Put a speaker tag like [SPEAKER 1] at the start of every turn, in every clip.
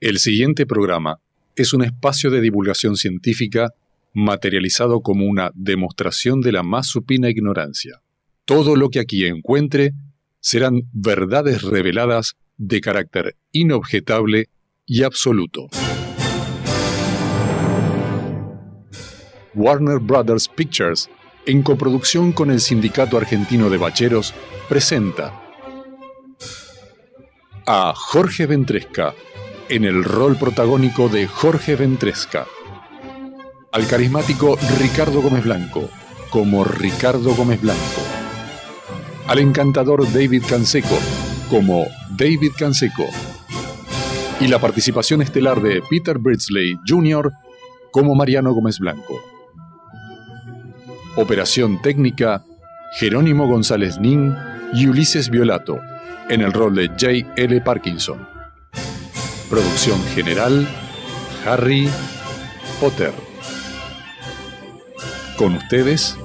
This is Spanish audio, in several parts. [SPEAKER 1] El siguiente programa es un espacio de divulgación científica materializado como una demostración de la más supina ignorancia. Todo lo que aquí encuentre serán verdades reveladas de carácter inobjetable y absoluto. Warner Brothers Pictures, en coproducción con el Sindicato Argentino de Bacheros, presenta a Jorge Ventresca en el rol protagónico de Jorge Ventresca. Al carismático Ricardo Gómez Blanco como Ricardo Gómez Blanco. Al encantador David Canseco como David Canseco. Y la participación estelar de Peter Bridsley Jr. como Mariano Gómez Blanco. Operación técnica Jerónimo González Nin y Ulises Violato en el rol de J. L. Parkinson. Producción general, Harry Potter. Con ustedes,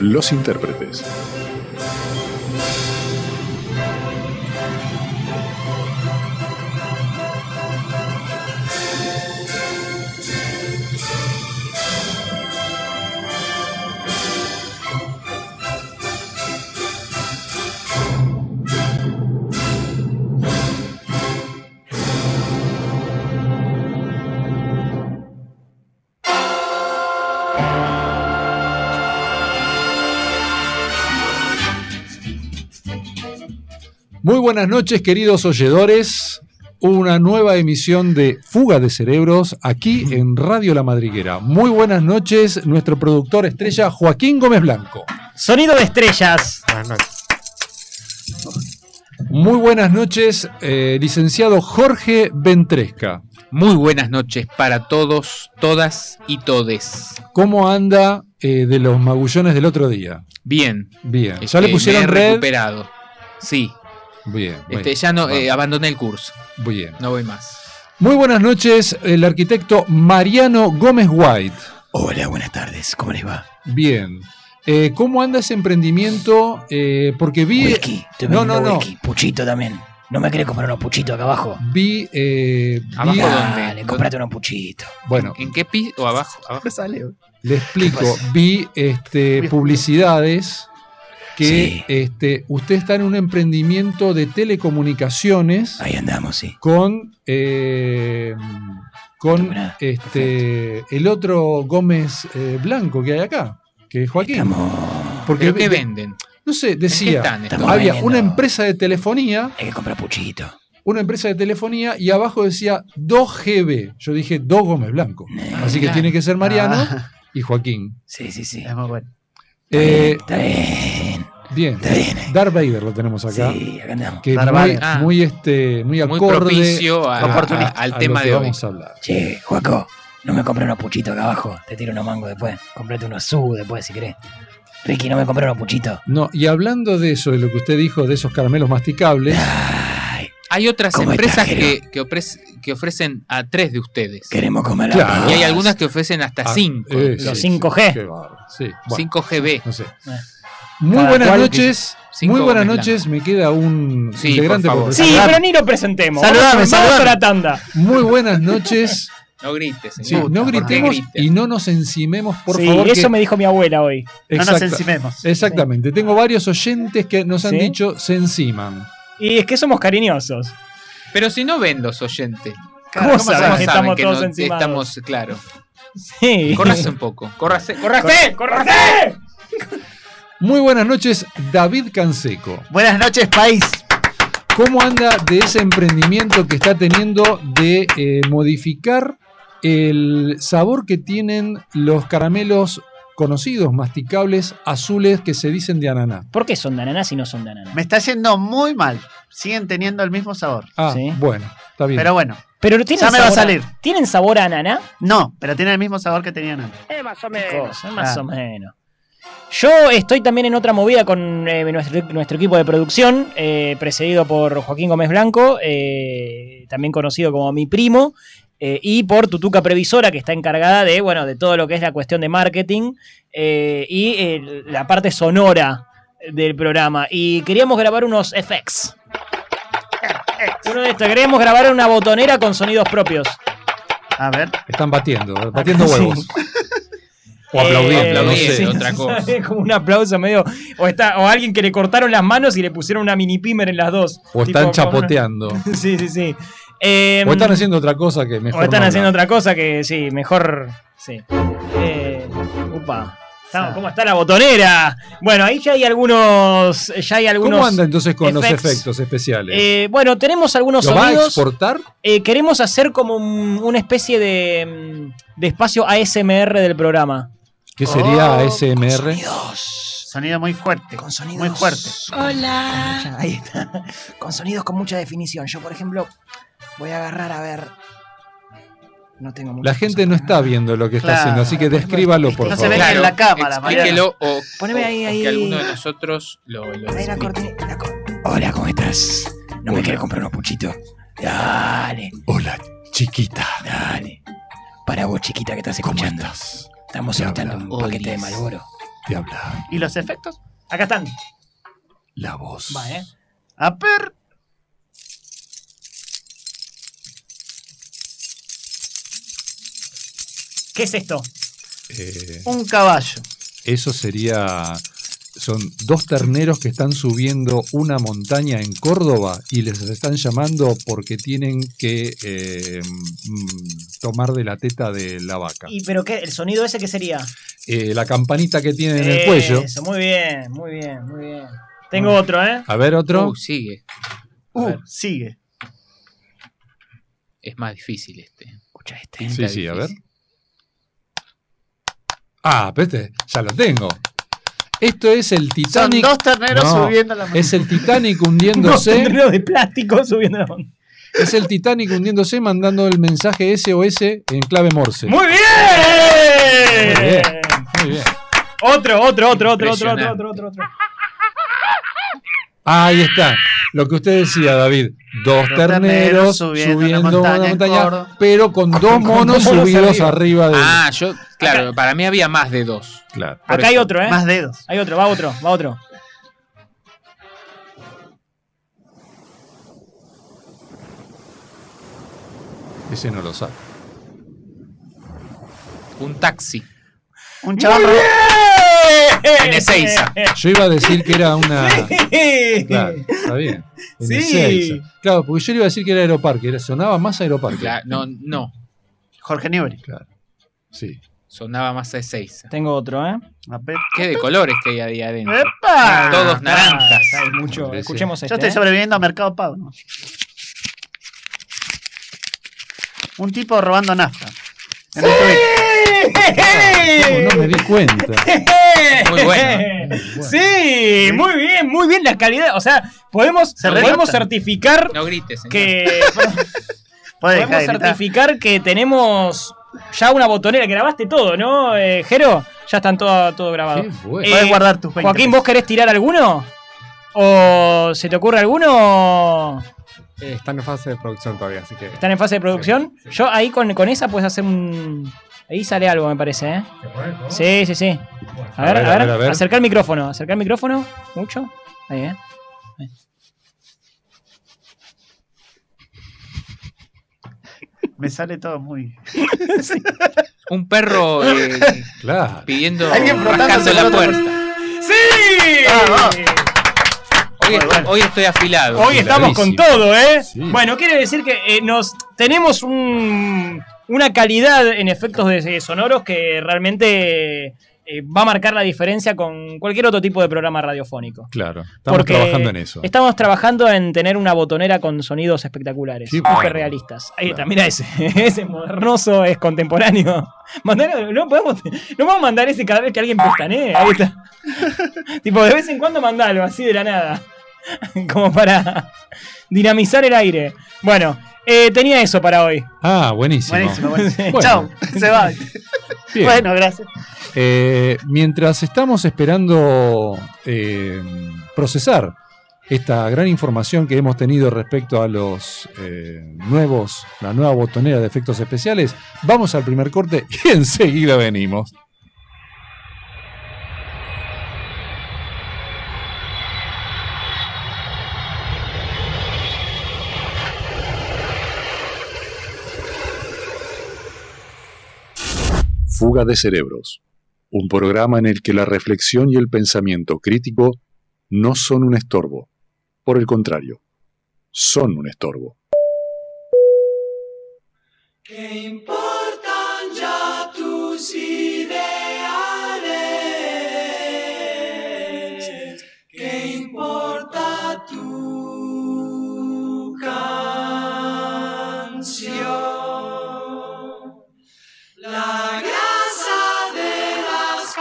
[SPEAKER 1] los intérpretes.
[SPEAKER 2] Muy buenas noches, queridos oyedores. Una nueva emisión de Fuga de Cerebros aquí en Radio La Madriguera. Muy buenas noches, nuestro productor estrella Joaquín Gómez Blanco.
[SPEAKER 3] Sonido de estrellas.
[SPEAKER 2] Muy buenas noches, eh, licenciado Jorge Ventresca.
[SPEAKER 4] Muy buenas noches para todos, todas y todes.
[SPEAKER 2] ¿Cómo anda eh, de los magullones del otro día?
[SPEAKER 4] Bien.
[SPEAKER 2] Bien.
[SPEAKER 4] Este,
[SPEAKER 2] Ya le pusieron
[SPEAKER 4] me he
[SPEAKER 2] red.
[SPEAKER 4] recuperado. Sí.
[SPEAKER 2] Bien.
[SPEAKER 4] Este,
[SPEAKER 2] bueno,
[SPEAKER 4] ya no
[SPEAKER 2] bueno,
[SPEAKER 4] eh, abandoné el curso.
[SPEAKER 2] bien.
[SPEAKER 4] No voy más.
[SPEAKER 2] Muy buenas noches, el arquitecto Mariano Gómez White.
[SPEAKER 5] Hola, buenas tardes, ¿cómo les va?
[SPEAKER 2] Bien. Eh, ¿Cómo anda ese emprendimiento? Eh, porque vi.
[SPEAKER 5] Whisky, estoy
[SPEAKER 2] No,
[SPEAKER 5] bebiendo
[SPEAKER 2] no, no.
[SPEAKER 5] whisky. Puchito también. No me querés comprar unos puchitos acá abajo.
[SPEAKER 2] Vi. eh, vi-
[SPEAKER 4] Abajo
[SPEAKER 5] Dale,
[SPEAKER 4] dónde? ¿Dónde?
[SPEAKER 5] comprate unos puchitos.
[SPEAKER 2] bueno,
[SPEAKER 4] ¿En qué piso? ¿O abajo? abajo?
[SPEAKER 2] le explico.
[SPEAKER 5] pasa?
[SPEAKER 2] Vi este, publicidades que
[SPEAKER 5] Sí.
[SPEAKER 2] este, usted está en un emprendimiento de telecomunicaciones
[SPEAKER 5] Ahí andamos, sí.
[SPEAKER 2] con. eh, con
[SPEAKER 5] Mirá,
[SPEAKER 2] este, el otro Gómez eh, Blanco que hay acá, que es Joaquín.
[SPEAKER 5] Estamos.
[SPEAKER 2] Porque
[SPEAKER 4] ¿Pero qué
[SPEAKER 2] de-
[SPEAKER 4] venden?
[SPEAKER 2] no sé,
[SPEAKER 4] ¿En qué
[SPEAKER 2] decía,
[SPEAKER 4] están estos?
[SPEAKER 5] Estamos
[SPEAKER 2] había
[SPEAKER 5] vendiendo.
[SPEAKER 2] una empresa de telefonía
[SPEAKER 5] Hay que comprar puchito.
[SPEAKER 2] una empresa de telefonía y abajo decía 2GB. Yo dije 2 Gómez Blanco. Así que
[SPEAKER 4] claro.
[SPEAKER 2] tiene que ser Mariano
[SPEAKER 4] Ah.
[SPEAKER 2] y Joaquín.
[SPEAKER 5] Ah. Sí, sí, sí.
[SPEAKER 2] Eh,
[SPEAKER 5] Está bien.
[SPEAKER 2] bien.
[SPEAKER 5] Está bien. eh.
[SPEAKER 2] Darth Vader lo tenemos acá.
[SPEAKER 5] Sí, acá andamos.
[SPEAKER 2] Que es
[SPEAKER 3] Darth
[SPEAKER 2] muy,
[SPEAKER 3] Vader.
[SPEAKER 4] Ah.
[SPEAKER 2] muy, este, muy
[SPEAKER 4] Muy
[SPEAKER 2] acorde
[SPEAKER 4] propicio a-
[SPEAKER 2] a-
[SPEAKER 4] a-
[SPEAKER 2] a lo
[SPEAKER 4] al tema
[SPEAKER 2] que
[SPEAKER 4] de hoy.
[SPEAKER 2] vamos a hablar.
[SPEAKER 5] Che, Juaco, no me compré unos puchitos acá abajo. Te tiro unos mangos después. Comprate unos sub después si querés. Ricky, no me compré unos puchitos.
[SPEAKER 2] No, y hablando de eso, de lo que usted dijo, de esos caramelos masticables,
[SPEAKER 5] Ay,
[SPEAKER 4] Hay otras
[SPEAKER 5] ¿Cómo
[SPEAKER 4] empresas
[SPEAKER 5] está,
[SPEAKER 4] que, que, ofrec- que ofrecen a tres de ustedes.
[SPEAKER 5] queremos comer la
[SPEAKER 2] Claro.
[SPEAKER 4] Y hay algunas que ofrecen hasta
[SPEAKER 2] Ah,
[SPEAKER 4] cinco.
[SPEAKER 2] eh,
[SPEAKER 5] Los
[SPEAKER 2] sí,
[SPEAKER 5] 5G.
[SPEAKER 2] qué bárbaro. Sí, bueno,
[SPEAKER 4] 5GB.
[SPEAKER 2] no sé.
[SPEAKER 5] Bueno.
[SPEAKER 2] Muy
[SPEAKER 5] Cada
[SPEAKER 2] buenas
[SPEAKER 5] cual
[SPEAKER 2] noches.
[SPEAKER 4] cinco
[SPEAKER 2] muy buenas
[SPEAKER 4] Gómez
[SPEAKER 2] noches. Me queda un
[SPEAKER 4] Sí, por
[SPEAKER 2] integrante por
[SPEAKER 4] favor.
[SPEAKER 2] presentar.
[SPEAKER 3] Saludame.
[SPEAKER 6] ni lo presentemos.
[SPEAKER 3] Saludame,
[SPEAKER 6] Vamos a
[SPEAKER 3] saludame.
[SPEAKER 6] otra tanda.
[SPEAKER 2] Muy buenas noches.
[SPEAKER 4] No grites.
[SPEAKER 2] Sí,
[SPEAKER 4] señor.
[SPEAKER 2] no
[SPEAKER 4] ¿Por qué
[SPEAKER 2] gritemos
[SPEAKER 4] grita?
[SPEAKER 2] y no nos encimemos, por
[SPEAKER 6] sí,
[SPEAKER 2] favor. que-
[SPEAKER 6] eso me dijo mi abuela hoy.
[SPEAKER 3] No nos
[SPEAKER 2] Exacta-
[SPEAKER 3] encimemos.
[SPEAKER 2] Exactamente. Tengo varios oyentes que nos han
[SPEAKER 6] ¿Sí?
[SPEAKER 2] dicho se enciman.
[SPEAKER 6] Y es que somos cariñosos.
[SPEAKER 4] Pero si no ven los oyentes.
[SPEAKER 6] ¿Cómo sabes
[SPEAKER 4] ¿Cómo
[SPEAKER 6] que
[SPEAKER 4] saben
[SPEAKER 6] estamos
[SPEAKER 4] que
[SPEAKER 6] todos
[SPEAKER 4] no-
[SPEAKER 6] encimados?
[SPEAKER 4] Estamos, claro.
[SPEAKER 6] Sí.
[SPEAKER 4] Corrase un poco. Corrase.
[SPEAKER 6] ¡Corraste! ¡Corraste!
[SPEAKER 2] Muy buenas noches, David Canseco.
[SPEAKER 3] Buenas noches, país.
[SPEAKER 2] ¿Cómo anda de ese emprendimiento que está teniendo de eh, modificar el sabor que tienen los caramelos conocidos, masticables, azules que se dicen de ananá?
[SPEAKER 6] ¿Por qué son de ananá si no son de ananá?
[SPEAKER 3] Me está yendo muy mal. Siguen teniendo el mismo sabor.
[SPEAKER 2] Ah,
[SPEAKER 6] Sí.
[SPEAKER 2] bueno, está bien.
[SPEAKER 3] Pero bueno,
[SPEAKER 6] Pero tienen
[SPEAKER 3] Ya me va a
[SPEAKER 6] sabor
[SPEAKER 3] salir.
[SPEAKER 6] ¿Tienen sabor a ananá?
[SPEAKER 3] no, pero tienen el mismo sabor que tenían antes.
[SPEAKER 6] Qué cosa, ¿eh? más
[SPEAKER 3] Ah.
[SPEAKER 6] o menos. Yo estoy también en otra movida con eh, nuestro, nuestro equipo de producción, eh, precedido por Joaquín Gómez Blanco, eh, también conocido como mi primo, eh, y por Tutuca Previsora, que está encargada de, bueno, de todo lo que es la cuestión de marketing eh, y eh, la parte sonora del programa. Y queríamos grabar unos effects. Uno de estos, queremos grabar una botonera con sonidos propios.
[SPEAKER 3] A ver.
[SPEAKER 2] Están batiendo, eh, batiendo huevos. O aplaudiendo,
[SPEAKER 6] Eh,
[SPEAKER 2] no
[SPEAKER 4] aplaudiendo,
[SPEAKER 2] sé.
[SPEAKER 4] otra cosa.
[SPEAKER 6] Es como un aplauso medio. O, está, o alguien que le cortaron las manos y le pusieron una mini pimer en las dos.
[SPEAKER 2] O están
[SPEAKER 6] Tipo, como-
[SPEAKER 2] chapoteando.
[SPEAKER 6] Sí, sí, sí. Eh,
[SPEAKER 2] O están haciendo otra cosa que mejor.
[SPEAKER 6] o están
[SPEAKER 2] no
[SPEAKER 6] haciendo
[SPEAKER 2] hablar.
[SPEAKER 6] otra cosa que sí, mejor. Sí. Eh, upa. Estamos- ¿Cómo está la botonera? Bueno, ahí ya hay algunos. Ya hay algunos.
[SPEAKER 2] ¿Cómo anda entonces con los
[SPEAKER 6] effects.
[SPEAKER 2] efectos especiales?
[SPEAKER 6] Eh, bueno, tenemos algunos
[SPEAKER 2] ¿Lo va a
[SPEAKER 6] sonidos.
[SPEAKER 2] exportar?
[SPEAKER 6] Eh, queremos hacer como un- una especie de, mm, de espacio ASMR del programa.
[SPEAKER 2] ¿Qué sería
[SPEAKER 3] Oh,
[SPEAKER 2] ASMR?
[SPEAKER 3] Sonido muy fuerte.
[SPEAKER 5] Con sonidos.
[SPEAKER 3] Muy fuerte.
[SPEAKER 5] Hola. ahí está. Con sonidos con mucha definición. Yo, por ejemplo, voy a agarrar a ver. No tengo mucha
[SPEAKER 2] La gente no está viendo lo que está
[SPEAKER 3] Claro.
[SPEAKER 2] haciendo, así que descríbalo, por
[SPEAKER 3] No se
[SPEAKER 2] favor.
[SPEAKER 3] ve. en la cámara,
[SPEAKER 4] explíquelo o,
[SPEAKER 5] Poneme
[SPEAKER 4] o-
[SPEAKER 5] ahí,
[SPEAKER 4] o
[SPEAKER 5] ahí.
[SPEAKER 4] que alguno de nosotros lo, lo
[SPEAKER 5] Ahí la
[SPEAKER 4] explique.
[SPEAKER 5] cortina- la cor- Hola, ¿cómo estás? ¿No me quieres comprar unos puchitos? Dale,
[SPEAKER 1] Hola, chiquita.
[SPEAKER 5] dale. Para vos, chiquita, que estás
[SPEAKER 1] ¿Cómo
[SPEAKER 5] escuchando.
[SPEAKER 1] estás?
[SPEAKER 5] Estamos
[SPEAKER 1] Te
[SPEAKER 5] soltando
[SPEAKER 1] habla
[SPEAKER 5] un paquete de
[SPEAKER 4] Olis.
[SPEAKER 5] Malboro.
[SPEAKER 1] Te habla
[SPEAKER 3] ¿Y los efectos?
[SPEAKER 6] Acá están.
[SPEAKER 1] la voz.
[SPEAKER 6] Va, eh.
[SPEAKER 3] A ver.
[SPEAKER 6] ¿Qué es esto?
[SPEAKER 2] Eh,
[SPEAKER 3] Un caballo.
[SPEAKER 2] eso sería. Son dos terneros que están subiendo una montaña en Córdoba y les están llamando porque tienen que eh, mm, tomar de la teta de la vaca.
[SPEAKER 6] ¿Y pero qué? ¿El sonido ese qué sería?
[SPEAKER 2] Eh, la campanita que tienen en
[SPEAKER 6] Eh,
[SPEAKER 2] el cuello.
[SPEAKER 6] Eso, muy bien, muy bien, muy bien. Tengo otro, ¿eh?
[SPEAKER 2] A ver, otro.
[SPEAKER 4] Uh, sigue.
[SPEAKER 3] Uh,
[SPEAKER 4] ver.
[SPEAKER 3] sigue.
[SPEAKER 4] Es más difícil este.
[SPEAKER 5] Escucha este.
[SPEAKER 4] Pinta
[SPEAKER 2] Sí, sí, a ver.
[SPEAKER 4] difícil.
[SPEAKER 2] Ah, pero este ya lo tengo. Esto es el
[SPEAKER 3] Son
[SPEAKER 2] Titanic.
[SPEAKER 3] dos terneros
[SPEAKER 2] No,
[SPEAKER 3] subiendo la
[SPEAKER 2] Es el Titanic hundiéndose.
[SPEAKER 6] Un terreno de plástico subiendo la mano.
[SPEAKER 2] es el Titanic hundiéndose mandando el mensaje SOS en clave Morse.
[SPEAKER 6] ¡Muy bien!
[SPEAKER 2] Muy bien. Muy bien.
[SPEAKER 6] Otro, otro, otro, otro, otro, otro,
[SPEAKER 4] Impresionante.
[SPEAKER 6] otro, otro, otro.
[SPEAKER 2] Ahí está. Lo que usted decía, David. Dos
[SPEAKER 3] Dos
[SPEAKER 2] terneros
[SPEAKER 3] terneros
[SPEAKER 2] subiendo,
[SPEAKER 3] subiendo
[SPEAKER 2] una
[SPEAKER 3] una
[SPEAKER 2] montaña,
[SPEAKER 3] montaña en Córdoba.
[SPEAKER 2] pero con dos monos
[SPEAKER 6] monos
[SPEAKER 2] subidos arriba,
[SPEAKER 6] arriba.
[SPEAKER 2] de
[SPEAKER 4] Ah, yo, claro, para mí había más de dos.
[SPEAKER 2] Claro.
[SPEAKER 4] Por
[SPEAKER 6] Acá hay
[SPEAKER 4] eso.
[SPEAKER 6] otro, ¿eh?
[SPEAKER 3] Más dedos.
[SPEAKER 6] Hay otro, va otro, va otro.
[SPEAKER 2] Ese no lo sabe.
[SPEAKER 4] Un taxi.
[SPEAKER 3] Un chaval ro-
[SPEAKER 4] En Ezeiza.
[SPEAKER 2] Yo iba a decir que era una.
[SPEAKER 6] Sí.
[SPEAKER 2] Claro, está bien. En
[SPEAKER 6] Sí.
[SPEAKER 2] Ezeiza. Claro, porque yo le iba a decir que era Aeroparque, era, sonaba más Aeroparque.
[SPEAKER 4] Cla- no, no.
[SPEAKER 3] Jorge Nibri.
[SPEAKER 2] Sí.
[SPEAKER 4] Sonaba más a Ezeiza.
[SPEAKER 6] Tengo otro, ¿eh?
[SPEAKER 3] A ver.
[SPEAKER 4] Qué de colores que hay ahí adentro.
[SPEAKER 3] ¡Epa!
[SPEAKER 4] Todos naranjas.
[SPEAKER 6] Hay mucho.
[SPEAKER 2] Parece.
[SPEAKER 6] Escuchemos
[SPEAKER 3] Yo
[SPEAKER 6] este.
[SPEAKER 3] estoy
[SPEAKER 6] ¿eh?
[SPEAKER 3] sobreviviendo a Mercado Pago. ¿no? Un tipo robando nafta. En el Twitter.
[SPEAKER 2] ¿Cómo no me di cuenta.
[SPEAKER 4] Muy bueno.
[SPEAKER 6] Sí, muy bien, muy bien la calidad. O sea, podemos,
[SPEAKER 3] Se
[SPEAKER 6] podemos
[SPEAKER 3] rematan.
[SPEAKER 6] certificar
[SPEAKER 4] No grites, señor.
[SPEAKER 6] que
[SPEAKER 3] Puede dejar
[SPEAKER 6] podemos
[SPEAKER 3] de gritar.
[SPEAKER 6] certificar que tenemos ya una botonera. Grabaste todo, ¿no, eh, Jero? Ya están todo, todo grabado.
[SPEAKER 2] Qué bueno.
[SPEAKER 6] Eh,
[SPEAKER 3] Podés guardar tus 20
[SPEAKER 6] Joaquín, ¿vos querés tirar alguno? ¿O se te ocurre alguno?
[SPEAKER 7] Eh, están en fase de producción todavía, así que.
[SPEAKER 6] ¿Están en fase de producción? Yo ahí con, con esa puedes hacer un. Ahí sale algo, me parece, ¿eh? Sí, sí, sí. A ver, a ver,
[SPEAKER 2] a ver.
[SPEAKER 6] acercar el micrófono, acercar el micrófono, mucho. Ahí, ¿eh? Ahí.
[SPEAKER 3] Me sale todo muy.
[SPEAKER 4] Un perro eh,
[SPEAKER 2] Claro.
[SPEAKER 4] pidiendo
[SPEAKER 3] Alguien flotando
[SPEAKER 4] rascando
[SPEAKER 3] sobre
[SPEAKER 4] la
[SPEAKER 3] otro.
[SPEAKER 4] puerta.
[SPEAKER 6] ¡Sí!
[SPEAKER 3] Vamos.
[SPEAKER 4] Hoy,
[SPEAKER 3] Muy bueno.
[SPEAKER 4] hoy estoy afilado.
[SPEAKER 6] Hoy estamos con
[SPEAKER 2] Clarísimo.
[SPEAKER 6] todo, ¿eh?
[SPEAKER 2] Sí.
[SPEAKER 6] Bueno, quiere decir que eh, nos tenemos un- una calidad en efectos de, de sonoros que realmente eh, va a marcar la diferencia con cualquier otro tipo de programa radiofónico.
[SPEAKER 2] Claro. Estamos
[SPEAKER 6] Porque
[SPEAKER 2] trabajando en eso.
[SPEAKER 6] Estamos trabajando en tener una botonera con sonidos espectaculares,
[SPEAKER 2] Sí,
[SPEAKER 6] hiperrealistas.
[SPEAKER 2] bueno.
[SPEAKER 6] realistas. Ahí está,
[SPEAKER 2] Claro.
[SPEAKER 6] mira ese. Ese es modernoso, es contemporáneo. Mandalo, no podemos, no vamos a mandar ese cada vez que alguien pestañee. Ahí está. tipo, de vez en cuando mandalo, así de la nada. Como para dinamizar el aire. Bueno, eh, tenía eso para hoy.
[SPEAKER 2] Ah, buenísimo.
[SPEAKER 3] Buenísimo, buenísimo.
[SPEAKER 2] Bueno.
[SPEAKER 3] Chao. Se va.
[SPEAKER 2] Bien.
[SPEAKER 3] Bueno, gracias.
[SPEAKER 2] Eh, mientras estamos esperando eh, procesar esta gran información que hemos tenido respecto a los eh, nuevos, la nueva botonera de efectos especiales, vamos al primer corte y enseguida venimos.
[SPEAKER 1] Fuga de Cerebros, un programa en el que la reflexión y el pensamiento crítico no son un estorbo, por el contrario, son un estorbo.
[SPEAKER 8] Che importan ya tus ideales? ¿Qué importa tu canción? La grasa de las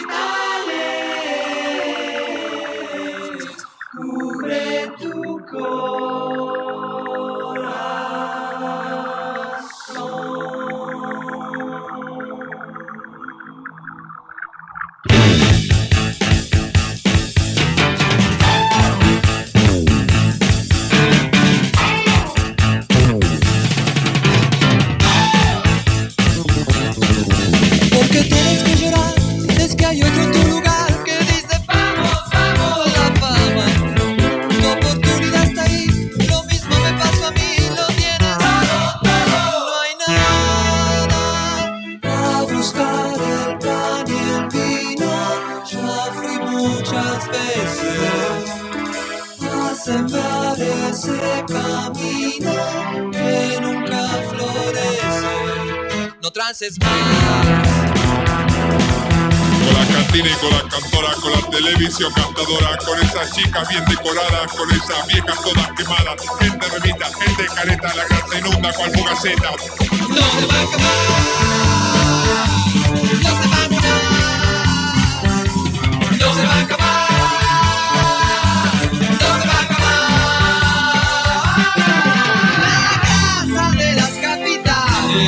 [SPEAKER 8] capitales cubre tu corazón.
[SPEAKER 9] Porque tienes que llorar, es que hay otro en tu lugar que dice vamos, vamos la fama. Tu oportunidad está ahí, lo mismo me pasó a mí, lo tienes todo, todo. No hay nada a buscar el pan y el vino, ya fui muchas veces a sembrar ese camino que nunca florece. No trances más.
[SPEAKER 3] Con la cantina y con la cantora, con la televisión cantadora, con esas chicas bien decoradas, con esas viejas todas quemadas, gente remita, gente careta, la grasa inunda cual fugaceta.
[SPEAKER 9] No se va a acabar, no se va a acabar, no se va a acabar, no se va a acabar. La casa de las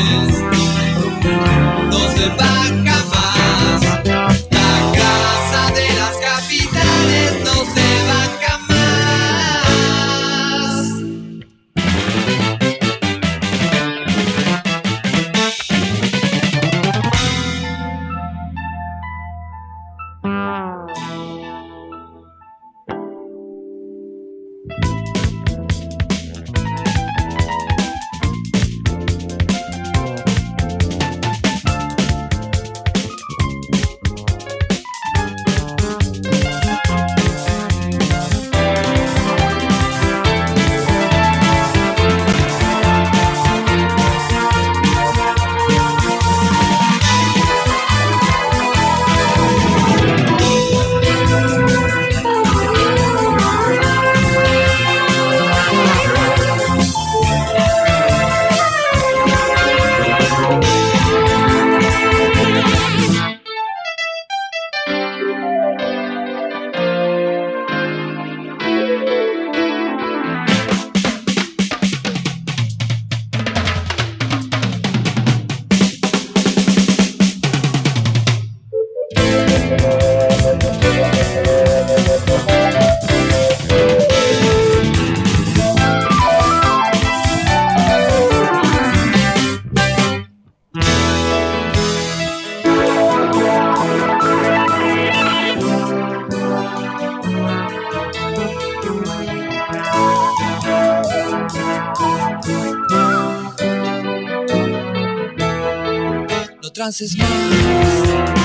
[SPEAKER 9] capitales no se va a acabar. La casa de las capitales no se va a acabar. No trances más.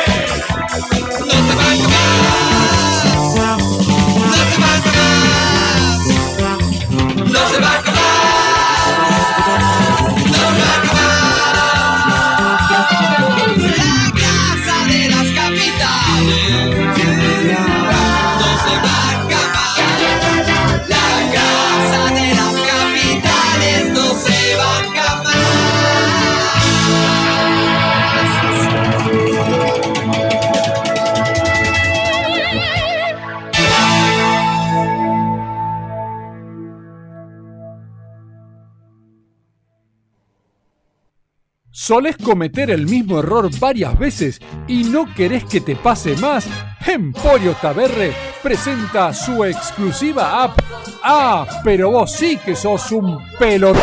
[SPEAKER 9] No se va a acabar. No se va a acabar. No se va a acabar. No se va a acabar. La casa de las capitales. No se va a acabar. La casa de las capitales no se va a acabar.
[SPEAKER 2] ¿Solés cometer el mismo error varias veces y no querés que te pase más? Emporio Taberre presenta su exclusiva app. Ah, pero vos sí que sos un pelotón.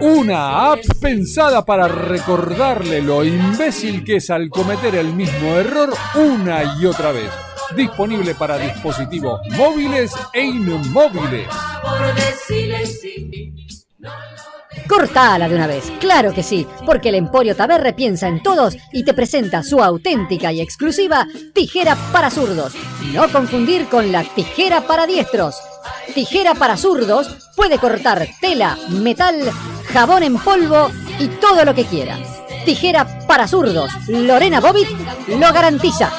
[SPEAKER 2] Una app pensada para recordarle lo imbécil que es al cometer el mismo error una y otra vez. disponible para dispositivos móviles e inmóviles.
[SPEAKER 9] Por decirle sí.
[SPEAKER 10] Cortala de una vez, claro que sí, porque el Emporio Taberre piensa en todos y te presenta su auténtica y exclusiva tijera para zurdos. No confundir con la tijera para diestros. Tijera para zurdos puede cortar tela, metal, jabón en polvo y todo lo que quiera. Tijera para zurdos, Lorena Bobbitt lo garantiza.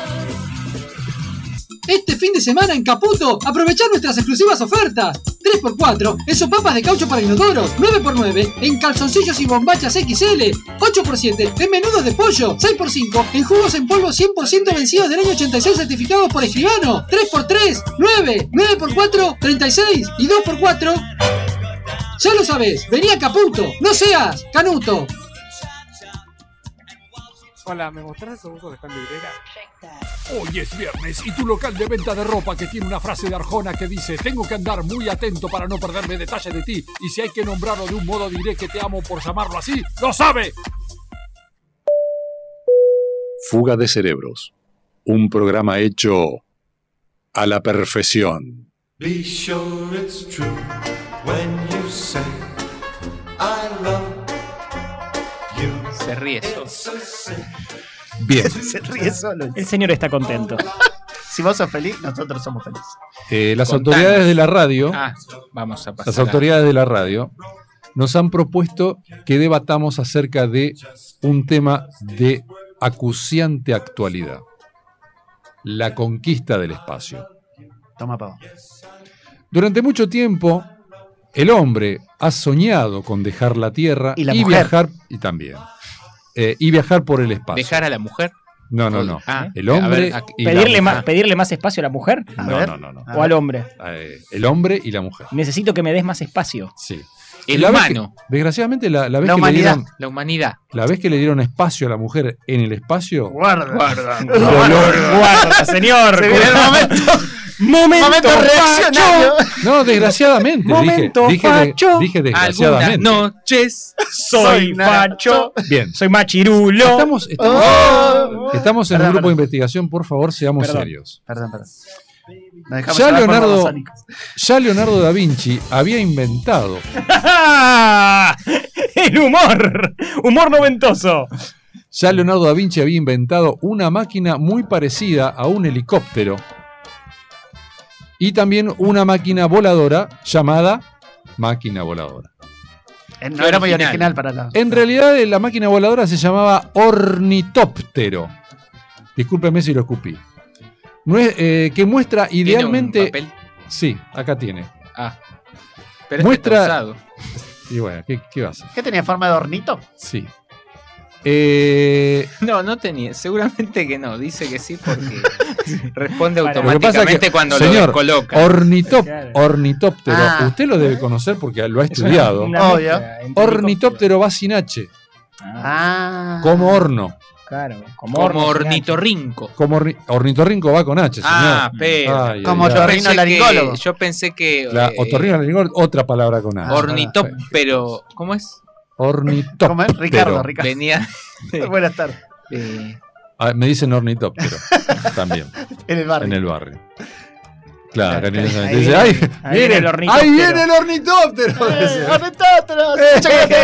[SPEAKER 11] Este fin de semana en Caputo, aprovechar nuestras exclusivas ofertas. 3x4 en sopapas de caucho para inodoros. 9x9 en calzoncillos y bombachas XL. 8x7 en menudos de pollo. 6x5 en jugos en polvo 100% vencidos del año 86 certificados por escribano. 3x3, 9. 9x4, 36. Y 2x4. Ya lo sabes, venía Caputo. No seas canuto.
[SPEAKER 7] Hola, ¿me mostrás esos usos de esta librera?
[SPEAKER 2] Hoy es viernes y tu local de venta de ropa que tiene una frase de Arjona que dice tengo que andar muy atento para no perderme detalles de ti y si hay que nombrarlo de un modo diré que te amo por llamarlo así, ¡lo sabe!
[SPEAKER 1] Fuga de Cerebros. Un programa hecho a la perfección.
[SPEAKER 9] Be sure it's true when you say I love you.
[SPEAKER 4] Se ríe solo.
[SPEAKER 1] Bien.
[SPEAKER 3] Se ríe solo.
[SPEAKER 6] El señor está contento.
[SPEAKER 3] Si vos sos feliz, nosotros somos felices.
[SPEAKER 2] Eh, las
[SPEAKER 4] Contanos.
[SPEAKER 2] autoridades de la radio,
[SPEAKER 4] Ah, vamos a pasar.
[SPEAKER 2] las
[SPEAKER 4] a-
[SPEAKER 2] autoridades de la radio, nos han propuesto que debatamos acerca de un tema de acuciante actualidad. La conquista del espacio.
[SPEAKER 3] Toma, pavo.
[SPEAKER 2] Durante mucho tiempo, el hombre ha soñado con dejar la Tierra
[SPEAKER 4] Y la mujer.
[SPEAKER 2] viajar y también eh, y viajar por el espacio.
[SPEAKER 4] Dejar a la mujer.
[SPEAKER 2] No, no, no.
[SPEAKER 4] Ah,
[SPEAKER 2] el hombre
[SPEAKER 4] a ver,
[SPEAKER 2] y la
[SPEAKER 6] pedirle,
[SPEAKER 2] mujer.
[SPEAKER 6] más, pedirle más espacio a la mujer.
[SPEAKER 2] A No, ver. no, no, no.
[SPEAKER 6] O al hombre.
[SPEAKER 2] Eh, el hombre y la mujer.
[SPEAKER 6] Necesito que me des más espacio.
[SPEAKER 2] Sí.
[SPEAKER 4] El
[SPEAKER 2] La vez
[SPEAKER 4] humano.
[SPEAKER 2] que- desgraciadamente la, la vez
[SPEAKER 4] La
[SPEAKER 2] que le
[SPEAKER 4] humanidad.
[SPEAKER 2] dieron,
[SPEAKER 4] La humanidad.
[SPEAKER 2] la vez que le dieron espacio a la mujer en el espacio,
[SPEAKER 3] Guarda. Guarda.
[SPEAKER 2] Dolor.
[SPEAKER 6] Guarda, señor.
[SPEAKER 3] Se viene el momento.
[SPEAKER 6] momento,
[SPEAKER 3] Momento reaccionario.
[SPEAKER 2] no, desgraciadamente
[SPEAKER 6] Momento,
[SPEAKER 2] dije, dije, de-
[SPEAKER 6] facho.
[SPEAKER 2] dije
[SPEAKER 4] Algunas
[SPEAKER 2] desgraciadamente.
[SPEAKER 4] noches.
[SPEAKER 6] Soy facho.
[SPEAKER 2] Bien.
[SPEAKER 6] Soy machirulo.
[SPEAKER 2] Estamos, estamos, estamos en
[SPEAKER 3] Ah. Perdón,
[SPEAKER 2] un grupo de
[SPEAKER 3] perdón.
[SPEAKER 2] investigación, por favor, seamos
[SPEAKER 3] Perdón.
[SPEAKER 2] serios.
[SPEAKER 3] Perdón, perdón.
[SPEAKER 2] Ya Leonardo- Ya Leonardo da Vinci había inventado
[SPEAKER 6] el humor. Humor noventoso.
[SPEAKER 2] Ya Leonardo da Vinci había inventado una máquina muy parecida a un helicóptero y también una máquina voladora llamada máquina voladora.
[SPEAKER 3] Eh, No era muy original para la.
[SPEAKER 2] En realidad eh, la máquina voladora se llamaba ornitóptero. Discúlpeme si lo escupí. No es- eh, que muestra
[SPEAKER 4] ¿Tiene un
[SPEAKER 2] idealmente...
[SPEAKER 4] papel?
[SPEAKER 2] Sí, acá tiene.
[SPEAKER 4] Ah.
[SPEAKER 2] Muestra-
[SPEAKER 4] Pero Muestra... está usado.
[SPEAKER 2] Y bueno, ¿qué, qué va a hacer?
[SPEAKER 3] ¿Qué tenía forma de hornito?
[SPEAKER 2] Sí. Eh,
[SPEAKER 4] No, no tenía. Seguramente que no. Dice que sí porque responde
[SPEAKER 6] Para.
[SPEAKER 2] Lo que pasa
[SPEAKER 4] automáticamente
[SPEAKER 2] es que,
[SPEAKER 4] cuando
[SPEAKER 2] señor,
[SPEAKER 4] lo descoloca.
[SPEAKER 2] ornitop-
[SPEAKER 6] Claro.
[SPEAKER 2] ornitóptero,
[SPEAKER 3] Ah.
[SPEAKER 2] usted lo debe conocer porque lo ha estudiado.
[SPEAKER 6] Una
[SPEAKER 3] Obvio.
[SPEAKER 6] mezcla entre
[SPEAKER 2] Ornitóptero va sin H,
[SPEAKER 6] Ah,
[SPEAKER 3] Ah.
[SPEAKER 2] como horno.
[SPEAKER 6] claro. Como,
[SPEAKER 4] Como
[SPEAKER 6] horno,
[SPEAKER 4] ornitorrinco.
[SPEAKER 2] Como orni- ornitorrinco va con H, señor.
[SPEAKER 4] Ah, pero.
[SPEAKER 2] Ay, ay,
[SPEAKER 3] Como
[SPEAKER 2] ay.
[SPEAKER 4] Yo pensé
[SPEAKER 3] Otorrinolaringólogo.
[SPEAKER 4] que- Yo pensé que.
[SPEAKER 2] La
[SPEAKER 4] eh,
[SPEAKER 2] otorrinolaringólogo, otra palabra con H.
[SPEAKER 4] Ornitop, pero. ¿Cómo es?
[SPEAKER 2] Ornitóptero.
[SPEAKER 3] ¿Cómo es? Ricardo, Ricardo.
[SPEAKER 4] Venía.
[SPEAKER 3] Buenas tardes.
[SPEAKER 4] eh,
[SPEAKER 2] Ah, me dicen ornitóptero también,
[SPEAKER 3] En el barrio.
[SPEAKER 2] en el barrio. Claro, acá
[SPEAKER 6] Ahí
[SPEAKER 2] dice,
[SPEAKER 6] viene-
[SPEAKER 2] "Ay,
[SPEAKER 6] ahí viene
[SPEAKER 2] miren,
[SPEAKER 6] el ornitóptero".
[SPEAKER 2] ahí viene el ornitóptero. Eh,
[SPEAKER 3] ¡Eh,
[SPEAKER 2] dice.
[SPEAKER 3] ornitópteros! ¡Chocolate!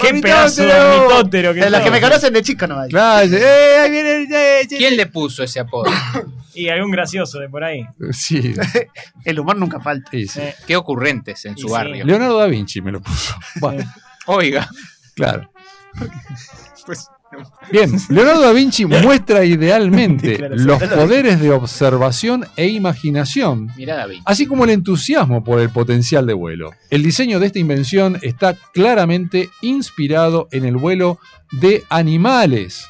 [SPEAKER 6] Qué pedazo de
[SPEAKER 3] ¡Ornitóptero!
[SPEAKER 6] ornitóptero que
[SPEAKER 3] De los
[SPEAKER 6] sos.
[SPEAKER 3] que me conocen de chico no hay.
[SPEAKER 2] Claro, dice, "Eh, ahí viene el- eh, eh".
[SPEAKER 4] ¿Quién le puso ese apodo?
[SPEAKER 6] Y algún gracioso de por ahí.
[SPEAKER 2] Sí,
[SPEAKER 3] El humor nunca falta. Eh.
[SPEAKER 2] sí, sí.
[SPEAKER 4] Qué ocurrentes en
[SPEAKER 6] Y
[SPEAKER 4] su
[SPEAKER 6] sí.
[SPEAKER 4] barrio.
[SPEAKER 2] Leonardo da Vinci me lo puso. Bueno,
[SPEAKER 4] Oiga.
[SPEAKER 2] claro.
[SPEAKER 4] Pues,
[SPEAKER 2] Bien, Leonardo da Vinci muestra idealmente
[SPEAKER 6] Declaración
[SPEAKER 2] los poderes de observación e imaginación,
[SPEAKER 4] mirá, David.
[SPEAKER 2] así como el entusiasmo por el potencial de vuelo. El diseño de esta invención está claramente inspirado en el vuelo de animales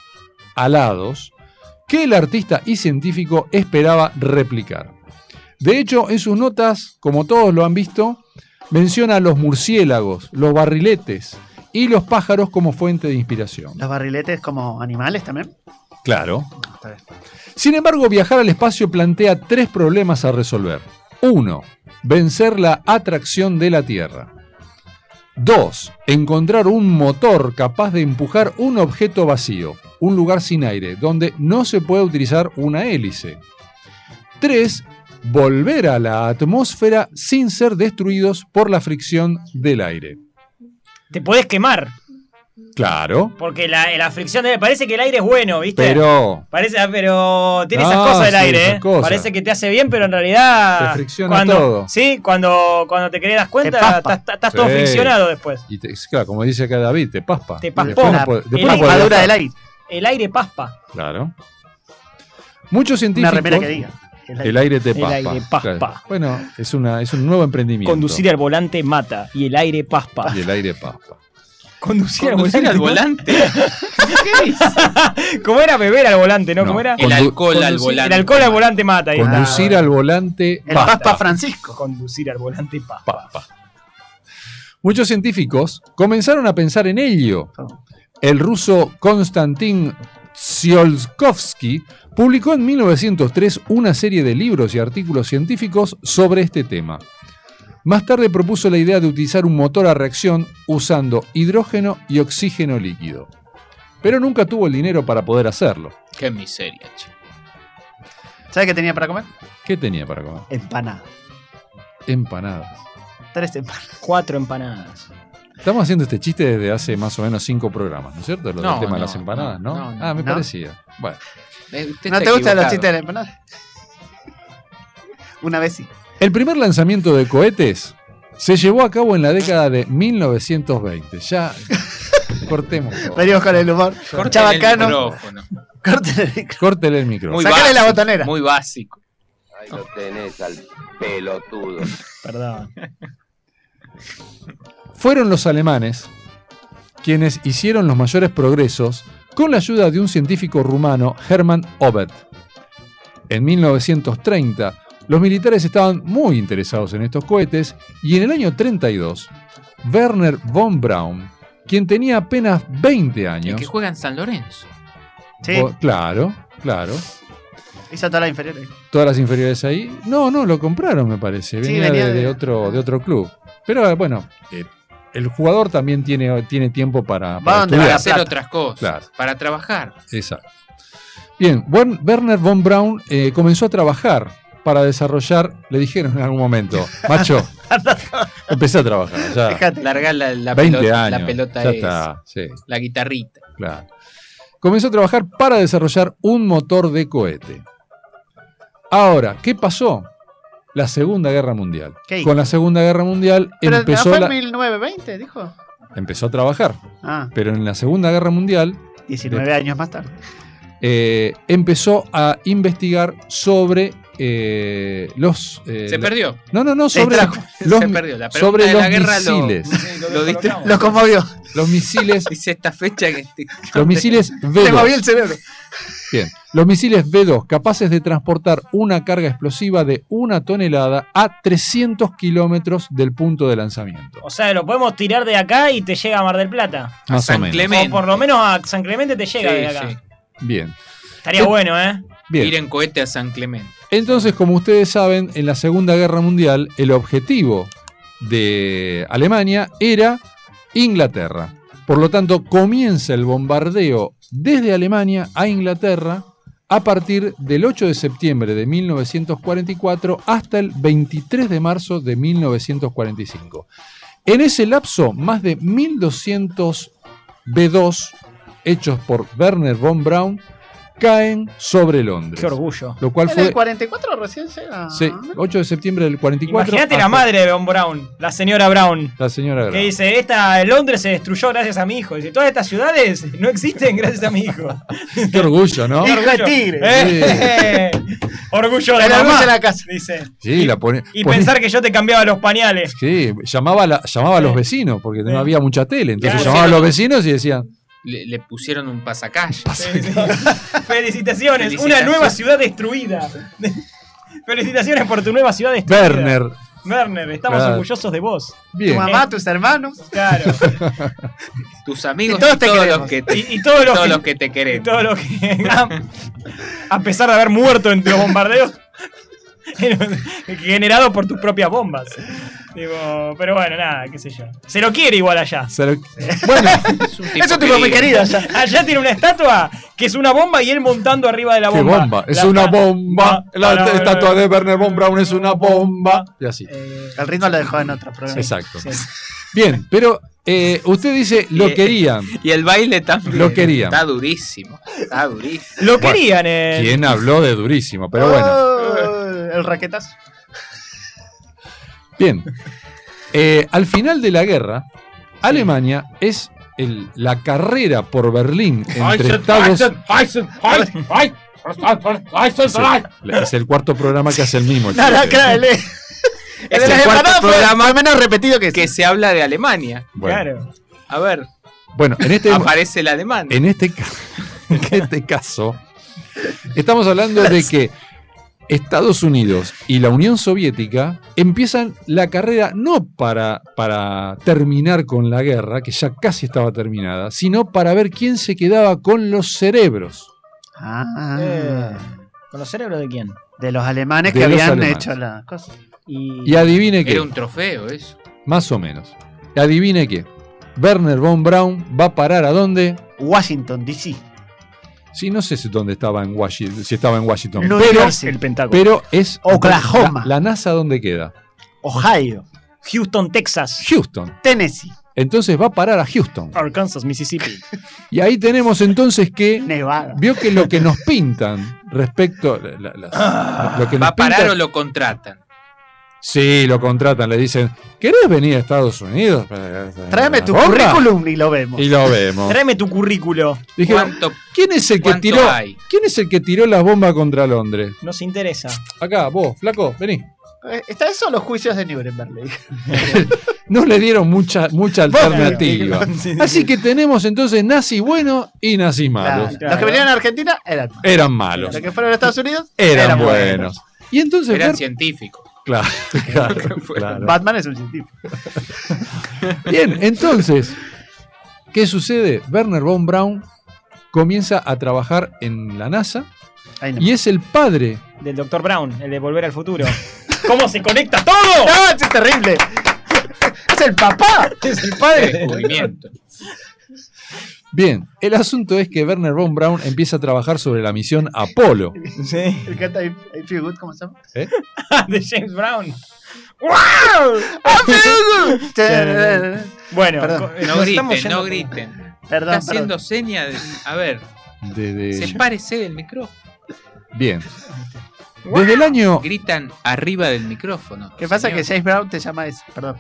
[SPEAKER 2] alados que el artista y científico esperaba replicar. De hecho, en sus notas, como todos lo han visto, menciona a los murciélagos, los barriletes y los pájaros como fuente de inspiración.
[SPEAKER 3] Los barriletes como animales también.
[SPEAKER 2] Claro.
[SPEAKER 3] Está bien.
[SPEAKER 2] Sin embargo, viajar al espacio plantea tres problemas a resolver. Uno, vencer la atracción de la Tierra. Dos, encontrar un motor capaz de empujar un objeto vacío, un lugar sin aire, donde no se puede utilizar una hélice. Tres, volver a la atmósfera sin ser destruidos por la fricción del aire.
[SPEAKER 6] Te podés quemar.
[SPEAKER 2] Claro,
[SPEAKER 6] Porque la, la fricción de- Parece que el aire es bueno, ¿viste?
[SPEAKER 2] pero
[SPEAKER 6] Parece, ah, pero tiene esas
[SPEAKER 2] Ah,
[SPEAKER 6] cosas del
[SPEAKER 2] sí,
[SPEAKER 6] aire,
[SPEAKER 2] esas
[SPEAKER 6] ¿eh?
[SPEAKER 2] cosas.
[SPEAKER 6] Parece que te hace bien, pero en realidad.
[SPEAKER 2] Te fricciona
[SPEAKER 6] cuando,
[SPEAKER 2] todo.
[SPEAKER 6] Sí, cuando, cuando te querés dar cuenta, estás, estás todo
[SPEAKER 2] Sí.
[SPEAKER 6] friccionado después.
[SPEAKER 2] y te- claro, como dice acá David, te paspa.
[SPEAKER 6] Te paspó.
[SPEAKER 2] Después no
[SPEAKER 6] La-
[SPEAKER 2] puede- después
[SPEAKER 6] el
[SPEAKER 2] no puede
[SPEAKER 6] aire-
[SPEAKER 2] viajar.
[SPEAKER 6] El aire paspa.
[SPEAKER 2] Claro. Muchos científicos.
[SPEAKER 6] Una remera que diga.
[SPEAKER 2] El aire, el aire te
[SPEAKER 6] El
[SPEAKER 2] paspa.
[SPEAKER 6] aire paspa.
[SPEAKER 2] Claro. Bueno, es, una, es un nuevo emprendimiento.
[SPEAKER 6] Conducir al volante mata y el aire paspa.
[SPEAKER 2] Y el aire paspa.
[SPEAKER 6] Conducir,
[SPEAKER 4] Conducir al
[SPEAKER 6] ¿Cómo era beber al volante, no?
[SPEAKER 2] No,
[SPEAKER 6] ¿Cómo era?
[SPEAKER 2] El condu- alcohol al
[SPEAKER 6] Conducir-
[SPEAKER 2] volante.
[SPEAKER 6] El alcohol al volante mata. ahí está.
[SPEAKER 2] Conducir al volante
[SPEAKER 6] Ah, El
[SPEAKER 2] paspa.
[SPEAKER 6] Paspa Francisco. Conducir al volante paspa.
[SPEAKER 2] Muchos científicos comenzaron a pensar en ello.
[SPEAKER 6] Oh.
[SPEAKER 2] El ruso Konstantin Tsiolkovsky publicó en 1903 una serie de libros y artículos científicos sobre este tema. Más tarde propuso la idea de utilizar un motor a reacción usando hidrógeno y oxígeno líquido. Pero nunca tuvo el dinero para poder hacerlo.
[SPEAKER 4] Qué miseria, che.
[SPEAKER 3] ¿Sabes qué tenía para comer?
[SPEAKER 2] ¿Qué tenía para comer?
[SPEAKER 3] Empanada.
[SPEAKER 2] Empanadas.
[SPEAKER 3] Tres empanadas.
[SPEAKER 6] Cuatro empanadas.
[SPEAKER 2] Estamos haciendo este chiste desde hace más o menos cinco programas, ¿no es cierto? Lo
[SPEAKER 4] No,
[SPEAKER 2] del tema de
[SPEAKER 4] no,
[SPEAKER 2] las empanadas, ¿no?
[SPEAKER 4] no, no,
[SPEAKER 2] ah, me
[SPEAKER 4] no.
[SPEAKER 2] parecía. Bueno.
[SPEAKER 4] Eh, usted
[SPEAKER 3] ¿No
[SPEAKER 4] está
[SPEAKER 3] te gustan los
[SPEAKER 4] equivocado.
[SPEAKER 3] chistes de la empanada? Una vez sí.
[SPEAKER 2] El primer lanzamiento de cohetes se llevó a cabo en la década de 1920. Ya cortemos. todo.
[SPEAKER 3] Venimos con el humor.
[SPEAKER 4] Corten
[SPEAKER 3] Chabacano.
[SPEAKER 4] el micrófono.
[SPEAKER 2] Córtele el micrófono.
[SPEAKER 4] Muy
[SPEAKER 3] Sacale la
[SPEAKER 4] básico,
[SPEAKER 3] botonera.
[SPEAKER 4] Muy básico.
[SPEAKER 12] Ahí lo tenés al pelotudo.
[SPEAKER 6] Perdón.
[SPEAKER 2] Fueron los alemanes quienes hicieron los mayores progresos con la ayuda de un científico rumano, Hermann Obert. En 1930, los militares estaban muy interesados en estos cohetes y en el año 32, Werner von Braun, quien tenía apenas 20
[SPEAKER 4] El
[SPEAKER 2] años,
[SPEAKER 4] que juega en San Lorenzo.
[SPEAKER 3] Sí,
[SPEAKER 2] o- claro, claro,
[SPEAKER 3] hizo toda la inferior. ahí.
[SPEAKER 2] todas las inferiores ahí. No, no, lo compraron, me parece.
[SPEAKER 3] Sí,
[SPEAKER 2] Venía,
[SPEAKER 3] venía
[SPEAKER 2] de, de
[SPEAKER 3] de- Ah.
[SPEAKER 2] otro, de otro club. Pero eh, bueno, eh, el jugador también tiene, tiene tiempo para, para
[SPEAKER 4] Va donde
[SPEAKER 2] estudiar.
[SPEAKER 4] para hacer otras cosas.
[SPEAKER 2] Claro.
[SPEAKER 4] Para trabajar.
[SPEAKER 2] Exacto. Bien, Wer- Werner von Braun eh, comenzó a trabajar para desarrollar, le dijeron en algún momento, macho, empecé a trabajar, ya,
[SPEAKER 4] Largar la, la
[SPEAKER 2] 20
[SPEAKER 4] pelota,
[SPEAKER 2] años,
[SPEAKER 4] la pelota
[SPEAKER 2] ya
[SPEAKER 4] es
[SPEAKER 2] está, sí.
[SPEAKER 4] la guitarrita.
[SPEAKER 2] Claro. Comenzó a trabajar para desarrollar un motor de cohete. Ahora, ¿qué pasó? La Segunda Guerra Mundial.
[SPEAKER 3] ¿Qué hizo?
[SPEAKER 2] Con la Segunda Guerra Mundial
[SPEAKER 3] Pero ¿no
[SPEAKER 2] empezó,
[SPEAKER 3] fue en
[SPEAKER 2] la-
[SPEAKER 3] 1920, dijo.
[SPEAKER 2] empezó a trabajar.
[SPEAKER 3] Ah,
[SPEAKER 2] Pero en la Segunda Guerra Mundial
[SPEAKER 3] 19 años más tarde.
[SPEAKER 2] eh, empezó a investigar sobre eh, los. eh,
[SPEAKER 4] Se
[SPEAKER 2] la-
[SPEAKER 4] perdió.
[SPEAKER 2] No, no, no,
[SPEAKER 4] Se
[SPEAKER 2] sobre
[SPEAKER 4] trajo.
[SPEAKER 2] los,
[SPEAKER 4] Se perdió. La pregunta
[SPEAKER 2] sobre
[SPEAKER 4] de
[SPEAKER 2] los
[SPEAKER 4] la guerra lo-
[SPEAKER 2] misiles.
[SPEAKER 4] lo, distrajo.
[SPEAKER 3] Los conmovió.
[SPEAKER 2] Los misiles.
[SPEAKER 4] Dice esta fecha que. te-
[SPEAKER 2] Los misiles
[SPEAKER 3] Le movió el
[SPEAKER 2] B2.
[SPEAKER 3] cerebro.
[SPEAKER 2] Bien. Los misiles B2, capaces de transportar una carga explosiva de una tonelada a 300 kilómetros del punto de lanzamiento.
[SPEAKER 6] O sea, lo podemos tirar de acá y te llega a Mar del Plata.
[SPEAKER 2] Más o menos.
[SPEAKER 4] Clemente.
[SPEAKER 6] O por lo menos a San Clemente te llega
[SPEAKER 4] Sí,
[SPEAKER 6] de acá.
[SPEAKER 4] sí.
[SPEAKER 2] Bien.
[SPEAKER 6] Estaría
[SPEAKER 2] Sí.
[SPEAKER 6] bueno, ¿eh?
[SPEAKER 2] Bien.
[SPEAKER 4] Ir en cohete a San Clemente.
[SPEAKER 2] Entonces, como ustedes saben, en la Segunda Guerra Mundial el objetivo de Alemania era Inglaterra. Por lo tanto, comienza el bombardeo desde Alemania a Inglaterra a partir del 8 de septiembre de 1944 hasta el 23 de marzo de 1945. En ese lapso, más de 1.200 B2 hechos por Werner von Braun caen sobre Londres.
[SPEAKER 6] Qué orgullo.
[SPEAKER 2] Lo cual
[SPEAKER 3] ¿En el
[SPEAKER 2] fue
[SPEAKER 3] 44 recién llega?
[SPEAKER 2] sí, 8 de septiembre del 44.
[SPEAKER 6] Imagínate la
[SPEAKER 2] hasta-
[SPEAKER 6] madre de Von Brown, la señora Brown.
[SPEAKER 2] Ah, La señora
[SPEAKER 6] Que
[SPEAKER 2] Brown.
[SPEAKER 6] dice, esta Londres se destruyó gracias a mi hijo. Dice, todas estas ciudades no existen gracias a mi hijo.
[SPEAKER 2] Qué orgullo, ¿no?
[SPEAKER 3] Hijo de tigre.
[SPEAKER 6] Eh, Orgullo de
[SPEAKER 3] El orgullo
[SPEAKER 6] mamá,
[SPEAKER 3] de la casa.
[SPEAKER 6] dice.
[SPEAKER 2] Sí, la pone,
[SPEAKER 6] Y
[SPEAKER 2] pone-
[SPEAKER 6] pensar que yo te cambiaba los pañales.
[SPEAKER 2] Sí, llamaba, a la- llamaba a los vecinos porque no había mucha tele. Entonces
[SPEAKER 4] Claro.
[SPEAKER 2] llamaba a los vecinos y decían,
[SPEAKER 4] Le, le pusieron un pasacalle.
[SPEAKER 6] Felicitaciones, una
[SPEAKER 4] Felicitaciones.
[SPEAKER 6] nueva ciudad destruida. Felicitaciones por tu nueva ciudad destruida.
[SPEAKER 2] Werner.
[SPEAKER 6] Werner, estamos
[SPEAKER 2] Claro.
[SPEAKER 6] orgullosos de vos.
[SPEAKER 3] Tu
[SPEAKER 2] Bien.
[SPEAKER 3] mamá, tus hermanos.
[SPEAKER 6] Claro.
[SPEAKER 4] Tus
[SPEAKER 3] Y
[SPEAKER 4] amigos y
[SPEAKER 3] todos
[SPEAKER 4] todos,
[SPEAKER 3] te queremos.
[SPEAKER 4] los que te,
[SPEAKER 6] Y, y todos los
[SPEAKER 4] todos
[SPEAKER 6] que,
[SPEAKER 4] los que te
[SPEAKER 6] y
[SPEAKER 4] queremos.
[SPEAKER 6] todos los que- a pesar de haber muerto entre los bombardeos generados por tus propias bombas. Tipo, pero bueno, nada, qué sé yo. Se lo quiere igual allá.
[SPEAKER 2] Se lo-
[SPEAKER 6] Bueno,
[SPEAKER 4] tipo
[SPEAKER 6] es un tipo muy querido
[SPEAKER 4] querido.
[SPEAKER 6] allá. Allá tiene una estatua que es una bomba y él montando arriba de la
[SPEAKER 2] ¡Qué
[SPEAKER 6] bomba.
[SPEAKER 2] bomba! Es
[SPEAKER 6] La-
[SPEAKER 2] una bomba. La
[SPEAKER 6] no, no,
[SPEAKER 2] estatua
[SPEAKER 6] no.
[SPEAKER 2] de Werner von Braun es una bomba. Y así.
[SPEAKER 6] Eh,
[SPEAKER 3] El ritmo lo dejó en otro programa.
[SPEAKER 2] Exacto. Bien, pero eh, usted dice lo
[SPEAKER 4] Y-
[SPEAKER 2] querían.
[SPEAKER 4] Y el baile también.
[SPEAKER 2] Lo querían.
[SPEAKER 4] Está durísimo. Está durísimo.
[SPEAKER 6] Lo
[SPEAKER 2] Bueno,
[SPEAKER 6] querían, eh. Ah,
[SPEAKER 2] ¿Quién habló de durísimo? Pero bueno.
[SPEAKER 3] Oh, el raquetazo.
[SPEAKER 2] Bien. Eh, al final de la guerra, Alemania es el- la carrera por Berlín entre Estados Sí, le- Es el cuarto programa que hace el mismo. el
[SPEAKER 3] Nada,
[SPEAKER 2] chiste.
[SPEAKER 3] claro, el-
[SPEAKER 4] Es
[SPEAKER 3] de
[SPEAKER 4] el
[SPEAKER 3] la
[SPEAKER 4] cuarto
[SPEAKER 3] empanada fue-
[SPEAKER 4] programa
[SPEAKER 3] fue menos repetido que
[SPEAKER 4] que se habla de Alemania.
[SPEAKER 2] Bueno.
[SPEAKER 4] Claro. A ver,
[SPEAKER 2] Bueno, en este,
[SPEAKER 4] aparece el alemán.
[SPEAKER 2] en, este, ca- en este caso, estamos hablando de que Estados Unidos y la Unión Soviética empiezan la carrera no para, para terminar con la guerra, que ya casi estaba terminada, sino para ver quién se quedaba con los cerebros.
[SPEAKER 6] Eh, ¿Con los cerebros de quién?
[SPEAKER 3] De los alemanes
[SPEAKER 2] De
[SPEAKER 3] Ah. que
[SPEAKER 2] los
[SPEAKER 3] habían
[SPEAKER 2] alemanes.
[SPEAKER 3] hecho la cosa.
[SPEAKER 2] Y adivine qué.
[SPEAKER 4] Era un trofeo eso.
[SPEAKER 2] Más o menos. Adivine qué. Werner von Braun va a parar a dónde?
[SPEAKER 3] Washington, D.C.
[SPEAKER 2] Sí, no sé si dónde estaba en Washington, si estaba en Washington,
[SPEAKER 3] Nueva
[SPEAKER 2] pero,
[SPEAKER 3] Jersey.
[SPEAKER 6] El Pentágono.
[SPEAKER 2] pero es
[SPEAKER 3] Oklahoma.
[SPEAKER 2] La, la NASA dónde queda?
[SPEAKER 3] Ohio,
[SPEAKER 6] Houston, Texas.
[SPEAKER 2] Houston.
[SPEAKER 3] Tennessee,
[SPEAKER 2] Entonces va a parar a Houston.
[SPEAKER 6] Arkansas, Mississippi.
[SPEAKER 2] Y ahí tenemos entonces que
[SPEAKER 3] Nevada.
[SPEAKER 2] vio que lo que nos pintan respecto la- la-
[SPEAKER 6] Ah,
[SPEAKER 2] las- lo que
[SPEAKER 4] ¿Va
[SPEAKER 2] nos
[SPEAKER 4] a parar
[SPEAKER 2] pintan-
[SPEAKER 4] o lo contratan?
[SPEAKER 2] Sí, lo contratan, le dicen, "¿Querés venir a Estados Unidos?"
[SPEAKER 3] Tráeme tu
[SPEAKER 2] ¿Bomba?
[SPEAKER 3] currículum y lo vemos.
[SPEAKER 2] Y lo vemos.
[SPEAKER 6] Tráeme tu currículo.
[SPEAKER 2] Dijeron,
[SPEAKER 4] ¿Cuánto?
[SPEAKER 2] ¿quién es el que
[SPEAKER 4] ¿Cuánto
[SPEAKER 2] tiró?
[SPEAKER 4] hay?
[SPEAKER 2] ¿Quién es el que tiró las bombas contra Londres?
[SPEAKER 6] Nos interesa.
[SPEAKER 2] Acá, vos, flaco, vení.
[SPEAKER 3] Eh, Está eso o los juicios de Nuremberg. le dije.
[SPEAKER 2] No le dieron mucha, mucha alternativa.
[SPEAKER 3] Bueno, sí.
[SPEAKER 2] Así que tenemos entonces nazi bueno y nazi malos.
[SPEAKER 3] Claro. Los que venían a Argentina eran malos.
[SPEAKER 2] Eran malos.
[SPEAKER 3] Los que fueron a Estados Unidos
[SPEAKER 2] Eran, buenos. Y entonces,
[SPEAKER 4] Eran
[SPEAKER 2] Ber-
[SPEAKER 4] científicos.
[SPEAKER 2] claro, claro, claro.
[SPEAKER 3] Batman es un científico.
[SPEAKER 2] Bien, entonces, ¿qué sucede? Werner von Braun comienza a trabajar en la NASA
[SPEAKER 3] Ahí no.
[SPEAKER 2] y es el padre.
[SPEAKER 6] Del Dr. Brown, el de Volver al Futuro. ¿Cómo se conecta todo?
[SPEAKER 3] ¡No, Ah, es terrible! ¡Es el papá! ¡Es el
[SPEAKER 4] de
[SPEAKER 3] padre!
[SPEAKER 4] descubrimiento.
[SPEAKER 2] Bien, el asunto es que Werner von Braun empieza a trabajar sobre la misión Apolo.
[SPEAKER 6] Sí.
[SPEAKER 3] El canta I I Feel Good, ¿cómo se llama?
[SPEAKER 2] ¿Eh?
[SPEAKER 6] de James Brown. ¡Wow!
[SPEAKER 3] Perdón,
[SPEAKER 6] Bueno,
[SPEAKER 3] ¡Ah, Perdón.
[SPEAKER 6] co-
[SPEAKER 4] No
[SPEAKER 6] nos estamos
[SPEAKER 4] griten,
[SPEAKER 6] yendo-
[SPEAKER 4] no griten. Está
[SPEAKER 3] perdón.
[SPEAKER 4] haciendo señas. de- A ver,
[SPEAKER 2] De- de-
[SPEAKER 4] sepárese del micrófono.
[SPEAKER 2] Bien. Desde el año
[SPEAKER 4] Gritan arriba del micrófono.
[SPEAKER 3] ¿Qué pasa? Que
[SPEAKER 4] señor.
[SPEAKER 3] James Brown te llama eso. Perdón.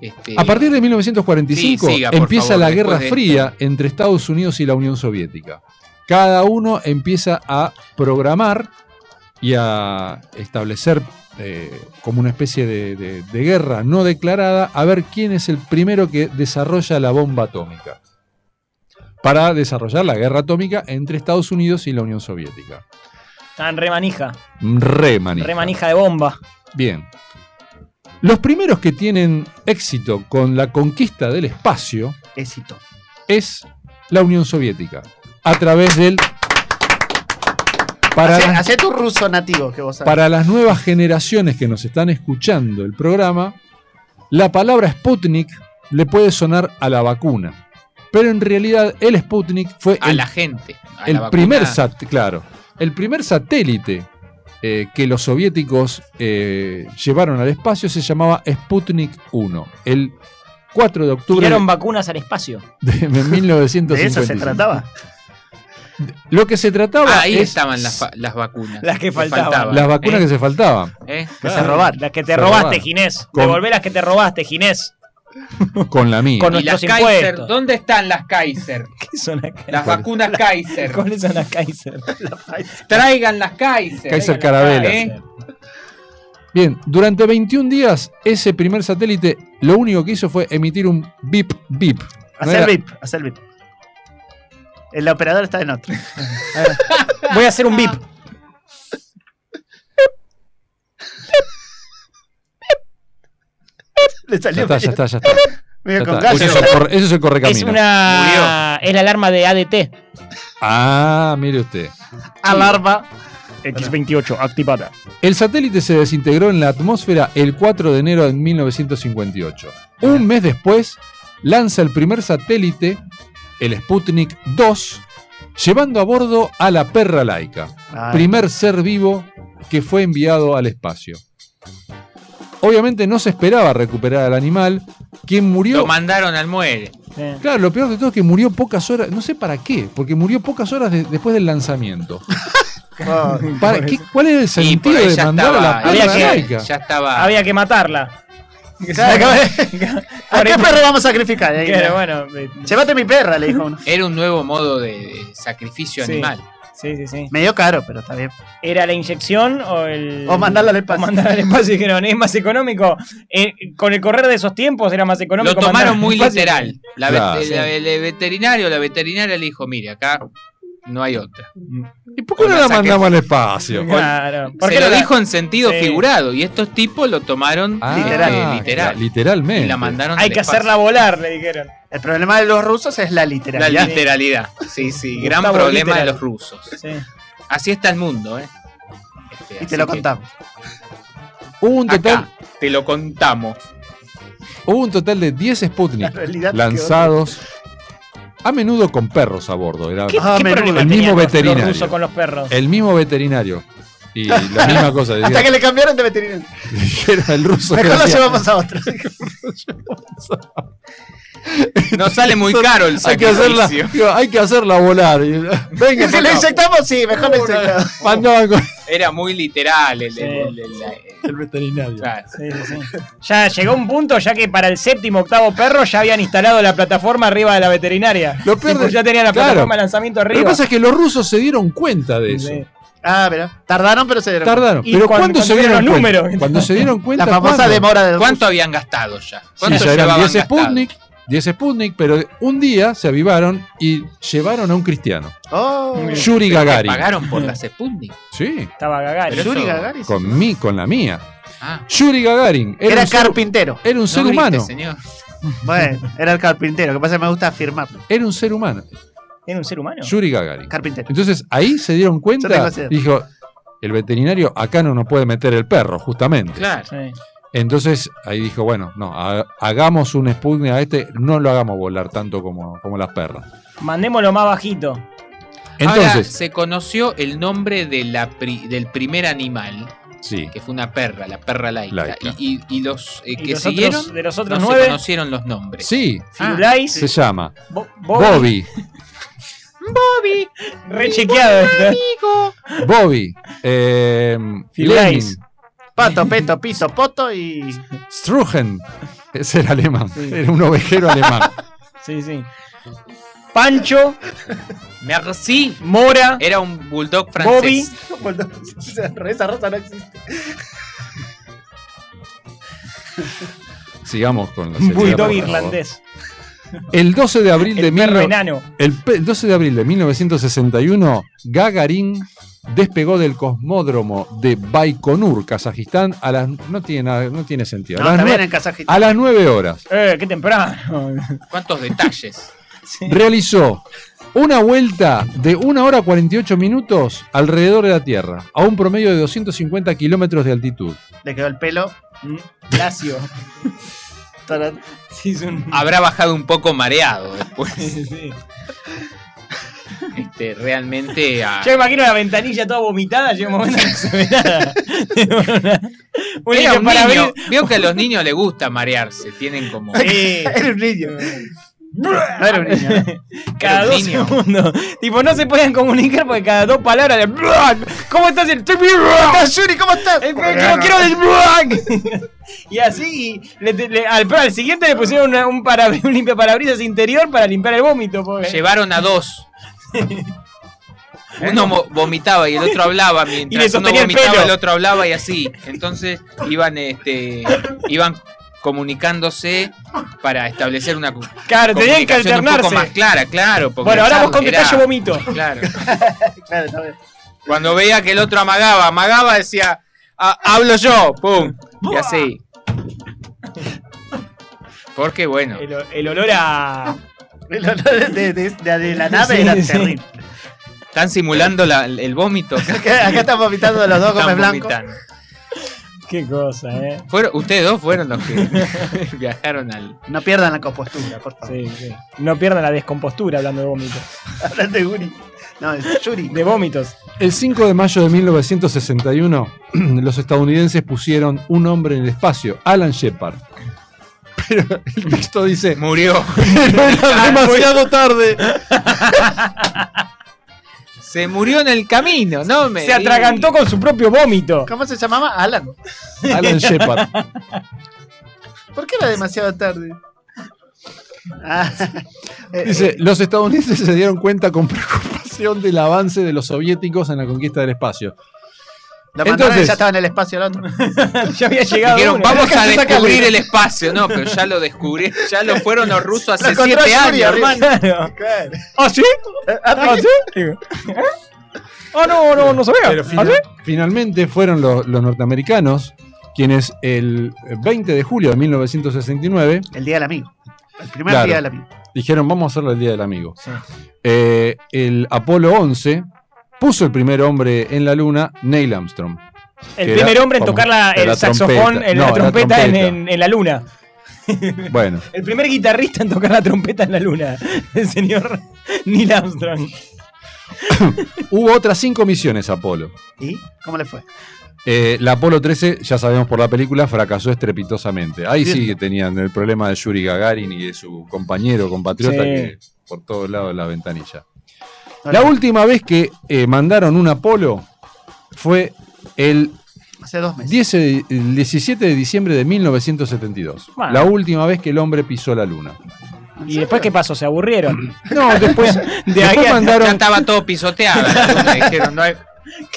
[SPEAKER 4] Este,
[SPEAKER 2] A partir de 1945
[SPEAKER 4] Sí, siga, por
[SPEAKER 2] empieza
[SPEAKER 4] favor,
[SPEAKER 2] la
[SPEAKER 4] después
[SPEAKER 2] Guerra
[SPEAKER 4] de
[SPEAKER 2] Fría entre Estados Unidos y la Unión Soviética. Cada uno empieza a programar y a establecer eh, como una especie de, de- de guerra no declarada a ver quién es el primero que desarrolla la bomba atómica. Para desarrollar la guerra atómica entre Estados Unidos y la Unión Soviética.
[SPEAKER 6] Estaban re manija.
[SPEAKER 2] Re manija.
[SPEAKER 6] Re manija de bomba.
[SPEAKER 2] Bien. Los primeros que tienen éxito con la conquista del espacio
[SPEAKER 3] Éxito.
[SPEAKER 2] es la Unión Soviética a través del para,
[SPEAKER 3] Hacé,
[SPEAKER 2] las,
[SPEAKER 3] hacé tu ruso nativo que vos sabés.
[SPEAKER 2] para las nuevas generaciones que nos están escuchando el programa, la palabra Sputnik le puede sonar a la vacuna, pero en realidad el Sputnik fue
[SPEAKER 4] A
[SPEAKER 2] el,
[SPEAKER 4] la gente. a
[SPEAKER 2] el
[SPEAKER 4] la vacuna.
[SPEAKER 2] primer sat- claro, el primer satélite eh, que los soviéticos eh, llevaron al espacio se llamaba Sputnik 1. El 4 de octubre
[SPEAKER 6] Tiraron vacunas al espacio.
[SPEAKER 2] de
[SPEAKER 3] De
[SPEAKER 2] 1955.
[SPEAKER 3] eso se trataba.
[SPEAKER 2] Lo que se trataba
[SPEAKER 4] Ah, Ahí
[SPEAKER 2] es
[SPEAKER 4] estaban las, fa- las vacunas.
[SPEAKER 6] Las que faltaban.
[SPEAKER 2] las vacunas
[SPEAKER 4] ¿eh?
[SPEAKER 2] que se faltaban.
[SPEAKER 4] ¿Eh?
[SPEAKER 3] Que se robar.
[SPEAKER 6] Las que te
[SPEAKER 2] Se
[SPEAKER 6] robaste,
[SPEAKER 2] robaron.
[SPEAKER 6] Ginés.
[SPEAKER 2] Con-
[SPEAKER 6] Devolvé las que te robaste, Ginés.
[SPEAKER 2] Con la mía.
[SPEAKER 6] Con
[SPEAKER 4] Y las
[SPEAKER 6] nuestros
[SPEAKER 4] Kaiser.
[SPEAKER 6] impuestos.
[SPEAKER 4] ¿Dónde están las Kaiser?
[SPEAKER 6] ¿Qué son las Kaiser?
[SPEAKER 4] Las vacunas Kaiser.
[SPEAKER 6] ¿Cuáles son las Kaiser?
[SPEAKER 4] Traigan las Kaiser.
[SPEAKER 2] Kaiser
[SPEAKER 4] Traigan las
[SPEAKER 2] Carabela.
[SPEAKER 4] Kaiser. ¿eh?
[SPEAKER 2] Bien, durante 21 días, ese primer satélite lo único que hizo fue emitir un bip bip. No
[SPEAKER 3] Hacé
[SPEAKER 2] era-
[SPEAKER 3] el VIP, hacé el VIP. El operador está en otro.
[SPEAKER 6] Voy a hacer un bip.
[SPEAKER 3] Le
[SPEAKER 2] Ya
[SPEAKER 3] salió
[SPEAKER 2] está, ya
[SPEAKER 3] medio-
[SPEAKER 2] está, ya está.
[SPEAKER 3] medio
[SPEAKER 2] Ya
[SPEAKER 3] con
[SPEAKER 2] está. Ese,
[SPEAKER 3] ganas.
[SPEAKER 2] es el corre- ese es el
[SPEAKER 6] Es
[SPEAKER 2] correcamino.
[SPEAKER 6] una. Es la alarma de ADT.
[SPEAKER 2] Ah, mire usted.
[SPEAKER 3] Alarma.
[SPEAKER 6] X28, activada.
[SPEAKER 2] El satélite se desintegró en la atmósfera el 4 de enero de 1958. Un mes después, lanza el primer satélite, el Sputnik 2, llevando a bordo a la perra laica, primer ser vivo que fue enviado al espacio. Obviamente no se esperaba recuperar al animal, quien murió...
[SPEAKER 4] Lo mandaron al muere.
[SPEAKER 2] Claro, lo peor de todo es que murió pocas horas, no sé para qué, porque murió pocas horas de- después del lanzamiento.
[SPEAKER 3] Ah,
[SPEAKER 2] ¿Para qué- ¿Cuál era el
[SPEAKER 4] Y por
[SPEAKER 2] sentido
[SPEAKER 4] ahí
[SPEAKER 2] de
[SPEAKER 4] ya
[SPEAKER 2] mandar a
[SPEAKER 4] estaba.
[SPEAKER 2] la perra laica?
[SPEAKER 4] ya estaba.
[SPEAKER 6] Había que matarla.
[SPEAKER 3] ¿A qué perro vamos a sacrificar? Ahí,
[SPEAKER 6] Claro,
[SPEAKER 3] mira.
[SPEAKER 6] bueno, eh,
[SPEAKER 3] Llévate mi perra, le dijo uno.
[SPEAKER 4] Era un nuevo modo de, de sacrificio
[SPEAKER 6] Sí.
[SPEAKER 4] animal.
[SPEAKER 6] Sí, sí, sí.
[SPEAKER 3] Medio caro, pero está bien.
[SPEAKER 6] ¿Era la inyección o el.?
[SPEAKER 3] O mandarla al espacio.
[SPEAKER 6] o mandarla al espacio y dijeron, es más económico. Eh, con el correr de esos tiempos era más económico.
[SPEAKER 4] Lo tomaron
[SPEAKER 6] mandarla
[SPEAKER 4] muy
[SPEAKER 6] al espacio.
[SPEAKER 4] literal. La ve-
[SPEAKER 2] Claro.
[SPEAKER 4] la- el veterinario, la veterinaria le dijo, mire, acá no hay otra.
[SPEAKER 2] ¿Y por qué no
[SPEAKER 4] Con
[SPEAKER 2] la
[SPEAKER 4] saque-
[SPEAKER 2] mandamos al espacio?
[SPEAKER 6] Claro. ¿Por
[SPEAKER 4] Se
[SPEAKER 6] qué
[SPEAKER 4] lo
[SPEAKER 6] no la-
[SPEAKER 4] dijo en sentido
[SPEAKER 6] Sí.
[SPEAKER 4] figurado y estos tipos lo tomaron este,
[SPEAKER 2] Ah,
[SPEAKER 4] literal.
[SPEAKER 2] ya,
[SPEAKER 4] literal.
[SPEAKER 2] Literalmente.
[SPEAKER 4] Y la mandaron
[SPEAKER 6] Hay
[SPEAKER 4] al
[SPEAKER 6] que
[SPEAKER 4] espacio.
[SPEAKER 6] hacerla volar, le dijeron.
[SPEAKER 3] El problema de los rusos es la literalidad.
[SPEAKER 4] La literalidad. Sí, sí. Gran
[SPEAKER 6] Gustavo
[SPEAKER 4] problema
[SPEAKER 6] literal.
[SPEAKER 4] de los rusos.
[SPEAKER 6] Sí.
[SPEAKER 4] Así está el mundo, ¿eh? Este,
[SPEAKER 3] Y
[SPEAKER 4] así
[SPEAKER 3] te lo
[SPEAKER 4] que
[SPEAKER 3] contamos.
[SPEAKER 2] Hubo un total,
[SPEAKER 4] acá te lo contamos.
[SPEAKER 2] hubo un total de 10
[SPEAKER 3] La
[SPEAKER 2] Sputnik
[SPEAKER 3] realidad que-
[SPEAKER 2] lanzados, a menudo con perros a bordo. Era
[SPEAKER 6] ¿Qué,
[SPEAKER 3] Ah,
[SPEAKER 6] qué
[SPEAKER 3] menudo.
[SPEAKER 6] problema
[SPEAKER 2] El mismo
[SPEAKER 6] tenían los-
[SPEAKER 2] veterinario.
[SPEAKER 6] los rusos con los perros?
[SPEAKER 2] el mismo veterinario. Y la misma cosa.
[SPEAKER 3] Hasta
[SPEAKER 2] Decía,
[SPEAKER 3] que le cambiaron de veterinario.
[SPEAKER 2] era el ruso. que
[SPEAKER 3] Mejor lo
[SPEAKER 2] hacía-
[SPEAKER 3] llevamos a otro.
[SPEAKER 4] No sale muy caro el
[SPEAKER 2] hay, que hacerla,
[SPEAKER 4] sacrificio.
[SPEAKER 2] digo, hay que hacerla volar. Y- Venga,
[SPEAKER 3] si lo
[SPEAKER 2] acá.
[SPEAKER 3] inyectamos, sí, mejor lo inyectamos.
[SPEAKER 2] Mandaban con
[SPEAKER 4] Era muy literal el, el- el- el- eh,
[SPEAKER 2] el veterinario.
[SPEAKER 4] claro.
[SPEAKER 6] Sí, sí, sí. Ya llegó un punto ya que para el séptimo octavo perro ya habían instalado la plataforma arriba de la veterinaria.
[SPEAKER 2] Lo peor
[SPEAKER 6] Tipo,
[SPEAKER 2] de-
[SPEAKER 6] ya tenían la
[SPEAKER 2] claro.
[SPEAKER 6] plataforma de lanzamiento
[SPEAKER 2] Lo que
[SPEAKER 6] arriba.
[SPEAKER 2] pasa es que los rusos se dieron cuenta de eso.
[SPEAKER 6] Sí.
[SPEAKER 3] Ah, pero tardaron, pero se dieron.
[SPEAKER 2] Tardaron.
[SPEAKER 6] Y
[SPEAKER 2] Pero
[SPEAKER 6] cuando-
[SPEAKER 2] cuando, se
[SPEAKER 6] cuando
[SPEAKER 2] dieron
[SPEAKER 6] vieron los
[SPEAKER 2] cuenta.
[SPEAKER 6] números.
[SPEAKER 2] Cuando se dieron cuenta.
[SPEAKER 3] La famosa
[SPEAKER 2] ¿cuándo?
[SPEAKER 3] demora del
[SPEAKER 4] ¿Cuánto habían gastado ya?
[SPEAKER 2] Sí,
[SPEAKER 4] ¿Cuánto
[SPEAKER 2] ya eran
[SPEAKER 4] llevaban
[SPEAKER 2] 10
[SPEAKER 4] gastado?
[SPEAKER 2] Sputnik, 10 Sputnik, pero un día se avivaron y llevaron a un cristiano.
[SPEAKER 3] Oh,
[SPEAKER 2] Yuri
[SPEAKER 4] Pero que
[SPEAKER 2] Gagarin.
[SPEAKER 4] Pagaron por las Sputnik.
[SPEAKER 2] Sí,
[SPEAKER 6] Estaba Gagarin.
[SPEAKER 4] Pero-
[SPEAKER 3] Ah, Yuri
[SPEAKER 4] eso-
[SPEAKER 3] Gagarin.
[SPEAKER 2] con mí, con la mía.
[SPEAKER 4] Ah,
[SPEAKER 2] Yuri Gagarin era,
[SPEAKER 3] Era
[SPEAKER 2] un, ser,
[SPEAKER 3] carpintero.
[SPEAKER 2] era un
[SPEAKER 4] no
[SPEAKER 2] ser
[SPEAKER 4] grite,
[SPEAKER 2] humano.
[SPEAKER 4] señor.
[SPEAKER 3] Bueno, era el carpintero. Lo que pasa es que me gusta afirmar.
[SPEAKER 2] Era un ser humano.
[SPEAKER 6] Era un ser humano.
[SPEAKER 2] Yuri Gagarin.
[SPEAKER 3] Carpintero.
[SPEAKER 2] Entonces ahí se dieron
[SPEAKER 3] Yo tengo
[SPEAKER 2] cuenta.
[SPEAKER 3] sed.
[SPEAKER 2] Dijo, el veterinario acá no nos puede meter el perro, justamente.
[SPEAKER 4] Claro.
[SPEAKER 6] Sí.
[SPEAKER 2] Entonces ahí dijo, bueno, no, ha- hagamos un Sputnik a este, no lo hagamos volar tanto como, como las perras.
[SPEAKER 6] Mandémoslo más bajito.
[SPEAKER 4] Ahora
[SPEAKER 2] Entonces,
[SPEAKER 4] se conoció el nombre de la pri- del primer animal,
[SPEAKER 2] sí.
[SPEAKER 4] que fue una perra, la perra laica.
[SPEAKER 2] Laica.
[SPEAKER 4] Y, y- y los eh,
[SPEAKER 6] Y
[SPEAKER 4] que
[SPEAKER 6] los
[SPEAKER 4] siguieron
[SPEAKER 6] otros, de los otros
[SPEAKER 4] no se
[SPEAKER 6] nueve,
[SPEAKER 4] conocieron los nombres.
[SPEAKER 2] Sí,
[SPEAKER 6] Firulais,
[SPEAKER 2] se llama
[SPEAKER 6] Ah. Bo- Bobby,
[SPEAKER 2] Bobby.
[SPEAKER 6] rechequeado esto.
[SPEAKER 2] Bobby. Eh,
[SPEAKER 6] Firulais.
[SPEAKER 2] Lenin,
[SPEAKER 3] Pato, peto, piso, poto y.
[SPEAKER 2] Strugen. Ese era alemán. Era un ovejero alemán.
[SPEAKER 6] Sí, sí. Pancho,
[SPEAKER 4] Merci
[SPEAKER 6] Mora,
[SPEAKER 4] era un bulldog
[SPEAKER 6] Bobby.
[SPEAKER 4] francés.
[SPEAKER 3] Esa rosa no existe.
[SPEAKER 2] Sigamos con la
[SPEAKER 6] un
[SPEAKER 2] seriedad, por
[SPEAKER 6] bulldog
[SPEAKER 2] favor.
[SPEAKER 6] irlandés.
[SPEAKER 2] El 12 de abril de
[SPEAKER 6] El perro
[SPEAKER 2] 19
[SPEAKER 6] enano.
[SPEAKER 2] el pe- 12 de abril de 1961, Gagarin despegó del cosmódromo de Baikonur, Kazajistán, a las no tiene nada- no tiene sentido.
[SPEAKER 3] No,
[SPEAKER 2] a, las
[SPEAKER 3] está bien
[SPEAKER 2] nue-
[SPEAKER 3] en Kazajistán.
[SPEAKER 2] a las 9 horas
[SPEAKER 6] Eh, qué temprano.
[SPEAKER 4] ¿Cuántos detalles?
[SPEAKER 6] Sí.
[SPEAKER 2] realizó una vuelta de 1 hora 48 minutos alrededor de la Tierra, a un promedio de 250 kilómetros de altitud.
[SPEAKER 3] Le quedó el pelo.
[SPEAKER 6] Mm, Lacio.
[SPEAKER 3] tarán.
[SPEAKER 6] Sí, es un-
[SPEAKER 4] Habrá bajado un poco mareado después.
[SPEAKER 6] Sí, sí.
[SPEAKER 4] Este, realmente a-
[SPEAKER 6] Ah. Yo me imagino la ventanilla toda vomitada, llega un momento que no se ve nada. Una- una
[SPEAKER 4] Era
[SPEAKER 6] que
[SPEAKER 4] un
[SPEAKER 6] para
[SPEAKER 4] niño.
[SPEAKER 6] abrir-
[SPEAKER 4] Veo que a los niños les gusta marearse. Tienen como.
[SPEAKER 6] Sí.
[SPEAKER 3] Era un niño. No era un niño.
[SPEAKER 6] Cada
[SPEAKER 4] Era un
[SPEAKER 6] dos
[SPEAKER 4] niño.
[SPEAKER 6] segundos. Tipo, no se podían comunicar porque cada dos palabras de ¿Cómo estás? El estoy bien.
[SPEAKER 3] estás, Yuri? ¿Cómo estás?
[SPEAKER 6] El- yo quiero el- Y así, y le- le- al, al siguiente le pusieron una- un, para, un limpia parabrisas interior para limpiar el vómito. pobre.
[SPEAKER 4] Llevaron a dos. Uno mo- vomitaba y el otro hablaba
[SPEAKER 6] Y le
[SPEAKER 4] mientras uno
[SPEAKER 6] sostenía el
[SPEAKER 4] vomitaba
[SPEAKER 6] pelo.
[SPEAKER 4] el otro hablaba y así. Entonces iban este iban comunicándose para establecer una cu-
[SPEAKER 6] Claro, tenían que
[SPEAKER 4] comunicación un poco
[SPEAKER 6] alternarse.
[SPEAKER 4] más clara, claro. porque
[SPEAKER 6] Bueno,
[SPEAKER 4] la
[SPEAKER 6] ahora vos
[SPEAKER 4] charla
[SPEAKER 6] con
[SPEAKER 4] era-
[SPEAKER 6] detalle vomito.
[SPEAKER 4] Claro.
[SPEAKER 3] Claro, está bien.
[SPEAKER 4] Cuando veía que el otro amagaba, amagaba decía, "Ah, hablo yo, pum, y así. Porque bueno,
[SPEAKER 6] El, o- el olor a.
[SPEAKER 3] El olor de, de- de- de la nave
[SPEAKER 6] Sí,
[SPEAKER 3] era
[SPEAKER 6] sí.
[SPEAKER 3] terrible.
[SPEAKER 4] Están simulando la- el vómito.
[SPEAKER 3] Acá- acá están vomitando los dos
[SPEAKER 4] Están
[SPEAKER 3] Gómez Blanco.
[SPEAKER 4] vomitando.
[SPEAKER 6] Qué cosa, eh.
[SPEAKER 4] Fueron- ustedes dos fueron los que viajaron al.
[SPEAKER 3] No pierdan la compostura, por favor.
[SPEAKER 6] Sí, sí. No pierdan la descompostura hablando de vómitos.
[SPEAKER 3] hablando de Guri. No, de Yuri.
[SPEAKER 6] Ah, De vómitos.
[SPEAKER 2] El 5 de mayo de 1961, los estadounidenses pusieron un hombre en el espacio, Alan Shepard. Pero el texto dice... Ah,
[SPEAKER 4] Murió.
[SPEAKER 2] Pero era demasiado tarde.
[SPEAKER 4] Se murió en el camino, ¿no? Me
[SPEAKER 6] Se atragantó con su propio vómito.
[SPEAKER 3] ¿Cómo se llamaba? Alan.
[SPEAKER 2] Alan Shepard.
[SPEAKER 3] ¿Por qué era demasiado tarde? Ah, eh,
[SPEAKER 2] Dice, los estadounidenses se dieron cuenta con preocupación del avance de los soviéticos en la conquista del espacio.
[SPEAKER 3] lo mandaron y ya estaba en el espacio el otro.
[SPEAKER 6] ya había
[SPEAKER 3] llegado
[SPEAKER 4] Dijeron,
[SPEAKER 3] uno.
[SPEAKER 4] vamos a
[SPEAKER 3] Sácale.
[SPEAKER 4] descubrir el espacio. No, pero ya lo descubrí. Ya lo fueron los rusos hace
[SPEAKER 3] encontró
[SPEAKER 4] siete años,
[SPEAKER 3] Yuri, arriba.
[SPEAKER 4] hermano.
[SPEAKER 3] Claro.
[SPEAKER 6] ¿Ah, sí? ¿Ah, sí? Digo, ¿eh? Ah, no, no, no sabía.
[SPEAKER 2] Pero
[SPEAKER 6] ¿Ah,
[SPEAKER 2] final-
[SPEAKER 6] sí?
[SPEAKER 2] finalmente fueron los, los norteamericanos quienes el 20 de julio de 1969
[SPEAKER 3] El día del amigo. El primer
[SPEAKER 2] Claro.
[SPEAKER 3] día del amigo.
[SPEAKER 2] dijeron vamos a hacerlo el Día del Amigo. Eh, el Apolo 11 puso el primer hombre en la luna, Neil Armstrong.
[SPEAKER 6] El
[SPEAKER 2] Que era
[SPEAKER 6] primer hombre en
[SPEAKER 2] como-
[SPEAKER 6] tocar la-
[SPEAKER 2] era
[SPEAKER 6] el saxofón, en
[SPEAKER 2] No,
[SPEAKER 6] la
[SPEAKER 2] era
[SPEAKER 6] trompeta, en, en- en la luna.
[SPEAKER 2] Bueno,
[SPEAKER 6] El primer guitarrista en tocar la trompeta en la luna. El señor Neil Armstrong.
[SPEAKER 2] hubo otras cinco misiones Apolo.
[SPEAKER 3] ¿Y cómo le fue?
[SPEAKER 2] Eh, la Apolo 13, ya sabemos por la película, fracasó estrepitosamente. Ahí sí que tenían el problema de Yuri Gagarin y de su compañero, compatriota,
[SPEAKER 6] Sí.
[SPEAKER 2] que por todos lados de la ventanilla. La última vez que eh, mandaron un Apolo fue el,
[SPEAKER 3] Hace dos meses.
[SPEAKER 2] 10 de- el 17 de diciembre de 1972.
[SPEAKER 6] Bueno.
[SPEAKER 2] La última vez que el hombre pisó la luna.
[SPEAKER 6] ¿Y después qué pasó? ¿Se aburrieron?
[SPEAKER 2] No, después,
[SPEAKER 6] De ahí
[SPEAKER 2] después
[SPEAKER 6] a-
[SPEAKER 2] mandaron...
[SPEAKER 4] Ya estaba todo pisoteado. entonces dijeron, no hay,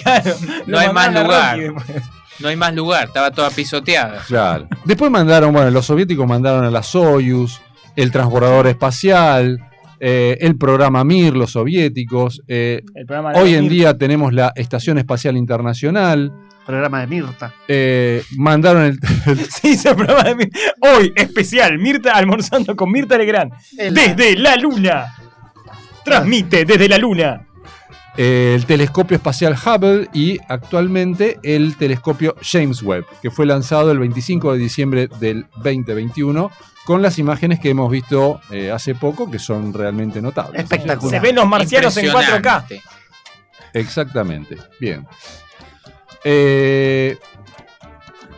[SPEAKER 6] Claro,
[SPEAKER 4] no
[SPEAKER 6] lo
[SPEAKER 4] hay más
[SPEAKER 6] mandaron a
[SPEAKER 4] lugar.
[SPEAKER 6] Rocky después.
[SPEAKER 4] No hay más lugar. Estaba toda pisoteada.
[SPEAKER 2] Claro. Después mandaron, bueno, los soviéticos mandaron a la Soyuz, el transbordador espacial, eh, el programa Mir, los soviéticos. eh,
[SPEAKER 6] El programa de
[SPEAKER 2] hoy en
[SPEAKER 6] Mir-
[SPEAKER 2] día tenemos la Estación Espacial Internacional.
[SPEAKER 3] Programa de Mirta.
[SPEAKER 2] eh, mandaron el, el-
[SPEAKER 6] Se hizo el programa de Mir- Hoy, especial, Mirta almorzando con Mirta Legrand.
[SPEAKER 3] El-
[SPEAKER 6] Desde la luna. Transmite desde la luna.
[SPEAKER 2] eh, el telescopio espacial Hubble y actualmente el telescopio James Webb, que fue lanzado el 25 de diciembre del 2021 con las imágenes que hemos visto eh, hace poco, que son realmente notables.
[SPEAKER 3] Espectacular.
[SPEAKER 6] Se ven los marcianos en 4K.
[SPEAKER 4] Impresionante.
[SPEAKER 2] Exactamente. Bien. Eh,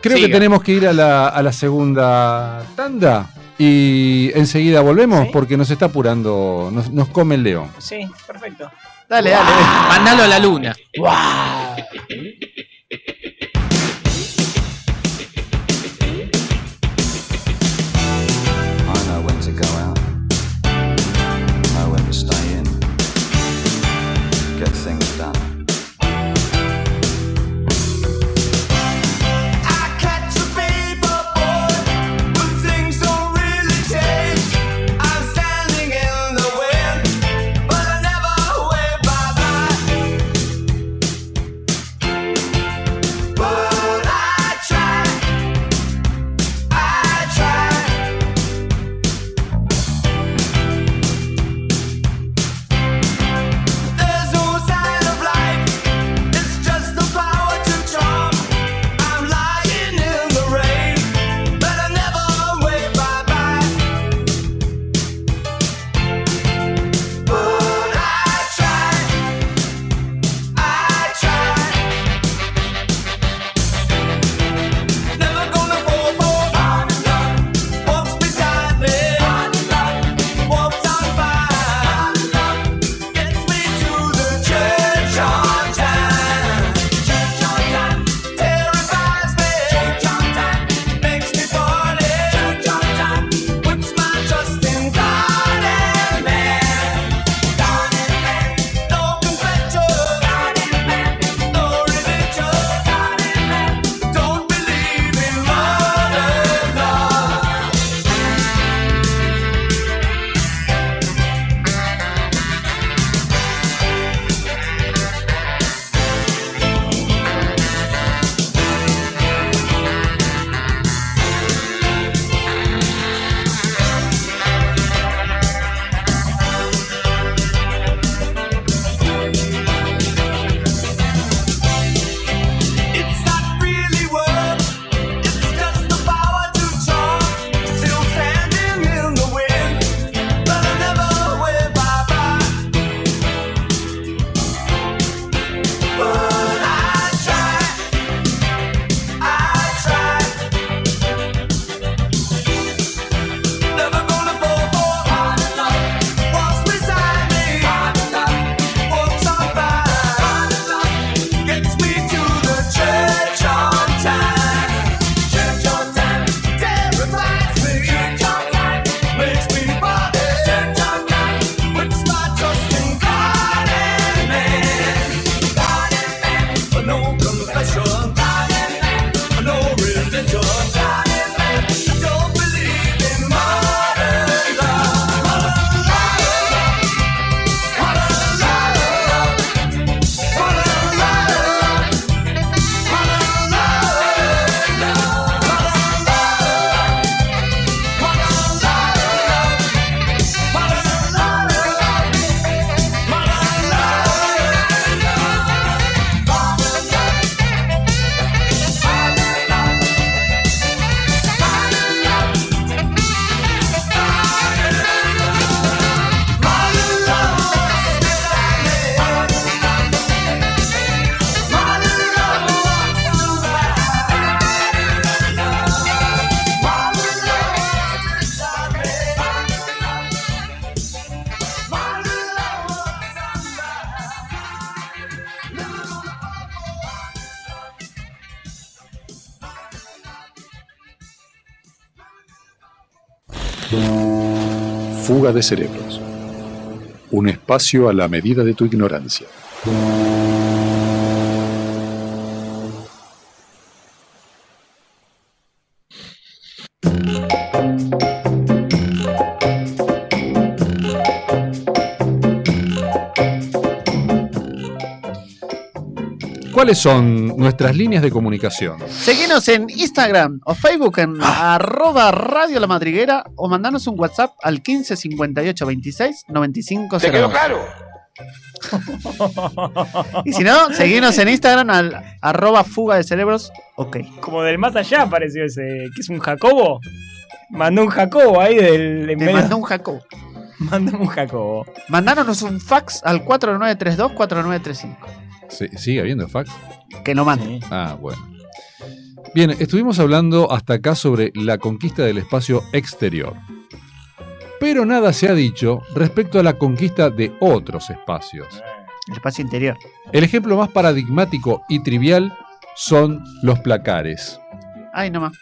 [SPEAKER 2] creo
[SPEAKER 4] Siga.
[SPEAKER 2] que tenemos que ir a la, a la segunda tanda y enseguida volvemos
[SPEAKER 6] Sí.
[SPEAKER 2] porque nos está apurando, nos, nos come el león.
[SPEAKER 6] Sí, perfecto.
[SPEAKER 3] Dale, dale.
[SPEAKER 4] Mandalo a la luna.
[SPEAKER 13] I know when to go out. I know when to stay in. Get things done.
[SPEAKER 9] I catch a paper boy when things don't really change. I'm standing in the wind, but I never wave bye bye.
[SPEAKER 1] Fuga de cerebros. Un espacio a la medida de tu ignorancia.
[SPEAKER 2] ¿Cuáles son nuestras líneas de comunicación?
[SPEAKER 3] Seguinos en Instagram o Facebook en
[SPEAKER 4] Ah.
[SPEAKER 3] arroba Radio La Madriguera o mandanos un WhatsApp al 15 58 26 95
[SPEAKER 12] ¿Te quedó claro?
[SPEAKER 3] Y si no, seguinos en Instagram al arroba fuga de cerebros. Ok.
[SPEAKER 6] Como del más allá apareció ese. ¿Qué es un Jacobo? Mandó un Jacobo ahí del. en medio-
[SPEAKER 3] mandó un Jacobo.
[SPEAKER 6] Mandó un Jacobo.
[SPEAKER 3] Mandanos un fax al 4932-4935.
[SPEAKER 2] Sí, ¿Sigue habiendo fax?
[SPEAKER 3] Que no manden.
[SPEAKER 2] Ah, bueno. Bien, estuvimos hablando hasta acá sobre la conquista del espacio exterior. Pero nada se ha dicho respecto a la conquista de otros espacios.
[SPEAKER 3] El espacio interior.
[SPEAKER 2] El ejemplo más paradigmático y trivial son los placares.
[SPEAKER 3] Ay, nomás.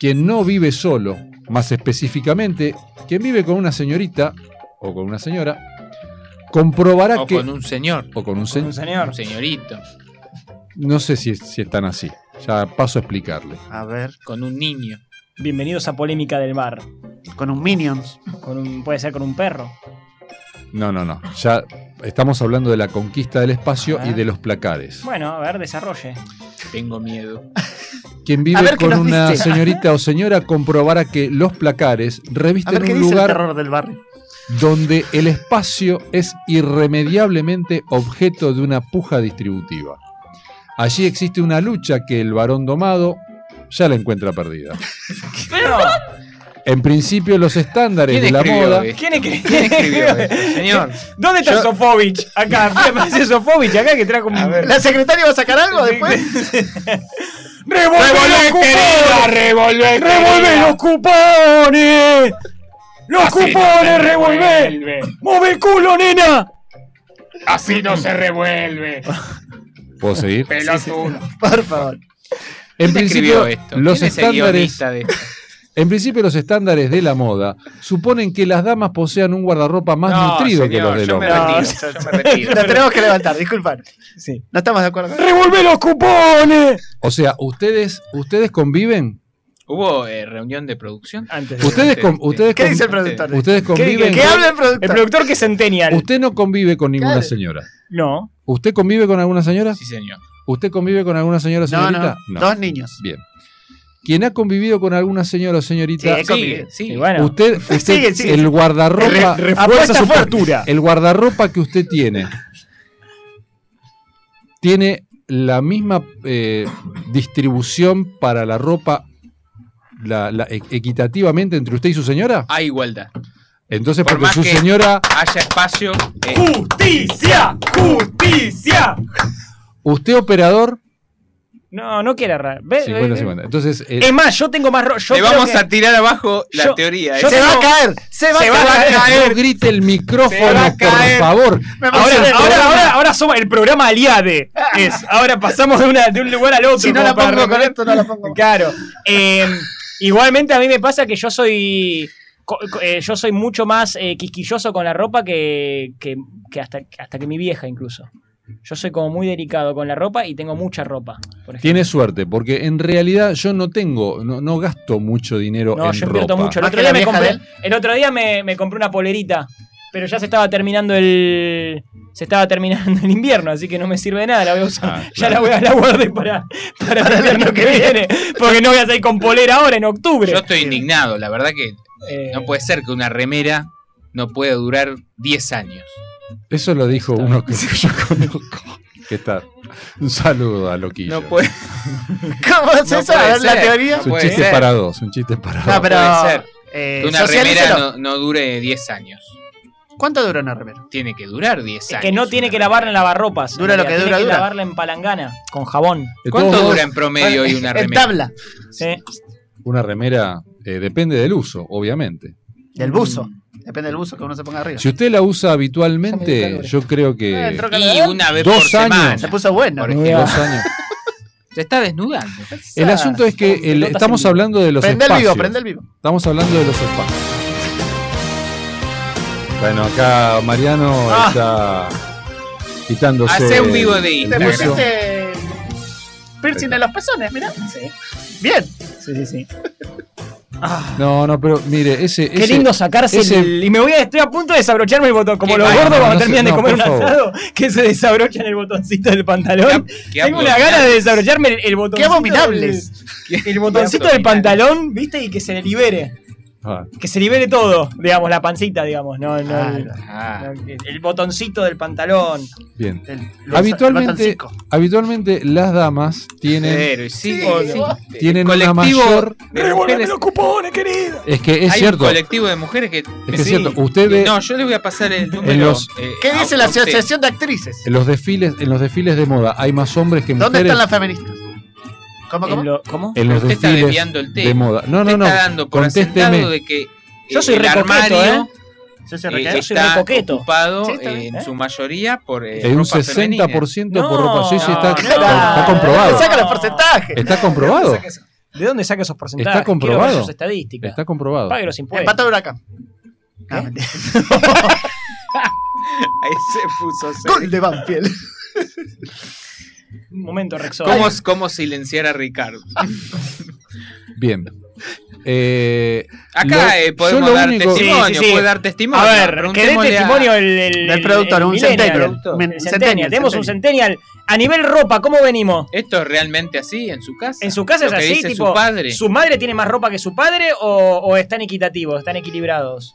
[SPEAKER 2] quien no vive solo, más específicamente, quien vive con una señorita o con una señora, comprobará
[SPEAKER 4] O
[SPEAKER 2] que.
[SPEAKER 4] con un señor.
[SPEAKER 2] O con un, se-
[SPEAKER 4] Un señorito.
[SPEAKER 2] No sé si, si están así. Ya paso a explicarle.
[SPEAKER 3] A ver.
[SPEAKER 4] Con un niño.
[SPEAKER 6] Bienvenidos a Polémica del Mar.
[SPEAKER 3] Con un Minions.
[SPEAKER 6] Con un, puede ser con un perro.
[SPEAKER 2] No, no, no. Ya estamos hablando de la conquista del espacio
[SPEAKER 6] Ah.
[SPEAKER 2] y de los placares.
[SPEAKER 6] Bueno, a ver, desarrolle.
[SPEAKER 4] Tengo miedo.
[SPEAKER 2] Quien
[SPEAKER 6] A
[SPEAKER 2] vive
[SPEAKER 6] ver qué
[SPEAKER 2] con
[SPEAKER 6] nos
[SPEAKER 2] una
[SPEAKER 6] dice.
[SPEAKER 2] señorita o señora comprobará que los placares
[SPEAKER 3] A
[SPEAKER 2] revisten
[SPEAKER 3] ver qué
[SPEAKER 2] un
[SPEAKER 3] dice el
[SPEAKER 2] lugar
[SPEAKER 3] terror del barrio.
[SPEAKER 2] donde el espacio es irremediablemente objeto de una puja distributiva. Allí existe una lucha que el varón domado ya la encuentra perdida. En principio, los estándares de la moda.
[SPEAKER 6] ¿Quién escri-
[SPEAKER 4] ¿Quién escribió esto, señor?
[SPEAKER 6] ¿Dónde está
[SPEAKER 4] Yo-
[SPEAKER 6] Sofovich? Acá, aparece Sofovich acá que trajo un.
[SPEAKER 3] ¿La secretaria va a sacar algo después?
[SPEAKER 6] ¡Revolver
[SPEAKER 3] Revolvé,
[SPEAKER 6] los
[SPEAKER 3] querida,
[SPEAKER 6] cupones!
[SPEAKER 3] revolvé,
[SPEAKER 6] ¡Revolvé
[SPEAKER 3] querida.
[SPEAKER 6] los cupones! ¡Los
[SPEAKER 9] Así no
[SPEAKER 6] cupones,
[SPEAKER 9] se
[SPEAKER 6] revolvé! ¡Move el culo, nena!
[SPEAKER 9] Así no se revuelve.
[SPEAKER 2] ¿Puedo seguir?
[SPEAKER 9] Pelotudo.
[SPEAKER 3] Por favor.
[SPEAKER 2] En
[SPEAKER 4] ¿Quién
[SPEAKER 2] principio,
[SPEAKER 4] escribió esto?
[SPEAKER 2] los
[SPEAKER 4] ¿Quién es el
[SPEAKER 2] estándares.
[SPEAKER 4] guionista de esto?
[SPEAKER 2] En principio, los estándares de la moda suponen que las damas posean un guardarropa más
[SPEAKER 4] No,
[SPEAKER 2] nutrido que
[SPEAKER 4] señor,
[SPEAKER 2] los del
[SPEAKER 4] yo me
[SPEAKER 2] hombre.
[SPEAKER 4] retiro, yo me retiro.
[SPEAKER 3] Nos tenemos que levantar, disculpad.
[SPEAKER 6] Sí.
[SPEAKER 3] No estamos de acuerdo.
[SPEAKER 6] ¡Revolvé los cupones!
[SPEAKER 2] O sea, ustedes, ustedes conviven.
[SPEAKER 4] ¿Hubo eh, reunión de producción?
[SPEAKER 6] Antes
[SPEAKER 2] Ustedes, con- ustedes con- Ustedes conviven.
[SPEAKER 6] productor? El productor que es centennial.
[SPEAKER 2] Usted no convive con ninguna señora.
[SPEAKER 6] No.
[SPEAKER 2] ¿Usted convive con alguna señora?
[SPEAKER 4] Sí, señor.
[SPEAKER 2] ¿Usted convive con alguna señora o
[SPEAKER 4] No,
[SPEAKER 2] señorita?
[SPEAKER 4] no. Dos niños.
[SPEAKER 2] Bien. ¿Quién ha convivido con alguna señora o señorita?
[SPEAKER 4] Sí, sigue, sigue.
[SPEAKER 2] Usted, usted
[SPEAKER 4] Sigue, sigue.
[SPEAKER 2] el guardarropa.
[SPEAKER 4] Re- refuerza su
[SPEAKER 6] postura.
[SPEAKER 2] El guardarropa que usted tiene. Tiene la misma eh, distribución para la ropa la- la- e- equitativamente entre usted y su señora.
[SPEAKER 4] Hay Ah, igualdad.
[SPEAKER 2] Entonces,
[SPEAKER 4] Por
[SPEAKER 2] porque
[SPEAKER 4] más
[SPEAKER 2] su
[SPEAKER 4] que
[SPEAKER 2] señora.
[SPEAKER 4] haya espacio. eh,
[SPEAKER 6] ¡Justicia! ¡Justicia!
[SPEAKER 2] Usted, operador.
[SPEAKER 6] No, no quiere errar. Ve- ve-
[SPEAKER 2] 50-50. Entonces. eh,
[SPEAKER 6] Es más, yo tengo más. ro- Yo
[SPEAKER 4] le
[SPEAKER 6] creo
[SPEAKER 4] vamos
[SPEAKER 6] que-
[SPEAKER 4] a tirar abajo la
[SPEAKER 6] yo-
[SPEAKER 4] teoría.
[SPEAKER 6] yo
[SPEAKER 4] eh.
[SPEAKER 6] tengo-
[SPEAKER 4] se va a caer.
[SPEAKER 2] No grite el micrófono,
[SPEAKER 4] Se va a
[SPEAKER 2] por
[SPEAKER 4] caer.
[SPEAKER 2] favor.
[SPEAKER 6] Ahora, ahora, ahora, ahora, somos el programa Aliade. Es, ahora pasamos de, una- de un lugar al otro.
[SPEAKER 3] Si no
[SPEAKER 6] como
[SPEAKER 3] la
[SPEAKER 6] para
[SPEAKER 3] pongo con
[SPEAKER 6] remover.
[SPEAKER 3] esto, no la pongo.
[SPEAKER 6] Claro. Eh, igualmente a mí me pasa que yo soy. co- co- eh, yo soy mucho más eh, quisquilloso con la ropa que, que- que hasta, hasta que mi vieja incluso. Yo soy como muy delicado con la ropa y tengo mucha ropa. por ejemplo.
[SPEAKER 2] Tiene suerte, porque en realidad yo no tengo, no, no gasto mucho dinero
[SPEAKER 6] No,
[SPEAKER 2] en
[SPEAKER 6] yo
[SPEAKER 2] ropa.
[SPEAKER 6] invierto mucho. El otro día, me compré, el otro día me, me compré una polerita, pero ya se estaba terminando el. Se estaba terminando el invierno, así que no me sirve de nada, la voy a usar. Ya la voy a la guardé para, para, el invierno que viene. Porque no voy a salir con polera ahora en octubre.
[SPEAKER 4] Yo estoy indignado, la verdad que eh, no puede ser que una remera no pueda durar 10 años.
[SPEAKER 2] Eso lo dijo uno que yo conozco. Que está. Un saludo a Loquillo.
[SPEAKER 4] No puede.
[SPEAKER 3] ¿Cómo es
[SPEAKER 4] No
[SPEAKER 3] eso?
[SPEAKER 4] puede
[SPEAKER 3] A ver, la
[SPEAKER 4] ser.
[SPEAKER 3] teoría.
[SPEAKER 2] es un
[SPEAKER 4] puede
[SPEAKER 2] chiste
[SPEAKER 4] ser.
[SPEAKER 2] para dos, un chiste para dos.
[SPEAKER 3] No, pero.
[SPEAKER 4] puede ser.
[SPEAKER 3] eh,
[SPEAKER 4] que una remera
[SPEAKER 3] socialícelo.
[SPEAKER 4] no, no dure 10 años.
[SPEAKER 3] ¿Cuánto dura una remera?
[SPEAKER 4] Tiene que durar 10 años.
[SPEAKER 6] que no tiene que lavarla en lavarropas.
[SPEAKER 3] Dura
[SPEAKER 6] en
[SPEAKER 3] lo
[SPEAKER 6] realidad,
[SPEAKER 3] que
[SPEAKER 6] tiene
[SPEAKER 3] dura, dura.
[SPEAKER 6] lavarla en palangana, con jabón.
[SPEAKER 2] De todos
[SPEAKER 4] ¿Cuánto
[SPEAKER 2] modos,
[SPEAKER 4] dura en promedio hoy una remera?
[SPEAKER 6] Sí.
[SPEAKER 2] Una remera eh, depende del uso, obviamente.
[SPEAKER 3] Del buzo. Depende del buzo que uno se ponga arriba.
[SPEAKER 2] Mm. Si usted la usa habitualmente, yo creo
[SPEAKER 3] Eh,
[SPEAKER 2] que
[SPEAKER 3] entró
[SPEAKER 2] dos años,
[SPEAKER 3] Se puso bueno.
[SPEAKER 2] dos años.
[SPEAKER 4] Se está desnudando.
[SPEAKER 2] El asunto es que el- estamos hablando de los
[SPEAKER 4] Prende el
[SPEAKER 2] espacios.
[SPEAKER 4] vivo, prende el vivo.
[SPEAKER 2] Estamos hablando de los espacios. Bueno, acá Mariano está quitándose.
[SPEAKER 4] Ah. Hace un vivo de
[SPEAKER 2] el
[SPEAKER 3] Te
[SPEAKER 2] buzo.
[SPEAKER 3] pusiste piercing en los pezones, mirá. Bien.
[SPEAKER 6] Sí, sí, sí.
[SPEAKER 2] No, no, pero mire, ese.
[SPEAKER 6] Qué lindo sacarse el- Y me voy a, estoy a punto de desabrocharme el botón. Como
[SPEAKER 2] Qué
[SPEAKER 6] los
[SPEAKER 2] vaina,
[SPEAKER 6] gordos cuando
[SPEAKER 2] no sé-
[SPEAKER 6] terminan
[SPEAKER 2] no,
[SPEAKER 6] de comer
[SPEAKER 2] por
[SPEAKER 6] un
[SPEAKER 2] favor.
[SPEAKER 6] asado, que se desabrochan el botoncito del pantalón.
[SPEAKER 4] qué
[SPEAKER 6] Tengo una
[SPEAKER 4] abdominales.
[SPEAKER 6] gana de desabrocharme el, el botoncito.
[SPEAKER 4] abominables.
[SPEAKER 6] del- el botoncito del pantalón, ¿viste? Y que se le libere.
[SPEAKER 2] Ah.
[SPEAKER 6] Que se libere todo, digamos, la pancita, digamos. No, no, el,
[SPEAKER 4] Ah.
[SPEAKER 6] no, el- el botoncito del pantalón.
[SPEAKER 2] Bien.
[SPEAKER 6] Los-
[SPEAKER 2] Habitualmente,
[SPEAKER 6] botoncico.
[SPEAKER 2] habitualmente las damas tienen.
[SPEAKER 4] Pero, y sí,
[SPEAKER 2] Sí,
[SPEAKER 4] sí.
[SPEAKER 2] Tienen
[SPEAKER 4] El
[SPEAKER 2] una
[SPEAKER 4] Este, colectivo
[SPEAKER 2] mayor-
[SPEAKER 4] de mujeres-
[SPEAKER 2] Es que es
[SPEAKER 4] Hay
[SPEAKER 2] cierto.
[SPEAKER 4] un colectivo de mujeres que.
[SPEAKER 2] que es cierto, usted ve-
[SPEAKER 4] No, yo le voy a pasar el número. eh,
[SPEAKER 2] los-
[SPEAKER 3] ¿Qué dice la Asociación
[SPEAKER 4] de Actrices?
[SPEAKER 2] En los desfiles, en los desfiles de moda hay más hombres que
[SPEAKER 3] ¿Dónde
[SPEAKER 2] mujeres.
[SPEAKER 3] están las feministas? ¿Cómo, cómo?
[SPEAKER 6] En lo- ¿Cómo?
[SPEAKER 2] en los
[SPEAKER 4] Usted está
[SPEAKER 2] desfiles
[SPEAKER 4] desviando el tema.
[SPEAKER 2] de moda. No,
[SPEAKER 4] Usted
[SPEAKER 2] no, no.
[SPEAKER 4] está dando por
[SPEAKER 2] Contésteme.
[SPEAKER 4] asentado de que
[SPEAKER 6] Yo
[SPEAKER 4] eh,
[SPEAKER 6] soy
[SPEAKER 4] el
[SPEAKER 6] re coqueto,
[SPEAKER 4] armario
[SPEAKER 3] Yo soy
[SPEAKER 4] eh,
[SPEAKER 3] requete.
[SPEAKER 4] está ocupado
[SPEAKER 3] Sí, está
[SPEAKER 4] eh,
[SPEAKER 3] bien.
[SPEAKER 4] en su mayoría por eh,
[SPEAKER 2] En un
[SPEAKER 4] ropa
[SPEAKER 2] 60%
[SPEAKER 4] femenina.
[SPEAKER 2] por ropa. Sí, sí, está,
[SPEAKER 4] no,
[SPEAKER 2] está-
[SPEAKER 4] no.
[SPEAKER 2] está comprobado.
[SPEAKER 3] Saca los porcentajes.
[SPEAKER 2] Está comprobado.
[SPEAKER 6] ¿De dónde saca esos porcentajes?
[SPEAKER 2] Está comprobado.
[SPEAKER 6] Quiero ver sus estadísticas.
[SPEAKER 2] Está comprobado.
[SPEAKER 6] Pague los impuestos.
[SPEAKER 3] Empata de huracán.
[SPEAKER 4] Ahí se puso.
[SPEAKER 3] Gol
[SPEAKER 4] serio.
[SPEAKER 3] de Banfield.
[SPEAKER 6] Un momento, Rexona.
[SPEAKER 4] ¿Cómo, cómo silenciar a Ricardo?
[SPEAKER 2] Bien. Eh,
[SPEAKER 4] Acá
[SPEAKER 2] lo-
[SPEAKER 4] eh,
[SPEAKER 2] yo
[SPEAKER 4] podemos
[SPEAKER 2] lo
[SPEAKER 4] dar
[SPEAKER 2] único-
[SPEAKER 4] testimonio, puede dar testimonio.
[SPEAKER 6] A ver, que dé
[SPEAKER 4] Preguntémosle a-
[SPEAKER 6] testimonio el, el-
[SPEAKER 3] Del productor,
[SPEAKER 6] el
[SPEAKER 3] un
[SPEAKER 6] millennial,
[SPEAKER 3] centennial.
[SPEAKER 6] el
[SPEAKER 3] Men-
[SPEAKER 6] centennial.
[SPEAKER 3] centennial,
[SPEAKER 6] Tenemos un centennial. A nivel ropa, ¿cómo venimos?
[SPEAKER 4] ¿Esto es realmente así en su casa?
[SPEAKER 6] En su casa
[SPEAKER 4] Lo
[SPEAKER 6] es
[SPEAKER 4] que
[SPEAKER 6] así,
[SPEAKER 4] dice
[SPEAKER 6] tipo,
[SPEAKER 4] su padre.
[SPEAKER 6] madre tiene más ropa que su padre o, o están equitativos, están equilibrados?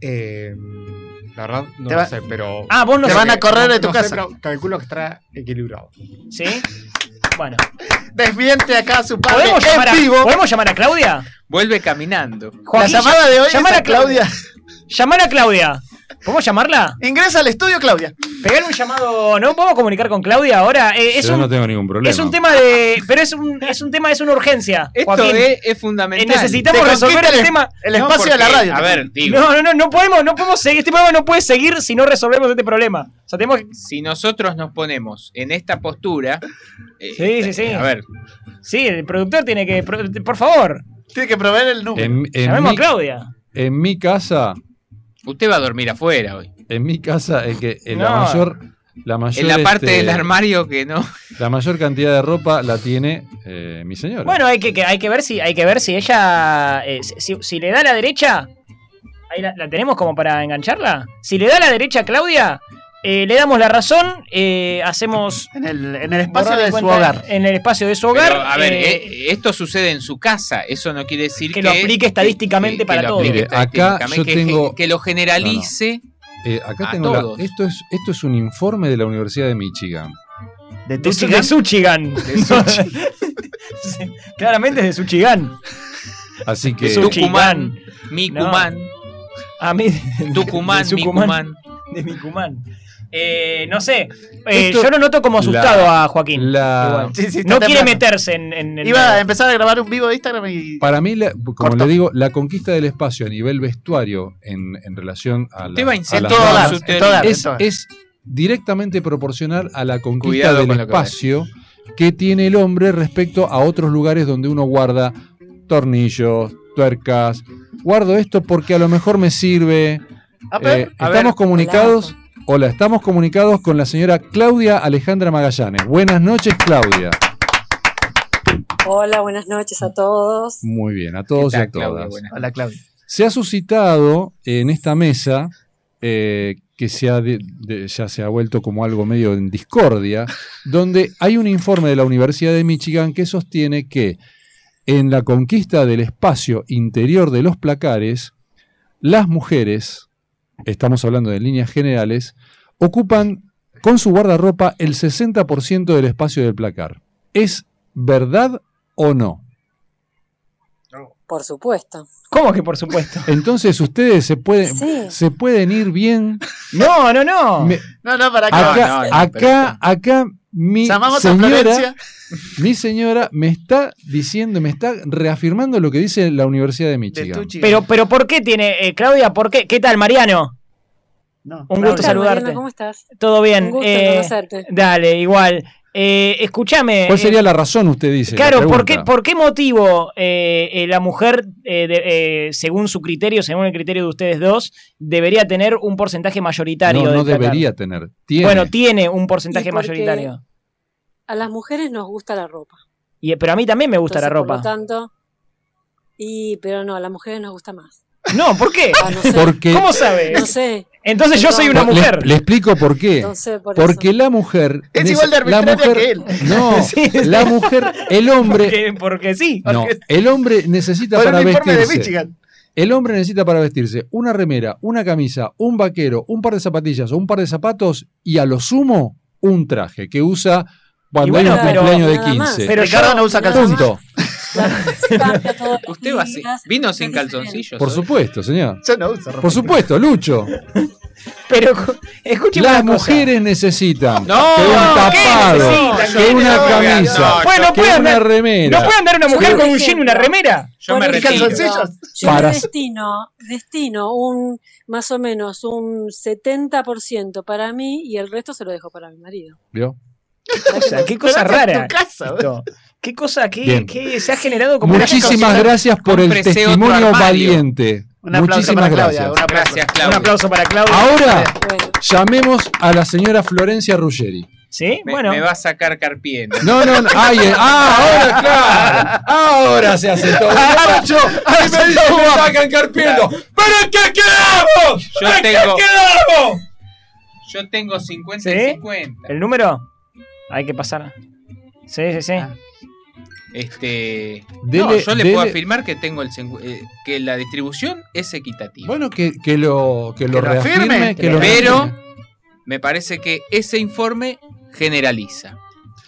[SPEAKER 7] Eh, la verdad, no
[SPEAKER 6] Te
[SPEAKER 7] lo
[SPEAKER 6] va-
[SPEAKER 7] sé, pero.
[SPEAKER 6] Ah, vos no
[SPEAKER 7] Creo
[SPEAKER 6] sabés.
[SPEAKER 7] que-
[SPEAKER 6] Te van a correr de tu
[SPEAKER 7] no sé,
[SPEAKER 6] casa.
[SPEAKER 7] pero calculo que estará equilibrado.
[SPEAKER 6] ¿Sí? Bueno.
[SPEAKER 3] Desmiente acá a su padre.
[SPEAKER 6] ¿Podemos
[SPEAKER 3] en
[SPEAKER 6] llamar, a,
[SPEAKER 3] vivo.
[SPEAKER 6] ¿Podemos llamar a Claudia?
[SPEAKER 4] Vuelve caminando.
[SPEAKER 6] Joaquín,
[SPEAKER 3] la llamada de hoy
[SPEAKER 6] llamar
[SPEAKER 3] es
[SPEAKER 6] a Claudia. Llamar a Claudia. ¿Podemos llamarla?
[SPEAKER 3] Ingresa al estudio, Claudia.
[SPEAKER 6] Pegarle un llamado, ¿no? ¿Podemos comunicar con Claudia ahora? Eh, es
[SPEAKER 2] yo
[SPEAKER 6] un,
[SPEAKER 2] no tengo ningún problema.
[SPEAKER 6] Es un tema de. Pero es un, es un tema, es una urgencia.
[SPEAKER 4] Esto
[SPEAKER 6] Joaquín.
[SPEAKER 4] es, es
[SPEAKER 6] Eh,
[SPEAKER 4] fundamental.
[SPEAKER 6] necesitamos
[SPEAKER 4] Te
[SPEAKER 6] resolver
[SPEAKER 4] conquista
[SPEAKER 6] el, tema.
[SPEAKER 4] el espacio de la radio. A ver, digo.
[SPEAKER 6] No, no, no, no podemos, no podemos seguir. Este programa no puede seguir si no resolvemos este problema. O sea, tenemos que.
[SPEAKER 4] Si nosotros nos ponemos en esta postura. eh,
[SPEAKER 6] Sí, sí, sí.
[SPEAKER 4] A ver,
[SPEAKER 6] Sí, el productor tiene que. pro- Por favor.
[SPEAKER 3] Tiene que proveer el número.
[SPEAKER 2] En, en
[SPEAKER 6] Llamemos
[SPEAKER 2] mi,
[SPEAKER 6] a Claudia.
[SPEAKER 2] en mi casa,
[SPEAKER 4] usted va a dormir afuera hoy.
[SPEAKER 2] en mi casa, es que en la
[SPEAKER 4] No.
[SPEAKER 2] mayor, la mayor,
[SPEAKER 4] En la parte
[SPEAKER 2] este,
[SPEAKER 4] del armario que no.
[SPEAKER 2] la mayor cantidad de ropa la tiene eh, mi señora.
[SPEAKER 6] Bueno, hay que, que- hay que ver si hay que ver si ella. eh, si- si, si le da a la derecha. Ahí la, la tenemos como para engancharla. Si le da a la derecha a Claudia, eh, le damos la razón. eh, hacemos.
[SPEAKER 3] En el, en el espacio
[SPEAKER 6] borrón
[SPEAKER 3] de su
[SPEAKER 6] cuenta
[SPEAKER 3] hogar.
[SPEAKER 6] En el espacio de su
[SPEAKER 4] Pero,
[SPEAKER 6] hogar.
[SPEAKER 4] a ver,
[SPEAKER 6] eh,
[SPEAKER 4] eh, esto sucede en su casa. Eso no quiere decir que,
[SPEAKER 6] que lo aplique estadísticamente para
[SPEAKER 4] lo
[SPEAKER 6] todo.
[SPEAKER 4] aplique
[SPEAKER 2] Mire, Eh, acá
[SPEAKER 4] estadísticamente,
[SPEAKER 2] yo
[SPEAKER 4] que,
[SPEAKER 2] tengo-
[SPEAKER 4] que lo generalice.
[SPEAKER 2] Eh, acá
[SPEAKER 4] a
[SPEAKER 2] tengo la-
[SPEAKER 4] todos.
[SPEAKER 2] esto es esto es un informe de la Universidad de Michigan.
[SPEAKER 3] De
[SPEAKER 6] De,
[SPEAKER 3] Tucci Gang.
[SPEAKER 6] Suchigan.
[SPEAKER 4] De Suchi-
[SPEAKER 6] Claramente es de Suchigan.
[SPEAKER 2] Así que
[SPEAKER 6] Es un chi-
[SPEAKER 4] Tucumán,
[SPEAKER 6] No.
[SPEAKER 4] Micumán,
[SPEAKER 6] A mí.
[SPEAKER 4] Tucumán,
[SPEAKER 6] de Tucumán.
[SPEAKER 4] Micumán.
[SPEAKER 6] De Micumán. Eh, no sé. Eh,
[SPEAKER 2] Esto-
[SPEAKER 6] yo lo noto como asustado
[SPEAKER 2] la-
[SPEAKER 6] a Joaquín.
[SPEAKER 2] la-
[SPEAKER 6] Igual.
[SPEAKER 3] Sí, sí, está
[SPEAKER 6] no quiere
[SPEAKER 3] temblando.
[SPEAKER 6] meterse en, en el.
[SPEAKER 3] Iba a
[SPEAKER 2] em-
[SPEAKER 3] empezar a grabar un vivo de Instagram y.
[SPEAKER 2] para mí, la- como
[SPEAKER 3] Corto.
[SPEAKER 2] le digo, la conquista del espacio a nivel vestuario en, en relación a la,
[SPEAKER 4] Usted va a
[SPEAKER 2] a
[SPEAKER 4] insistir
[SPEAKER 2] las
[SPEAKER 3] en todo
[SPEAKER 2] damas,
[SPEAKER 3] dar, en todo dar, en
[SPEAKER 2] es,
[SPEAKER 3] todo dar.
[SPEAKER 2] es directamente proporcional a la conquista
[SPEAKER 4] Cuidado
[SPEAKER 2] del
[SPEAKER 4] con lo que
[SPEAKER 2] espacio que tiene el hombre respecto a otros lugares donde uno guarda tornillos, tuercas. Guardo esto porque a lo mejor me sirve.
[SPEAKER 3] A ver,
[SPEAKER 2] Eh,
[SPEAKER 4] a
[SPEAKER 2] estamos
[SPEAKER 4] ver.
[SPEAKER 2] comunicados. Hola, estamos comunicados con la señora Claudia Alejandra Magallanes. Buenas noches, Claudia.
[SPEAKER 14] Hola, buenas noches a todos.
[SPEAKER 2] Muy bien, a todos y a
[SPEAKER 4] tal, Claudia?
[SPEAKER 2] todas.
[SPEAKER 4] Buenas
[SPEAKER 3] Hola, Claudia.
[SPEAKER 2] Se ha suscitado en esta mesa, eh, que se ha de- de- ya se ha vuelto como algo medio en discordia, donde hay un informe de la Universidad de Michigan que sostiene que en la conquista del espacio interior de los placares, las mujeres, estamos hablando de líneas generales, ocupan con su guardarropa el 60% del espacio del placar. ¿Es verdad o no?
[SPEAKER 14] Por supuesto.
[SPEAKER 6] ¿Cómo que por supuesto?
[SPEAKER 2] Entonces ustedes se pueden,
[SPEAKER 14] Sí.
[SPEAKER 2] se pueden ir bien.
[SPEAKER 6] No, no, no.
[SPEAKER 2] Me-
[SPEAKER 3] No, no, para acá.
[SPEAKER 2] acá,
[SPEAKER 4] no, no,
[SPEAKER 2] acá, acá mi
[SPEAKER 3] Llamamos a
[SPEAKER 2] señora,
[SPEAKER 3] Florencia.
[SPEAKER 2] mi señora me está diciendo, me está reafirmando lo que dice la Universidad de
[SPEAKER 3] De
[SPEAKER 2] Michigan.
[SPEAKER 3] Tucci.
[SPEAKER 6] Pero, pero ¿por qué tiene. eh, Claudia, ¿por qué? ¿Qué tal, Mariano?
[SPEAKER 3] No,
[SPEAKER 6] Un
[SPEAKER 14] ¿Qué
[SPEAKER 6] gusto
[SPEAKER 14] tal,
[SPEAKER 6] saludarte.
[SPEAKER 14] Mariano, ¿Cómo estás?
[SPEAKER 6] Todo bien.
[SPEAKER 14] Un gusto
[SPEAKER 6] eh,
[SPEAKER 14] en conocerte.
[SPEAKER 6] Dale, igual. Eh, escúchame.
[SPEAKER 2] ¿Cuál
[SPEAKER 6] eh,
[SPEAKER 2] sería la razón, usted dice?
[SPEAKER 6] Claro,
[SPEAKER 2] la
[SPEAKER 6] ¿por qué,
[SPEAKER 2] pregunta?
[SPEAKER 6] ¿por qué motivo eh, eh, la mujer, eh, de- eh, según su criterio, según el criterio de ustedes dos, debería tener un porcentaje mayoritario?
[SPEAKER 2] No, no
[SPEAKER 6] del placar?
[SPEAKER 2] debería tener. Tiene.
[SPEAKER 6] Bueno, tiene un porcentaje
[SPEAKER 14] Y porque-
[SPEAKER 6] mayoritario.
[SPEAKER 14] A las mujeres nos gusta la ropa.
[SPEAKER 6] Y, pero a mí también me gusta la
[SPEAKER 14] Entonces,
[SPEAKER 6] ropa.
[SPEAKER 14] Por lo tanto, y, pero no, a las mujeres nos gusta más.
[SPEAKER 6] No, ¿por qué?
[SPEAKER 14] Ah, no sé.
[SPEAKER 2] Porque-
[SPEAKER 6] ¿Cómo sabe?
[SPEAKER 14] No sé.
[SPEAKER 6] Entonces yo soy
[SPEAKER 2] Le-
[SPEAKER 6] una mujer.
[SPEAKER 2] Le, explico por qué.
[SPEAKER 14] No sé, por
[SPEAKER 2] Porque la mujer.
[SPEAKER 14] Es
[SPEAKER 2] nece-
[SPEAKER 14] igual de
[SPEAKER 2] la
[SPEAKER 14] arbitraria
[SPEAKER 2] mujer-
[SPEAKER 14] que él.
[SPEAKER 2] No,
[SPEAKER 6] Sí.
[SPEAKER 2] la mujer, el hombre.
[SPEAKER 6] Porque, porque sí.
[SPEAKER 2] No,
[SPEAKER 6] porque-
[SPEAKER 2] el hombre necesita
[SPEAKER 6] Por un
[SPEAKER 2] para
[SPEAKER 6] informe de
[SPEAKER 2] vestirse.
[SPEAKER 6] Michigan.
[SPEAKER 2] El hombre necesita para vestirse una remera, una camisa, un vaquero, un par de zapatillas o un par de zapatos y a lo sumo un traje que usa cuando
[SPEAKER 6] bueno,
[SPEAKER 2] hay un
[SPEAKER 6] pero-
[SPEAKER 2] cumpleaños de
[SPEAKER 6] Nada más.
[SPEAKER 2] 15.
[SPEAKER 6] Pero Ricardo yo- no usa calzones.
[SPEAKER 2] Punto.
[SPEAKER 4] Usted va sin- vino sin calzoncillos. ¿eh?
[SPEAKER 2] Por
[SPEAKER 4] hoy.
[SPEAKER 2] supuesto, señor.
[SPEAKER 3] Yo no uso ropa.
[SPEAKER 2] Por supuesto, Lucho.
[SPEAKER 6] Pero escúcheme
[SPEAKER 2] Las
[SPEAKER 6] una cosa.
[SPEAKER 2] mujeres necesitan
[SPEAKER 6] No,
[SPEAKER 2] que un
[SPEAKER 6] ¿qué
[SPEAKER 2] tapado,
[SPEAKER 6] necesitan?
[SPEAKER 2] que
[SPEAKER 6] No,
[SPEAKER 2] una
[SPEAKER 6] no,
[SPEAKER 2] camisa,
[SPEAKER 6] no, Bueno,
[SPEAKER 2] que
[SPEAKER 6] puede
[SPEAKER 2] una
[SPEAKER 6] andar-
[SPEAKER 2] remera.
[SPEAKER 6] ¿No puede andar una mujer con un jean y una remera?
[SPEAKER 4] Yo me retiro.
[SPEAKER 14] calzoncillos. Yo
[SPEAKER 2] Para-
[SPEAKER 14] destino, destino un más o menos un 70% para mí y el resto se lo dejo para mi marido.
[SPEAKER 2] ¿Vio?
[SPEAKER 6] O sea, qué cosa
[SPEAKER 14] Pero hacia
[SPEAKER 6] rara.
[SPEAKER 14] tu casa,
[SPEAKER 6] esto. Qué cosa que,
[SPEAKER 2] Bien.
[SPEAKER 6] que se ha generado como una
[SPEAKER 2] Muchísimas
[SPEAKER 6] cosa-
[SPEAKER 2] gracias por el
[SPEAKER 6] Cómprese otro
[SPEAKER 2] testimonio
[SPEAKER 6] armario.
[SPEAKER 2] valiente.
[SPEAKER 6] Un aplauso
[SPEAKER 2] Muchísimas
[SPEAKER 6] para Claudia,
[SPEAKER 2] gracias.
[SPEAKER 6] un aplauso.
[SPEAKER 4] Gracias, Claudia.
[SPEAKER 6] Un aplauso para Claudia.
[SPEAKER 2] Ahora llamemos a la señora Florencia Ruggeri.
[SPEAKER 6] ¿Sí?
[SPEAKER 4] Me,
[SPEAKER 6] bueno.
[SPEAKER 4] me va a sacar carpién.
[SPEAKER 2] No, no, no. Ay, eh, ah, ahora, claro. Ahora se hace todo. Nacho, ahí me dice que sacan carpiendo. ¿Pero en qué quedamos?
[SPEAKER 4] Yo
[SPEAKER 2] ¿En
[SPEAKER 4] tengo-
[SPEAKER 2] qué quedamos?
[SPEAKER 4] Yo tengo 50 y
[SPEAKER 6] ¿Sí?
[SPEAKER 4] 50.
[SPEAKER 6] ¿El número? Hay que pasar. Sí, sí, sí.
[SPEAKER 4] Este. no,
[SPEAKER 2] Dele-
[SPEAKER 4] yo le
[SPEAKER 2] dele-
[SPEAKER 4] puedo afirmar que tengo el cincu- eh, que la distribución es equitativa.
[SPEAKER 2] Bueno, que, que lo, que lo
[SPEAKER 3] lo
[SPEAKER 2] reafirme.
[SPEAKER 3] afirme,
[SPEAKER 2] que lo
[SPEAKER 4] pero
[SPEAKER 2] reafirme.
[SPEAKER 4] me parece que ese informe generaliza.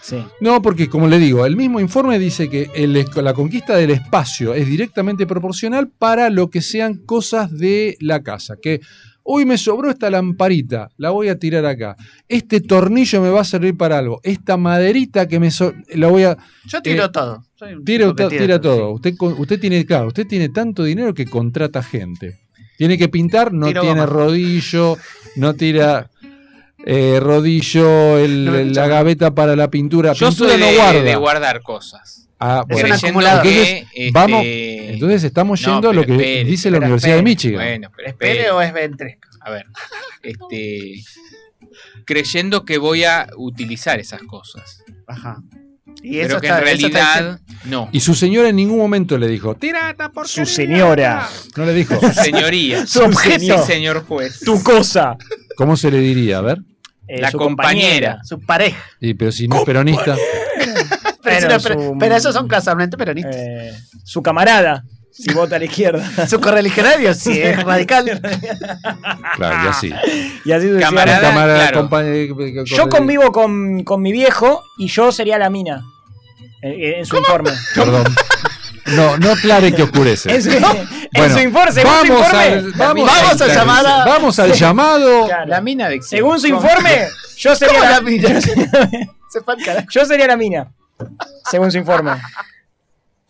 [SPEAKER 6] Sí.
[SPEAKER 2] No, porque como le digo, el mismo informe dice que el es- la conquista del espacio es directamente proporcional para lo que sean cosas de la casa. Que hoy me sobró esta lamparita, la voy a tirar acá. Este tornillo me va a servir para algo. Esta maderita que me so- la voy a
[SPEAKER 3] Yo tiro
[SPEAKER 2] Eh,
[SPEAKER 3] todo. Soy un
[SPEAKER 2] tira,
[SPEAKER 3] tipo que
[SPEAKER 2] to- tira todo. Usted con- usted tiene claro, usted tiene tanto dinero que contrata gente. Tiene que pintar, no
[SPEAKER 3] Tiro
[SPEAKER 2] tiene
[SPEAKER 3] goma.
[SPEAKER 2] rodillo, no tira eh, rodillo, el-
[SPEAKER 4] No me
[SPEAKER 2] la
[SPEAKER 4] escuchaba.
[SPEAKER 2] gaveta para la pintura.
[SPEAKER 4] Yo
[SPEAKER 2] pintura
[SPEAKER 4] soy
[SPEAKER 2] no
[SPEAKER 4] de,
[SPEAKER 2] guarda.
[SPEAKER 4] de guardar cosas.
[SPEAKER 2] Ah,
[SPEAKER 4] Es
[SPEAKER 2] bueno.
[SPEAKER 4] un acumulador.
[SPEAKER 2] Entonces,
[SPEAKER 4] Que,
[SPEAKER 2] vamos,
[SPEAKER 4] este,
[SPEAKER 2] entonces estamos
[SPEAKER 4] No,
[SPEAKER 2] yendo a lo que
[SPEAKER 4] pero espere,
[SPEAKER 2] dice la
[SPEAKER 4] espera,
[SPEAKER 2] Universidad
[SPEAKER 4] espere.
[SPEAKER 2] de Michigan.
[SPEAKER 4] Bueno, pero espere.
[SPEAKER 3] ¿Pele o es ventresca?
[SPEAKER 4] A ver, este, creyendo que voy a utilizar esas cosas.
[SPEAKER 3] Ajá.
[SPEAKER 4] pero que en realidad, no.
[SPEAKER 2] Y su señora en ningún momento le dijo, "Tira",
[SPEAKER 6] Su señora.
[SPEAKER 2] no le dijo.
[SPEAKER 4] Su señoría.
[SPEAKER 6] Su objeto.
[SPEAKER 4] Sí, señor juez.
[SPEAKER 6] Tu cosa.
[SPEAKER 2] ¿Cómo se le diría? A ver.
[SPEAKER 6] Eh,
[SPEAKER 4] La
[SPEAKER 6] su
[SPEAKER 4] compañera.
[SPEAKER 3] Su pareja.
[SPEAKER 2] Y, pero si no es peronista.
[SPEAKER 3] Pero, si
[SPEAKER 6] Bueno,
[SPEAKER 3] no, pero-
[SPEAKER 6] su-
[SPEAKER 3] pero esos son casualmente peronistas.
[SPEAKER 6] eh, su camarada. Si vota a la izquierda.
[SPEAKER 3] Su correligionario, sí, es radical.
[SPEAKER 2] Claro, y así.
[SPEAKER 6] Y así sucesivamente.
[SPEAKER 4] Camarada,
[SPEAKER 2] Cámara,
[SPEAKER 4] claro.
[SPEAKER 2] compa- eh, eh,
[SPEAKER 6] Yo
[SPEAKER 2] corre-
[SPEAKER 6] convivo con, con mi viejo y yo sería la mina. eh, En, en su informe.
[SPEAKER 2] Perdón. No, no aclare que oscurece.
[SPEAKER 6] En su, en
[SPEAKER 2] Bueno,
[SPEAKER 6] su informe, según su
[SPEAKER 2] vamos
[SPEAKER 6] informe.
[SPEAKER 2] al, vamos,
[SPEAKER 3] Vamos a llamar a-
[SPEAKER 2] Vamos al llamado.
[SPEAKER 6] Claro.
[SPEAKER 4] La mina de
[SPEAKER 6] Según su informe, yo sería
[SPEAKER 3] ¿Cómo
[SPEAKER 6] la,
[SPEAKER 3] la mina?
[SPEAKER 6] yo sería-
[SPEAKER 3] Se fue al carajo.
[SPEAKER 6] yo sería la mina. Según su informe.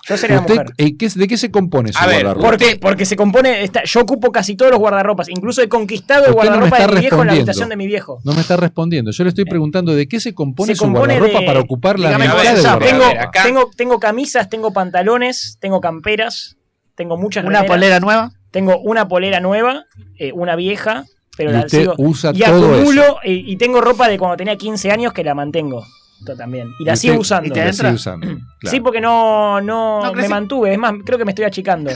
[SPEAKER 6] Yo sería la
[SPEAKER 2] Usted,
[SPEAKER 6] mujer.
[SPEAKER 2] eh, ¿qué- ¿De qué se compone su
[SPEAKER 4] A ver,
[SPEAKER 2] guardarropa?
[SPEAKER 6] ¿Por qué? Porque se compone. está- yo ocupo casi todos los guardarropas. Incluso he conquistado el
[SPEAKER 2] Usted no me
[SPEAKER 6] guardarropa
[SPEAKER 2] está
[SPEAKER 6] de mi viejo en la
[SPEAKER 2] respondiendo.
[SPEAKER 6] habitación de mi viejo.
[SPEAKER 2] No me está respondiendo. Yo le estoy preguntando de qué se compone
[SPEAKER 6] Se
[SPEAKER 2] su
[SPEAKER 6] compone
[SPEAKER 2] guardarropa
[SPEAKER 6] de-
[SPEAKER 2] para ocupar la
[SPEAKER 3] Dígame
[SPEAKER 2] mitad
[SPEAKER 3] cuál
[SPEAKER 2] del
[SPEAKER 3] es el
[SPEAKER 2] guardarropa.
[SPEAKER 6] Tengo,
[SPEAKER 4] A ver, acá-
[SPEAKER 6] tengo, tengo camisas, tengo pantalones, tengo camperas, tengo muchas
[SPEAKER 3] Una
[SPEAKER 6] remeras.
[SPEAKER 3] polera nueva.
[SPEAKER 6] Tengo una polera nueva, eh, una vieja, pero
[SPEAKER 2] y
[SPEAKER 6] la
[SPEAKER 2] usted
[SPEAKER 6] sigo.
[SPEAKER 2] usa
[SPEAKER 6] Y
[SPEAKER 2] todo eso.
[SPEAKER 6] acumulo eh, y, y tengo ropa de cuando tenía 15 años que la mantengo to- también. Y la
[SPEAKER 2] Y
[SPEAKER 6] sigo
[SPEAKER 2] usted-
[SPEAKER 6] usando.
[SPEAKER 3] y te
[SPEAKER 2] La
[SPEAKER 3] entra?
[SPEAKER 2] sigue usando, claro.
[SPEAKER 6] Sí, porque no, no,
[SPEAKER 3] No
[SPEAKER 6] me
[SPEAKER 3] crecí.
[SPEAKER 6] mantuve. Es más, creo que me estoy achicando.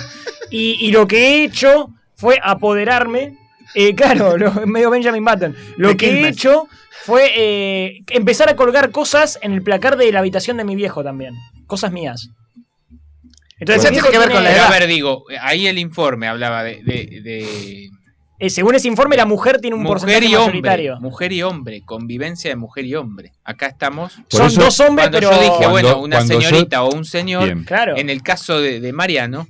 [SPEAKER 6] Y, y lo que he hecho fue apoderarme. eh, claro, lo- medio Benjamin Button. Lo
[SPEAKER 3] De
[SPEAKER 6] que he
[SPEAKER 3] Quilmes.
[SPEAKER 6] hecho fue eh, empezar a colgar cosas en el placar de la habitación de mi viejo también. Cosas mías. Entonces,
[SPEAKER 3] Eso
[SPEAKER 6] mi
[SPEAKER 3] tiene
[SPEAKER 6] viejo
[SPEAKER 3] que ver con la
[SPEAKER 6] tiene-
[SPEAKER 4] Pero,
[SPEAKER 3] edad.
[SPEAKER 4] a ver, digo, ahí el informe hablaba de, de- de
[SPEAKER 6] eh, según ese informe, la mujer tiene un
[SPEAKER 4] mujer
[SPEAKER 6] porcentaje
[SPEAKER 4] y
[SPEAKER 6] mayoritario.
[SPEAKER 4] hombre, mujer y hombre, convivencia de mujer y hombre. Acá estamos.
[SPEAKER 2] Por
[SPEAKER 6] Son
[SPEAKER 2] eso-
[SPEAKER 6] dos hombres,
[SPEAKER 4] Cuando
[SPEAKER 6] pero.
[SPEAKER 4] yo dije,
[SPEAKER 2] Cuando-
[SPEAKER 4] bueno, una
[SPEAKER 2] cuando yo-
[SPEAKER 4] señorita o un señor,
[SPEAKER 2] Bien.
[SPEAKER 6] Claro.
[SPEAKER 4] en el caso de, de Mariano,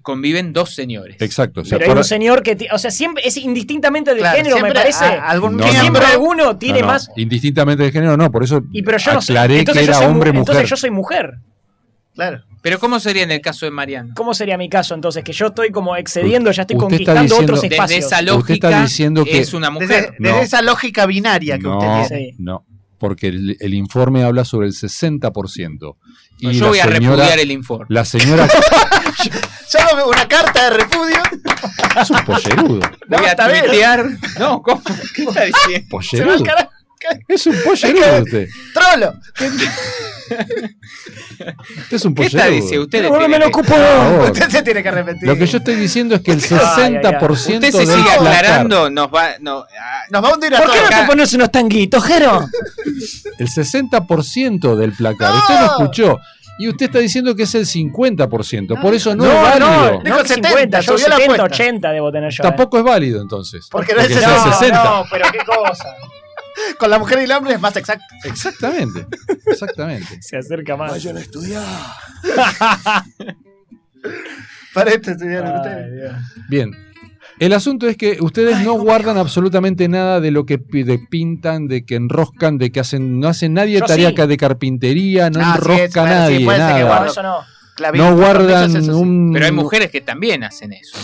[SPEAKER 4] conviven dos señores.
[SPEAKER 2] Exacto. se
[SPEAKER 6] Pero hay un
[SPEAKER 2] acuerda-
[SPEAKER 6] señor que. ti- O sea, siempre. Es indistintamente de
[SPEAKER 3] Claro,
[SPEAKER 6] género, me
[SPEAKER 3] siempre
[SPEAKER 6] parece.
[SPEAKER 3] a- algún
[SPEAKER 2] No,
[SPEAKER 6] que
[SPEAKER 2] no,
[SPEAKER 6] siempre
[SPEAKER 3] miembro-
[SPEAKER 6] alguno tiene
[SPEAKER 2] no, no,
[SPEAKER 6] más.
[SPEAKER 2] Indistintamente de género, no. Por eso
[SPEAKER 6] Y pero yo no sé.
[SPEAKER 2] aclaré
[SPEAKER 6] Entonces
[SPEAKER 2] que
[SPEAKER 6] yo
[SPEAKER 2] era
[SPEAKER 6] soy mu-
[SPEAKER 2] hombre-mujer.
[SPEAKER 6] Entonces yo soy mujer.
[SPEAKER 3] Claro.
[SPEAKER 4] Pero ¿cómo sería en el caso de Mariano?
[SPEAKER 6] ¿Cómo sería mi caso entonces? Que yo estoy como excediendo, ya
[SPEAKER 2] Usted
[SPEAKER 6] estoy
[SPEAKER 2] está
[SPEAKER 6] conquistando
[SPEAKER 2] diciendo-
[SPEAKER 6] otros
[SPEAKER 2] Desde
[SPEAKER 4] Desde
[SPEAKER 6] espacios.
[SPEAKER 4] esa
[SPEAKER 2] Usted
[SPEAKER 4] lógica
[SPEAKER 2] está diciendo que-
[SPEAKER 4] es una
[SPEAKER 3] Desde,
[SPEAKER 4] mujer.
[SPEAKER 2] No.
[SPEAKER 3] desde esa lógica binaria que usted
[SPEAKER 2] No,
[SPEAKER 3] tiene.
[SPEAKER 6] tiene.
[SPEAKER 2] no. porque el, el informe habla sobre el 60%. Y
[SPEAKER 4] yo
[SPEAKER 2] la
[SPEAKER 4] voy a
[SPEAKER 2] señora-
[SPEAKER 4] repudiar el informe.
[SPEAKER 2] La señora
[SPEAKER 3] Ya no veo una carta de repudio.
[SPEAKER 2] es un pollerudo.
[SPEAKER 4] Voy a
[SPEAKER 3] está bien.
[SPEAKER 4] tuitear. No, ¿cómo? ¿Qué está diciendo?
[SPEAKER 2] Pollerudo. Es un pollerudo usted.
[SPEAKER 3] ¡Trolo!
[SPEAKER 2] Usted es un
[SPEAKER 4] ¿Qué
[SPEAKER 2] pollerudo.
[SPEAKER 4] está diciendo? Usted le
[SPEAKER 2] Pero
[SPEAKER 4] tiene
[SPEAKER 2] me lo
[SPEAKER 4] que-
[SPEAKER 2] ocupo.
[SPEAKER 3] Usted se tiene que arrepentir.
[SPEAKER 2] Lo que yo estoy diciendo es que el
[SPEAKER 4] Ay, ay, ay.
[SPEAKER 2] 60%
[SPEAKER 4] Usted se
[SPEAKER 2] del
[SPEAKER 4] sigue
[SPEAKER 2] placar-
[SPEAKER 4] aclarando, nos va. No, ah,
[SPEAKER 3] Nos va a hundir a
[SPEAKER 6] ¿Por qué
[SPEAKER 3] todos.
[SPEAKER 6] no te pones unos tanguitos, Jero?
[SPEAKER 2] El 60% del placar. Usted lo escuchó. Y usted está diciendo que es el 50%. Por eso no, es válido.
[SPEAKER 6] no,
[SPEAKER 3] Dijo 70,
[SPEAKER 6] 50, yo
[SPEAKER 3] subió
[SPEAKER 6] 70,
[SPEAKER 3] la apuesta.
[SPEAKER 6] 80 debo tener yo. eh.
[SPEAKER 2] Tampoco es válido entonces.
[SPEAKER 3] Porque no es
[SPEAKER 2] es el 60.
[SPEAKER 6] No, pero qué cosa.
[SPEAKER 3] Con la mujer y el hombre es más exacto.
[SPEAKER 2] Exactamente. Exactamente.
[SPEAKER 6] Se acerca más.
[SPEAKER 13] Vayan a estudiar.
[SPEAKER 3] Para esto estudiaron
[SPEAKER 6] Ay,
[SPEAKER 3] ustedes.
[SPEAKER 6] Dios.
[SPEAKER 2] Bien. El asunto es que ustedes no guardan absolutamente nada de lo que pi- de pintan, de que enroscan, de que hacen. No hace nadie
[SPEAKER 6] Yo
[SPEAKER 2] tarea
[SPEAKER 6] sí.
[SPEAKER 2] ca- de carpintería, no
[SPEAKER 3] Ah, sí,
[SPEAKER 2] enrosca
[SPEAKER 3] es, bueno, sí,
[SPEAKER 2] nadie,
[SPEAKER 3] puede ser que
[SPEAKER 2] nada.
[SPEAKER 6] No,
[SPEAKER 3] guarde.
[SPEAKER 6] eso no.
[SPEAKER 3] Clavín,
[SPEAKER 2] No guardan
[SPEAKER 3] tornillos, eso sí.
[SPEAKER 2] un.
[SPEAKER 4] Pero hay mujeres que también hacen eso.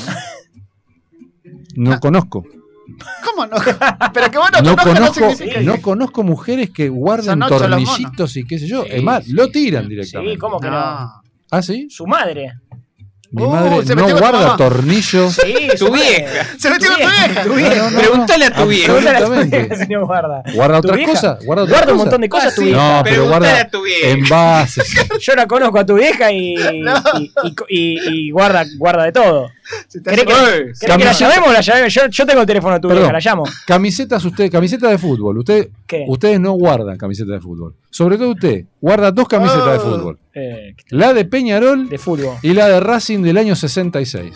[SPEAKER 2] No conozco.
[SPEAKER 3] ¿Cómo no? Pero que bueno,
[SPEAKER 2] No
[SPEAKER 3] conozca no
[SPEAKER 2] conozco,
[SPEAKER 3] significa
[SPEAKER 2] no
[SPEAKER 3] que-
[SPEAKER 2] conozco mujeres que guarden
[SPEAKER 3] Son ocho los monos.
[SPEAKER 2] tornillitos y qué sé yo.
[SPEAKER 6] Sí,
[SPEAKER 2] es más,
[SPEAKER 6] sí,
[SPEAKER 2] lo tiran
[SPEAKER 6] Sí,
[SPEAKER 2] directamente.
[SPEAKER 6] ¿cómo que no?
[SPEAKER 3] No.
[SPEAKER 2] ¿Ah, sí?
[SPEAKER 6] Su madre.
[SPEAKER 2] Mi
[SPEAKER 3] Uh,
[SPEAKER 2] madre
[SPEAKER 3] se
[SPEAKER 2] no
[SPEAKER 3] metió con tu
[SPEAKER 2] guarda
[SPEAKER 3] mamá.
[SPEAKER 2] tornillos.
[SPEAKER 6] Sí,
[SPEAKER 4] Tu
[SPEAKER 6] su madre.
[SPEAKER 4] vieja.
[SPEAKER 3] Se metió con tu vieja.
[SPEAKER 6] Tu vieja.
[SPEAKER 2] No, no, no.
[SPEAKER 4] Pregúntale a tu vieja.
[SPEAKER 6] Pregúntale a tu
[SPEAKER 2] Absolutamente.
[SPEAKER 6] vieja si no guarda.
[SPEAKER 2] Guarda
[SPEAKER 6] ¿Tu
[SPEAKER 2] otras
[SPEAKER 6] vieja?
[SPEAKER 2] cosas. Guarda, otras
[SPEAKER 6] Guarda un
[SPEAKER 2] cosas.
[SPEAKER 6] montón de
[SPEAKER 3] Ah,
[SPEAKER 6] cosas tu
[SPEAKER 2] No, pero
[SPEAKER 6] vieja.
[SPEAKER 4] Pregúntale
[SPEAKER 2] guarda
[SPEAKER 4] a tu vieja.
[SPEAKER 2] envases.
[SPEAKER 6] Yo la conozco a tu vieja y, y, y- y- y guarda, guarda de todo.
[SPEAKER 3] Se te
[SPEAKER 6] ¿Querés
[SPEAKER 3] hace-
[SPEAKER 6] que,
[SPEAKER 4] Ey,
[SPEAKER 6] querés que la
[SPEAKER 2] Cami-
[SPEAKER 6] llamemos o la llamemos? Yo, yo tengo el teléfono de tu
[SPEAKER 2] Perdón.
[SPEAKER 6] vieja, la llamo.
[SPEAKER 2] Camisetas usted, camiseta de fútbol. Usted,
[SPEAKER 6] ¿Qué?
[SPEAKER 2] ustedes no guardan camisetas de fútbol. Sobre todo usted, guarda dos camisetas de
[SPEAKER 3] Oh.
[SPEAKER 2] fútbol.
[SPEAKER 6] Eh,
[SPEAKER 2] La de Peñarol
[SPEAKER 6] de fútbol.
[SPEAKER 2] y la de Racing del año 66.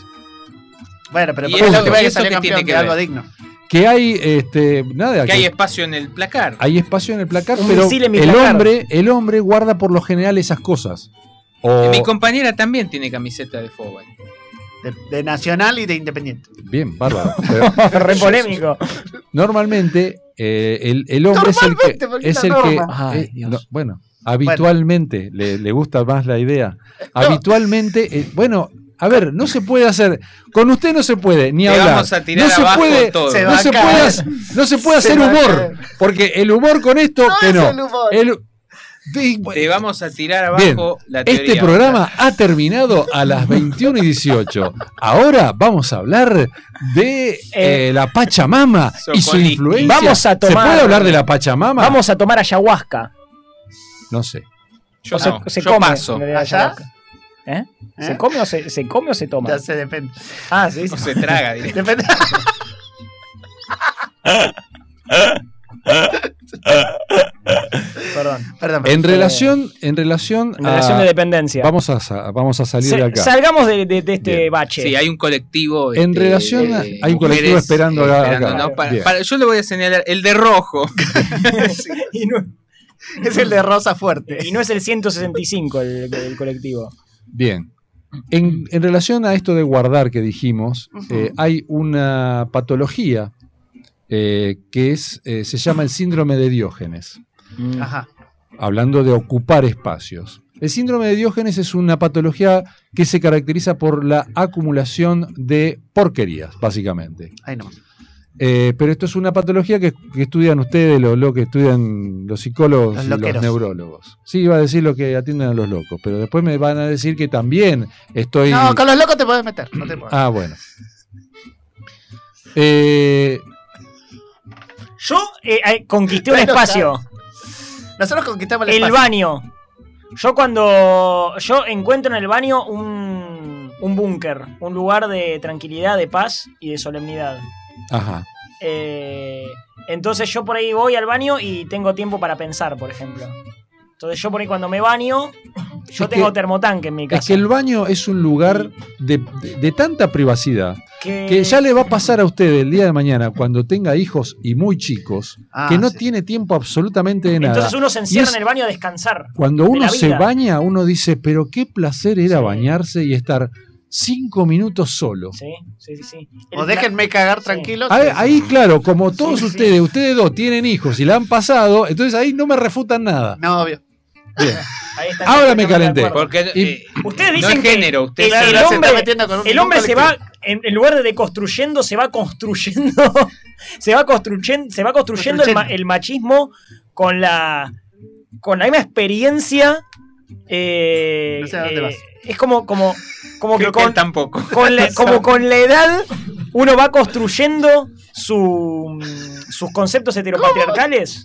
[SPEAKER 3] Bueno, pero
[SPEAKER 4] ¿Y
[SPEAKER 3] ¿por
[SPEAKER 4] eso-
[SPEAKER 3] qué la última
[SPEAKER 4] y
[SPEAKER 3] vez que
[SPEAKER 4] eso
[SPEAKER 3] salió
[SPEAKER 4] qué tiene
[SPEAKER 3] campeón
[SPEAKER 4] que
[SPEAKER 3] de algo
[SPEAKER 4] ver?
[SPEAKER 3] digno?
[SPEAKER 2] Que hay este nada,
[SPEAKER 4] Que hay espacio en el placar.
[SPEAKER 2] hay espacio en el placar,
[SPEAKER 6] Un
[SPEAKER 2] pero
[SPEAKER 6] misil en mi
[SPEAKER 2] el
[SPEAKER 6] placar.
[SPEAKER 2] hombre, el hombre guarda por lo general esas cosas. O-
[SPEAKER 4] Y mi compañera también tiene camiseta de fútbol.
[SPEAKER 3] De, de Nacional y de Independiente.
[SPEAKER 2] bien, bárbaro. Pero
[SPEAKER 6] Re polémico.
[SPEAKER 2] normalmente eh, el, el hombre es el
[SPEAKER 3] Normalmente,
[SPEAKER 2] que
[SPEAKER 3] porque
[SPEAKER 2] es
[SPEAKER 3] la
[SPEAKER 2] el que
[SPEAKER 6] norma.
[SPEAKER 2] eh,
[SPEAKER 6] Ay, Dios.
[SPEAKER 2] no, bueno, habitualmente le, le gusta más la idea. Habitualmente, eh, bueno, a ver, no se puede hacer con usted no se puede ni
[SPEAKER 4] Te
[SPEAKER 2] hablar.
[SPEAKER 4] vamos a tirar
[SPEAKER 2] no se
[SPEAKER 4] abajo
[SPEAKER 2] puede,
[SPEAKER 4] todo.
[SPEAKER 3] Se va
[SPEAKER 2] no
[SPEAKER 3] a
[SPEAKER 2] se
[SPEAKER 3] caer.
[SPEAKER 2] puede, hacer- no se puede
[SPEAKER 3] Se
[SPEAKER 2] hacer
[SPEAKER 3] va a
[SPEAKER 2] humor,
[SPEAKER 3] caer.
[SPEAKER 2] porque el humor con esto
[SPEAKER 3] No
[SPEAKER 2] que
[SPEAKER 3] es
[SPEAKER 2] no.
[SPEAKER 3] el humor.
[SPEAKER 2] El- de-
[SPEAKER 4] Te vamos a tirar abajo la teoría.
[SPEAKER 2] este programa ha terminado a las 21 y 18. Ahora vamos a hablar de eh, la Pachamama y su
[SPEAKER 4] Soconiqui.
[SPEAKER 2] influencia.
[SPEAKER 6] Vamos a tomar-
[SPEAKER 2] ¿Se puede hablar de la Pachamama?
[SPEAKER 6] Vamos a tomar ayahuasca.
[SPEAKER 2] No sé.
[SPEAKER 4] Yo,
[SPEAKER 6] O se,
[SPEAKER 4] no,
[SPEAKER 6] se
[SPEAKER 4] yo
[SPEAKER 6] come.
[SPEAKER 4] paso.
[SPEAKER 6] en realidad,
[SPEAKER 3] ¿Allá?
[SPEAKER 6] ayahuasca. ¿Eh? ¿Se
[SPEAKER 3] ¿Eh?
[SPEAKER 6] come o se, se come o se toma?
[SPEAKER 3] Ya se depende.
[SPEAKER 6] Ah, sí. sí.
[SPEAKER 4] O se traga. directo.
[SPEAKER 3] Depende.
[SPEAKER 6] Perdón.
[SPEAKER 3] Perdón.
[SPEAKER 2] En relación, en relación
[SPEAKER 6] En
[SPEAKER 2] a-
[SPEAKER 6] relación de dependencia.
[SPEAKER 2] vamos a sa- vamos a salir
[SPEAKER 6] Se-
[SPEAKER 2] de acá.
[SPEAKER 6] Salgamos de, de- de este
[SPEAKER 2] Bien.
[SPEAKER 6] bache.
[SPEAKER 4] Sí, hay un colectivo. este,
[SPEAKER 2] En relación a- hay un colectivo esperando acá- acá.
[SPEAKER 4] eh, ¿no? Para-
[SPEAKER 2] Bien.
[SPEAKER 4] para- yo le voy a señalar el de rojo.
[SPEAKER 6] y, no,
[SPEAKER 3] Es el de Rosa Fuerte.
[SPEAKER 6] y no es el 165 el, el colectivo.
[SPEAKER 2] Bien. En, en relación a esto de guardar que dijimos, eh, hay una patología eh, que es, eh, se llama el síndrome de Diógenes.
[SPEAKER 3] Ajá.
[SPEAKER 2] hablando de ocupar espacios. El síndrome de Diógenes es una patología que se caracteriza por la acumulación de porquerías, básicamente.
[SPEAKER 3] Ahí nomás.
[SPEAKER 2] Eh, pero esto es una patología que, que estudian ustedes, lo, lo que estudian los psicólogos
[SPEAKER 3] Los
[SPEAKER 2] y los
[SPEAKER 3] loqueros.
[SPEAKER 2] neurólogos. Sí, iba a decir lo que atienden a los locos, pero después me van a decir que también estoy...
[SPEAKER 3] No, con los locos te puedes meter. No te puedes.
[SPEAKER 2] Ah, bueno. Eh,
[SPEAKER 6] Yo eh, eh, conquisté un
[SPEAKER 3] Pero
[SPEAKER 6] espacio.
[SPEAKER 3] Nosotros conquistamos el,
[SPEAKER 6] El
[SPEAKER 3] espacio.
[SPEAKER 6] baño. Yo cuando yo encuentro en el baño un, un búnker, un lugar de tranquilidad, de paz y de solemnidad.
[SPEAKER 2] ajá.
[SPEAKER 6] Eh, entonces yo por ahí voy al baño y tengo tiempo para pensar, por ejemplo. Entonces yo por ahí cuando me baño, yo
[SPEAKER 2] Es
[SPEAKER 6] tengo
[SPEAKER 2] que-
[SPEAKER 6] termotanque en mi casa.
[SPEAKER 2] Es que el baño es un lugar de- de- de tanta privacidad
[SPEAKER 6] que-
[SPEAKER 2] que ya le va a pasar a usted el día de mañana cuando tenga hijos y muy chicos,
[SPEAKER 3] Ah,
[SPEAKER 2] que no
[SPEAKER 3] sí.
[SPEAKER 2] tiene tiempo absolutamente de nada.
[SPEAKER 6] Entonces uno se encierra
[SPEAKER 2] Y es-
[SPEAKER 6] en el baño a descansar.
[SPEAKER 2] cuando
[SPEAKER 6] de
[SPEAKER 2] uno
[SPEAKER 6] la
[SPEAKER 2] se
[SPEAKER 6] vida.
[SPEAKER 2] baña, uno dice, pero qué placer era
[SPEAKER 6] Sí.
[SPEAKER 2] bañarse y estar cinco minutos solo.
[SPEAKER 6] Sí, sí, sí, sí.
[SPEAKER 3] O
[SPEAKER 6] El-
[SPEAKER 3] déjenme cagar
[SPEAKER 6] Sí.
[SPEAKER 3] tranquilo.
[SPEAKER 2] Ahí, ahí, claro, como todos
[SPEAKER 6] sí.
[SPEAKER 2] ustedes, ustedes dos tienen hijos y la han pasado, entonces ahí no me refutan nada.
[SPEAKER 3] No, obvio.
[SPEAKER 2] Bien.
[SPEAKER 6] Ahí está.
[SPEAKER 2] Ahora me calenté.
[SPEAKER 4] Porque
[SPEAKER 2] Y-
[SPEAKER 6] Ustedes
[SPEAKER 4] No
[SPEAKER 6] dicen
[SPEAKER 4] es
[SPEAKER 6] que
[SPEAKER 4] género, usted
[SPEAKER 6] el,
[SPEAKER 4] se-
[SPEAKER 6] el
[SPEAKER 4] se está
[SPEAKER 6] hombre,
[SPEAKER 4] metiendo con un-
[SPEAKER 6] el hombre
[SPEAKER 4] un
[SPEAKER 6] se va, en, en lugar de deconstruyendo, se va construyendo, se va construyendo, se va construyendo el, ma- el machismo con la, con la misma experiencia. eh,
[SPEAKER 3] No sé a dónde
[SPEAKER 6] eh,
[SPEAKER 3] vas.
[SPEAKER 6] Es como, como, como que
[SPEAKER 4] Creo que
[SPEAKER 6] con,
[SPEAKER 4] él tampoco.
[SPEAKER 6] con la, como con la edad uno va construyendo su, sus conceptos heteropatriarcales.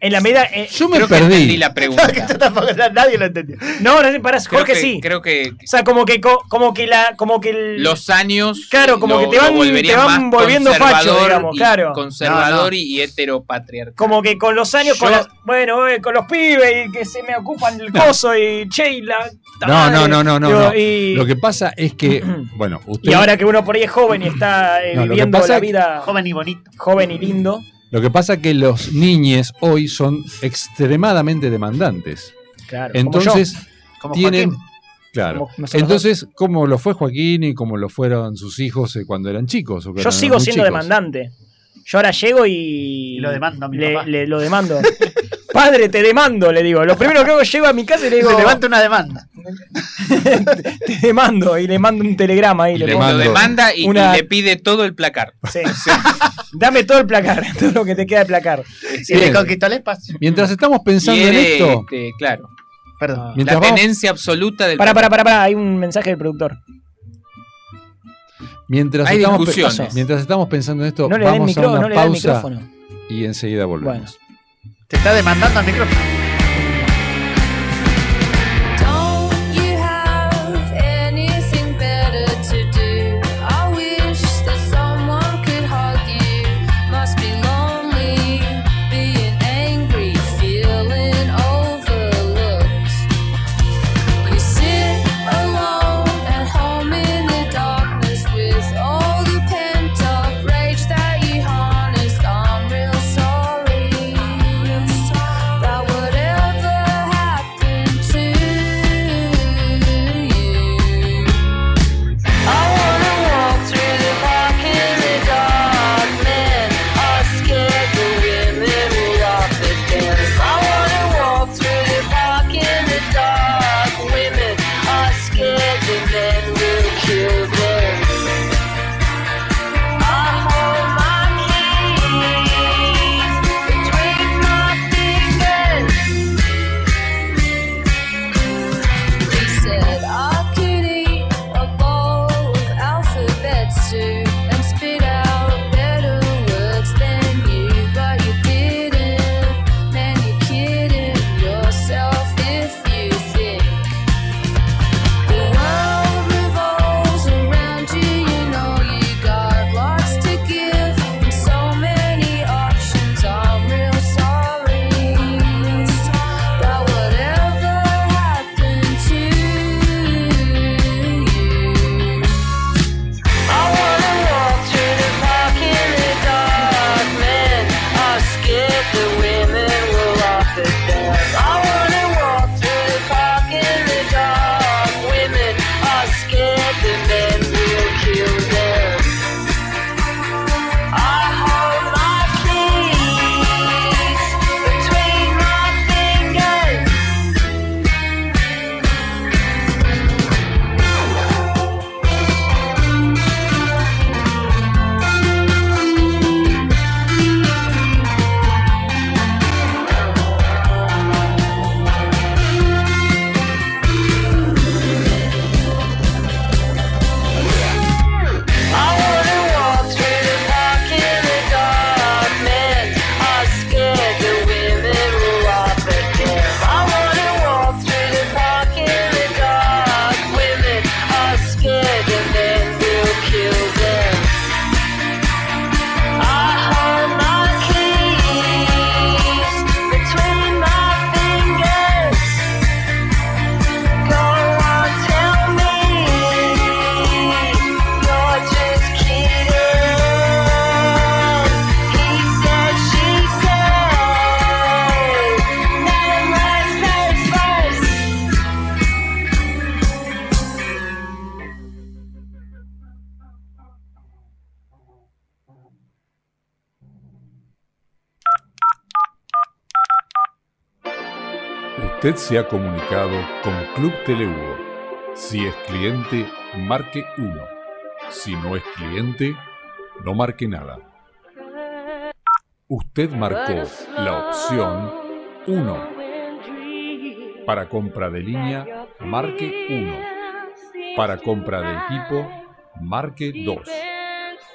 [SPEAKER 6] En la medida. eh,
[SPEAKER 2] Yo
[SPEAKER 4] Creo que entendí la pregunta.
[SPEAKER 6] nadie lo entendió. No, no, pará,
[SPEAKER 4] Creo
[SPEAKER 6] Jorge
[SPEAKER 4] que-
[SPEAKER 6] sí.
[SPEAKER 4] Creo que
[SPEAKER 6] O sea, como que, co- como que la, como que el-
[SPEAKER 4] los años.
[SPEAKER 6] Claro, como
[SPEAKER 4] lo-
[SPEAKER 6] que te
[SPEAKER 4] lo
[SPEAKER 6] van, te
[SPEAKER 4] volverían
[SPEAKER 6] van
[SPEAKER 4] más
[SPEAKER 6] volviendo facho,
[SPEAKER 4] conservador
[SPEAKER 6] digamos,
[SPEAKER 4] y-
[SPEAKER 6] claro.
[SPEAKER 4] Conservador y heteropatriarcal.
[SPEAKER 6] Como que con los años, con
[SPEAKER 4] Yo-
[SPEAKER 6] las- bueno, eh, con los pibes y que se me ocupan el coso y che, y la.
[SPEAKER 2] No, no, no, no, no.
[SPEAKER 6] Digo,
[SPEAKER 2] no.
[SPEAKER 6] y-
[SPEAKER 2] Lo que pasa es que, bueno, usted.
[SPEAKER 6] Y ahora que uno por ahí es joven y está eh,
[SPEAKER 2] No, lo que
[SPEAKER 6] viviendo
[SPEAKER 2] pasa
[SPEAKER 6] la
[SPEAKER 2] es que-
[SPEAKER 6] vida. Joven
[SPEAKER 3] y bonito.
[SPEAKER 6] Joven y lindo.
[SPEAKER 2] Lo que pasa es que los niñes hoy son extremadamente demandantes.
[SPEAKER 6] Claro.
[SPEAKER 2] Entonces,
[SPEAKER 3] Como
[SPEAKER 2] tienen.
[SPEAKER 3] Joaquín.
[SPEAKER 2] Claro.
[SPEAKER 6] Como nosotros
[SPEAKER 2] Entonces, como lo fue Joaquín y como lo fueron sus hijos eh, cuando eran chicos. o
[SPEAKER 6] Yo,
[SPEAKER 2] cuando eran
[SPEAKER 6] sigo
[SPEAKER 2] muy
[SPEAKER 6] siendo
[SPEAKER 2] chicos.
[SPEAKER 6] demandante. Yo ahora llego y.
[SPEAKER 3] lo demando a mi
[SPEAKER 6] le,
[SPEAKER 3] papá.
[SPEAKER 6] le- lo demando. Padre, te demando, le digo. Lo primero que hago es llego a mi casa y le digo.
[SPEAKER 3] Se levanta una demanda.
[SPEAKER 6] Te demando. Y le mando un telegrama ahí.
[SPEAKER 4] Y le-
[SPEAKER 6] pongo
[SPEAKER 4] lo demanda y, y
[SPEAKER 6] una-
[SPEAKER 4] le pide todo el placar.
[SPEAKER 6] Sí. Dame todo el placar, todo lo que te queda de placar.
[SPEAKER 3] Y le conquistó el espacio.
[SPEAKER 2] Mientras estamos pensando en
[SPEAKER 4] Quiere,
[SPEAKER 2] esto.
[SPEAKER 4] este, claro. Ah.
[SPEAKER 3] Perdón.
[SPEAKER 2] Mientras
[SPEAKER 4] la
[SPEAKER 2] vamos-
[SPEAKER 4] tenencia absoluta del
[SPEAKER 6] Para, para, para, para. Hay un mensaje del productor.
[SPEAKER 2] Mientras
[SPEAKER 4] Hay
[SPEAKER 2] estamos, pe-
[SPEAKER 4] discusiones.
[SPEAKER 2] mientras estamos pensando en esto,
[SPEAKER 6] No le den
[SPEAKER 2] vamos a
[SPEAKER 6] micro-
[SPEAKER 2] una
[SPEAKER 6] no le den
[SPEAKER 2] pausa
[SPEAKER 6] micrófono.
[SPEAKER 2] y enseguida volvemos.
[SPEAKER 3] Te está demandando al micrófono.
[SPEAKER 9] Don't you have anything better to do? I wish that someone could hug you. Must be lonely, being angry, feeling overlooked. You sit alone at home in the darkness with all the pent up rage that you harnessed. I'm real sorry that would
[SPEAKER 1] Usted se ha comunicado con Club Telehugo. Si es cliente, marque 1. Si no es cliente, no marque nada. Usted marcó la opción 1. Para compra de línea, marque 1. Para compra de equipo, marque 2.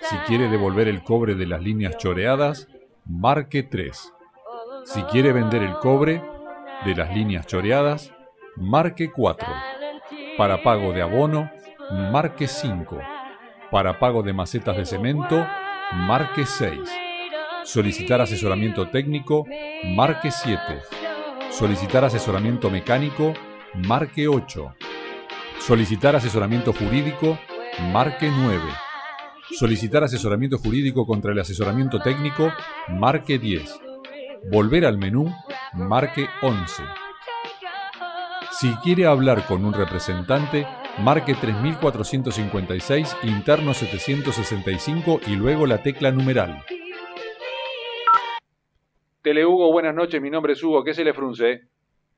[SPEAKER 1] Si quiere devolver el cobre de las líneas choreadas, marque 3. Si quiere vender el cobre de las líneas choreadas, marque 4. Para pago de abono, marque 5. Para pago de macetas de cemento, marque 6. Solicitar asesoramiento técnico, marque 7. Solicitar asesoramiento mecánico, marque 8. Solicitar asesoramiento jurídico, marque 9. Solicitar asesoramiento jurídico contra el asesoramiento técnico, marque 10. Volver al menú, marque 11. Si quiere hablar con un representante, marque 3456, interno 765 y luego la tecla numeral.
[SPEAKER 2] Telehugo, buenas noches, mi nombre es Hugo, ¿qué se le frunce?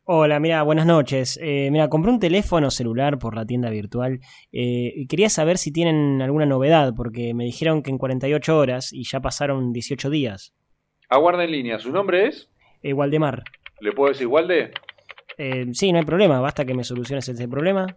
[SPEAKER 6] Hola, mira, buenas noches. Eh, mira, compré un teléfono celular por la tienda virtual eh, y quería saber si tienen alguna novedad, porque me dijeron que en 48 horas y ya pasaron 18 días.
[SPEAKER 2] Aguarda en línea, ¿su nombre es?
[SPEAKER 6] Eh, Waldemar,
[SPEAKER 2] ¿Le puedo decir Walde?
[SPEAKER 6] eh, sí, no hay problema, basta que me soluciones ese problema.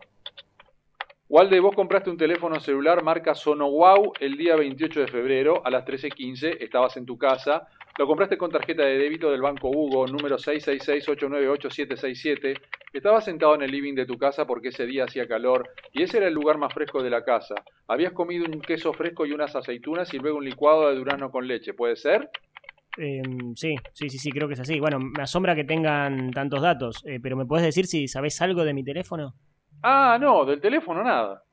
[SPEAKER 2] Walde, vos compraste un teléfono celular marca SonoWow el día 28 de febrero a las 13.15, estabas en tu casa, lo compraste con tarjeta de débito del Banco Hugo, número 666-898-767, estabas sentado en el living de tu casa porque ese día hacía calor y ese era el lugar más fresco de la casa. Habías comido un queso fresco y unas aceitunas y luego un licuado de durazno con leche, ¿puede ser?
[SPEAKER 6] Eh, sí, sí, sí, sí, creo que es así. Bueno, me asombra que tengan tantos datos, eh, pero ¿me puedes decir si sabés algo de mi teléfono?
[SPEAKER 2] Ah, no, del teléfono nada.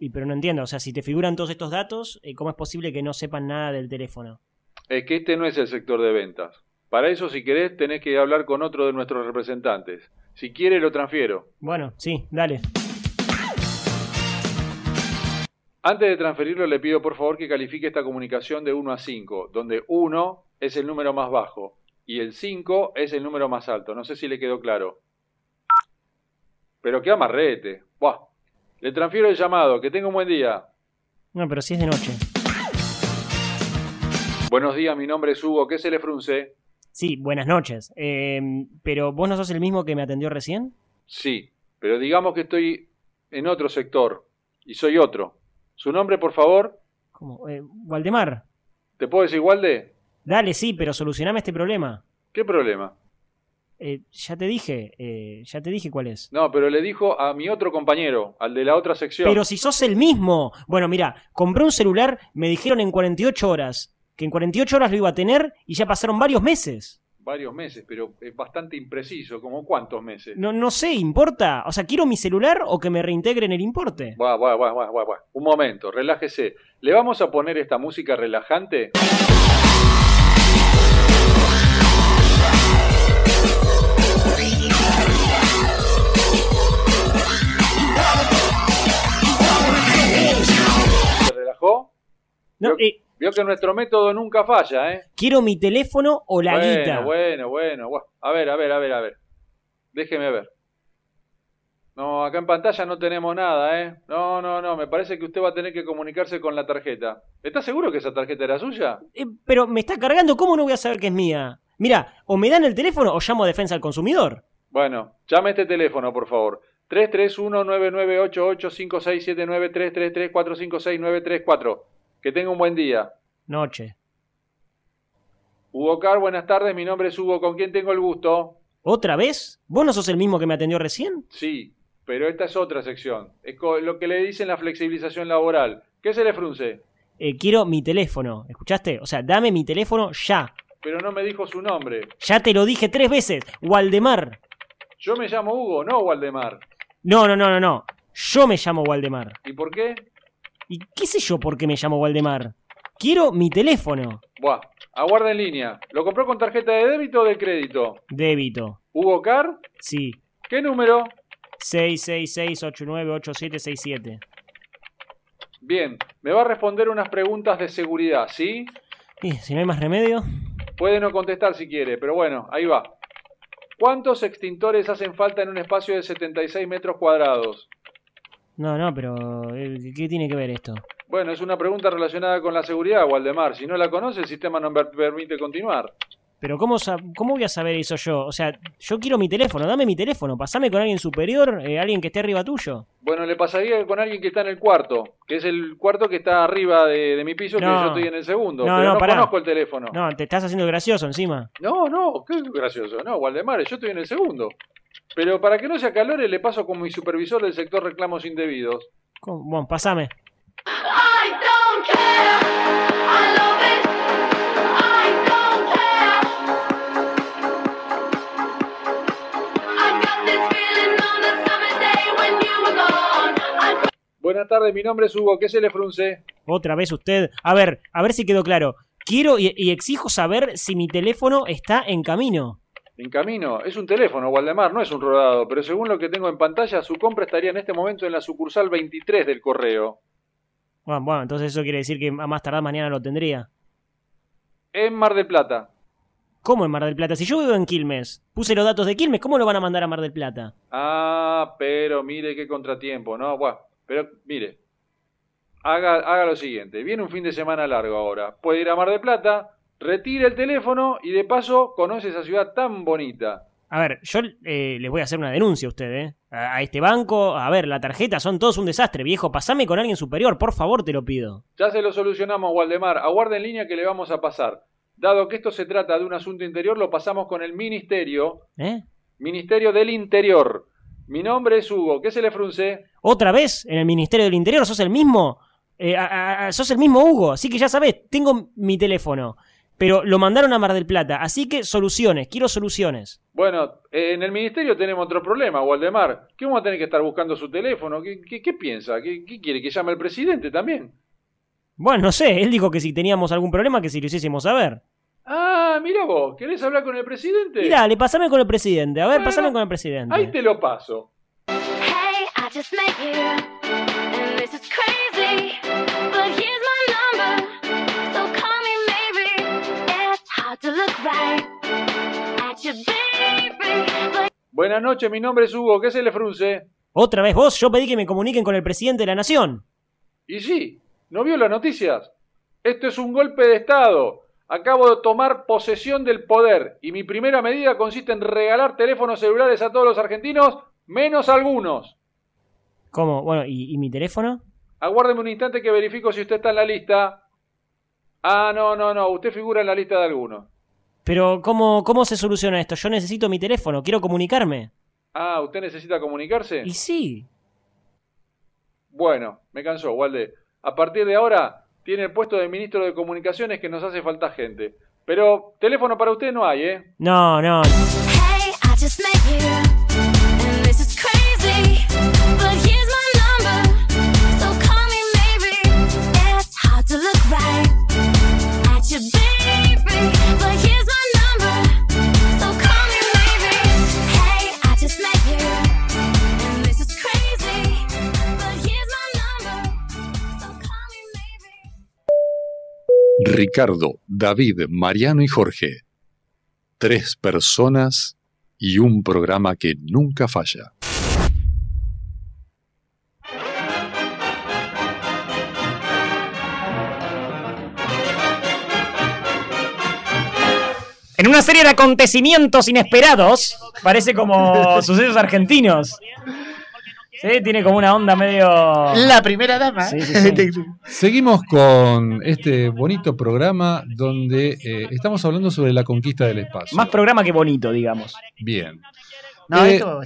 [SPEAKER 6] Y pero no entiendo, o sea, si te figuran todos estos datos, eh, ¿cómo es posible que no sepan nada del teléfono?
[SPEAKER 2] Es que este no es el sector de ventas. Para eso, si querés, tenés que hablar con otro de nuestros representantes. Si quiere, lo transfiero.
[SPEAKER 6] Bueno, sí, dale.
[SPEAKER 2] Antes de transferirlo, le pido por favor que califique esta comunicación de 1 a 5, donde 1 es el número más bajo y el 5 es el número más alto. No sé si le quedó claro. Pero qué amarrete. Buah. Le transfiero el llamado. Que tenga un buen día.
[SPEAKER 6] No, pero si es de noche.
[SPEAKER 2] Buenos días, mi nombre es Hugo. ¿Qué se le frunce?
[SPEAKER 6] Sí, buenas noches. Eh, pero vos no sos el mismo que me atendió recién.
[SPEAKER 2] Sí, pero digamos que estoy en otro sector y soy otro. ¿Su nombre, por favor?
[SPEAKER 6] ¿Cómo? Eh, Waldemar,
[SPEAKER 2] ¿Te puedo decir Walde?
[SPEAKER 6] dale, sí, pero solucioname este problema.
[SPEAKER 2] ¿Qué problema?
[SPEAKER 6] Eh, ya te dije, eh, ya te dije cuál es.
[SPEAKER 2] No, pero le dijo a mi otro compañero, al de la otra sección.
[SPEAKER 6] Pero si sos el mismo. Bueno, mira, compré un celular, me dijeron en 48 horas. Que en 48 horas lo iba a tener y ya pasaron varios meses.
[SPEAKER 2] Varios meses, pero es bastante impreciso, como cuántos meses.
[SPEAKER 6] No, no sé, ¿importa? O sea, ¿quiero mi celular o que me reintegren el importe?
[SPEAKER 2] Va, va, va, va, va, va. Un momento, relájese. ¿Le vamos a poner esta música relajante? ¿Se relajó?
[SPEAKER 6] No, eh,
[SPEAKER 2] Vio que nuestro método nunca falla, ¿eh?
[SPEAKER 6] ¿Quiero mi teléfono o la
[SPEAKER 2] bueno,
[SPEAKER 6] guita?
[SPEAKER 2] Bueno, bueno, bueno. A ver, a ver, a ver, a ver. Déjeme ver. No, acá en pantalla no tenemos nada, ¿eh? No, no, no. Me parece que usted va a tener que comunicarse con la tarjeta. ¿Está seguro que esa tarjeta era suya?
[SPEAKER 6] Eh, pero me está cargando, ¿cómo no voy a saber que es mía? Mira, o me dan el teléfono o llamo a defensa al consumidor.
[SPEAKER 2] Bueno, llame a este teléfono, por favor. 331-9988-5679-333-456-934. Que tenga un buen día.
[SPEAKER 6] Noche.
[SPEAKER 2] Hugo Car, buenas tardes. Mi nombre es Hugo. ¿Con quién tengo el gusto?
[SPEAKER 6] ¿Otra vez? ¿Vos no sos el mismo que me atendió recién?
[SPEAKER 2] Sí, pero esta es otra sección. Es co- lo que le dicen la flexibilización laboral. ¿Qué se le frunce?
[SPEAKER 6] Eh, quiero mi teléfono, ¿escuchaste? O sea, dame mi teléfono ya.
[SPEAKER 2] Pero no me dijo su nombre.
[SPEAKER 6] Ya te lo dije tres veces. Waldemar.
[SPEAKER 2] Yo me llamo Hugo, no Waldemar.
[SPEAKER 6] No, no, no, no, no. Yo me llamo Waldemar.
[SPEAKER 2] ¿Y por qué?
[SPEAKER 6] ¿Y qué sé yo por qué me llamo Waldemar? Quiero mi teléfono.
[SPEAKER 2] Buah, aguarda en línea. ¿Lo compró con tarjeta de débito o de crédito?
[SPEAKER 6] Débito.
[SPEAKER 2] Hugo Car,
[SPEAKER 6] Sí.
[SPEAKER 2] ¿qué número?
[SPEAKER 6] 666-898767.
[SPEAKER 2] Bien, me va a responder unas preguntas de seguridad, ¿sí?
[SPEAKER 6] Y si no hay más remedio.
[SPEAKER 2] Puede no contestar si quiere, pero bueno, ahí va. ¿Cuántos extintores hacen falta en un espacio de 76 metros cuadrados?
[SPEAKER 6] No, no, pero eh, ¿qué- ¿qué tiene que ver esto?
[SPEAKER 2] Bueno, es una pregunta relacionada con la seguridad, Waldemar. Si no la conoce, el sistema no me permite continuar.
[SPEAKER 6] Pero ¿cómo, sa- ¿cómo voy a saber eso yo? O sea, yo quiero mi teléfono, dame mi teléfono, pasame con alguien superior, eh, alguien que esté arriba tuyo.
[SPEAKER 2] Bueno, le pasaría con alguien que está en el cuarto, que es el cuarto que está arriba de, de mi piso, que
[SPEAKER 6] No.
[SPEAKER 2] yo estoy en el segundo.
[SPEAKER 6] No,
[SPEAKER 2] pero
[SPEAKER 6] no,
[SPEAKER 2] no
[SPEAKER 6] pará.
[SPEAKER 2] conozco el teléfono.
[SPEAKER 6] No, te estás haciendo gracioso encima.
[SPEAKER 2] No, no, qué gracioso. No, Waldemar, yo estoy en el segundo. Pero para que no se acalore, le paso con mi supervisor del sector reclamos indebidos.
[SPEAKER 6] ¿Cómo? Bueno, pasame.
[SPEAKER 2] Buenas tardes, mi nombre es Hugo. ¿Qué se le frunce?
[SPEAKER 6] Otra vez usted. A ver, a ver si quedó claro. Quiero y, y exijo saber si mi teléfono está en camino.
[SPEAKER 2] En camino. Es un teléfono, Waldemar, no es un rodado. Pero según lo que tengo en pantalla, su compra estaría en este momento en la sucursal 23 del correo.
[SPEAKER 6] Bueno, bueno, entonces eso quiere decir que a más tardar mañana lo tendría.
[SPEAKER 2] En Mar del Plata.
[SPEAKER 6] ¿Cómo en Mar del Plata? Si yo vivo en Quilmes, puse los datos de Quilmes, ¿cómo lo van a mandar a Mar del Plata?
[SPEAKER 2] Ah, pero mire qué contratiempo, ¿no? Buah, pero mire, haga, haga lo siguiente, viene un fin de semana largo ahora, puede ir a Mar de Plata, retira el teléfono y de paso conoce esa ciudad tan bonita.
[SPEAKER 6] A ver, yo eh, les voy a hacer una denuncia a ustedes. A, a este banco, a ver, la tarjeta, son todos un desastre, viejo. Pasame con alguien superior, por favor, te lo pido.
[SPEAKER 2] Ya se lo solucionamos, Waldemar, aguarde en línea que le vamos a pasar. Dado que esto se trata de un asunto interior, lo pasamos con el Ministerio,
[SPEAKER 6] ¿Eh?
[SPEAKER 2] Ministerio del Interior. Mi nombre es Hugo, ¿qué se le frunce?
[SPEAKER 6] ¿Otra vez en el Ministerio del Interior? ¿Sos el mismo? Eh, a- a- a- sos el mismo Hugo, así que ya sabés, tengo mi teléfono. Pero lo mandaron a Mar del Plata, así que soluciones, quiero soluciones.
[SPEAKER 2] Bueno, eh, en el ministerio tenemos otro problema, Waldemar. ¿Qué vamos a tener que estar buscando su teléfono? ¿Qué, qué- qué piensa? ¿Qué, qué quiere? ¿Que llame al presidente también?
[SPEAKER 6] Bueno, no sé, él dijo que si teníamos algún problema que si lo hiciésemos saber.
[SPEAKER 2] Ah, mira vos, ¿querés hablar con el presidente?
[SPEAKER 6] Y dale, pasame con el presidente, a ver,
[SPEAKER 2] Bueno,
[SPEAKER 6] pasame con el presidente.
[SPEAKER 2] Ahí te lo paso.
[SPEAKER 15] I just met you, and this is crazy. But here's my number, so call me maybe. It's hard to look right at your baby, but
[SPEAKER 2] Buenas noches, mi nombre es Hugo, ¿qué se le frunce?
[SPEAKER 6] Otra vez vos, yo pedí que me comuniquen con el presidente de la nación.
[SPEAKER 2] Y sí, ¿no vio las noticias? Esto es un golpe de Estado. Acabo de tomar posesión del poder y mi primera medida consiste en regalar teléfonos celulares a todos los argentinos, menos algunos.
[SPEAKER 6] ¿Cómo? Bueno, ¿y, y mi teléfono?
[SPEAKER 2] Aguárdeme un instante que verifico si usted está en la lista. Ah, no, no, no, usted figura en la lista de algunos.
[SPEAKER 6] Pero, ¿cómo, cómo se soluciona esto? Yo necesito mi teléfono, quiero comunicarme.
[SPEAKER 2] Ah, ¿usted necesita comunicarse?
[SPEAKER 6] Y sí.
[SPEAKER 2] Bueno, me cansó, Walde. A partir de ahora tiene el puesto de ministro de comunicaciones que nos hace falta gente. Pero teléfono para usted no hay, ¿eh?
[SPEAKER 6] No, no.
[SPEAKER 15] I just met you, and this is crazy. But here's my number, so call me maybe. It's hard to look right at your baby, but here's my number, so call me maybe. Hey, I just met you, and this is crazy. But here's my number, so call me maybe.
[SPEAKER 1] Ricardo, David, Mariano y Jorge. Tres personas y un programa que nunca falla.
[SPEAKER 6] En una serie de acontecimientos inesperados, parece como sucesos argentinos. Sí, tiene como una onda medio.
[SPEAKER 3] La primera dama.
[SPEAKER 6] Sí, sí, sí.
[SPEAKER 2] Seguimos con este bonito programa donde eh, estamos hablando sobre la conquista del espacio.
[SPEAKER 6] Más programa que bonito, digamos.
[SPEAKER 2] Bien.
[SPEAKER 3] No,
[SPEAKER 2] Eh,
[SPEAKER 3] esto-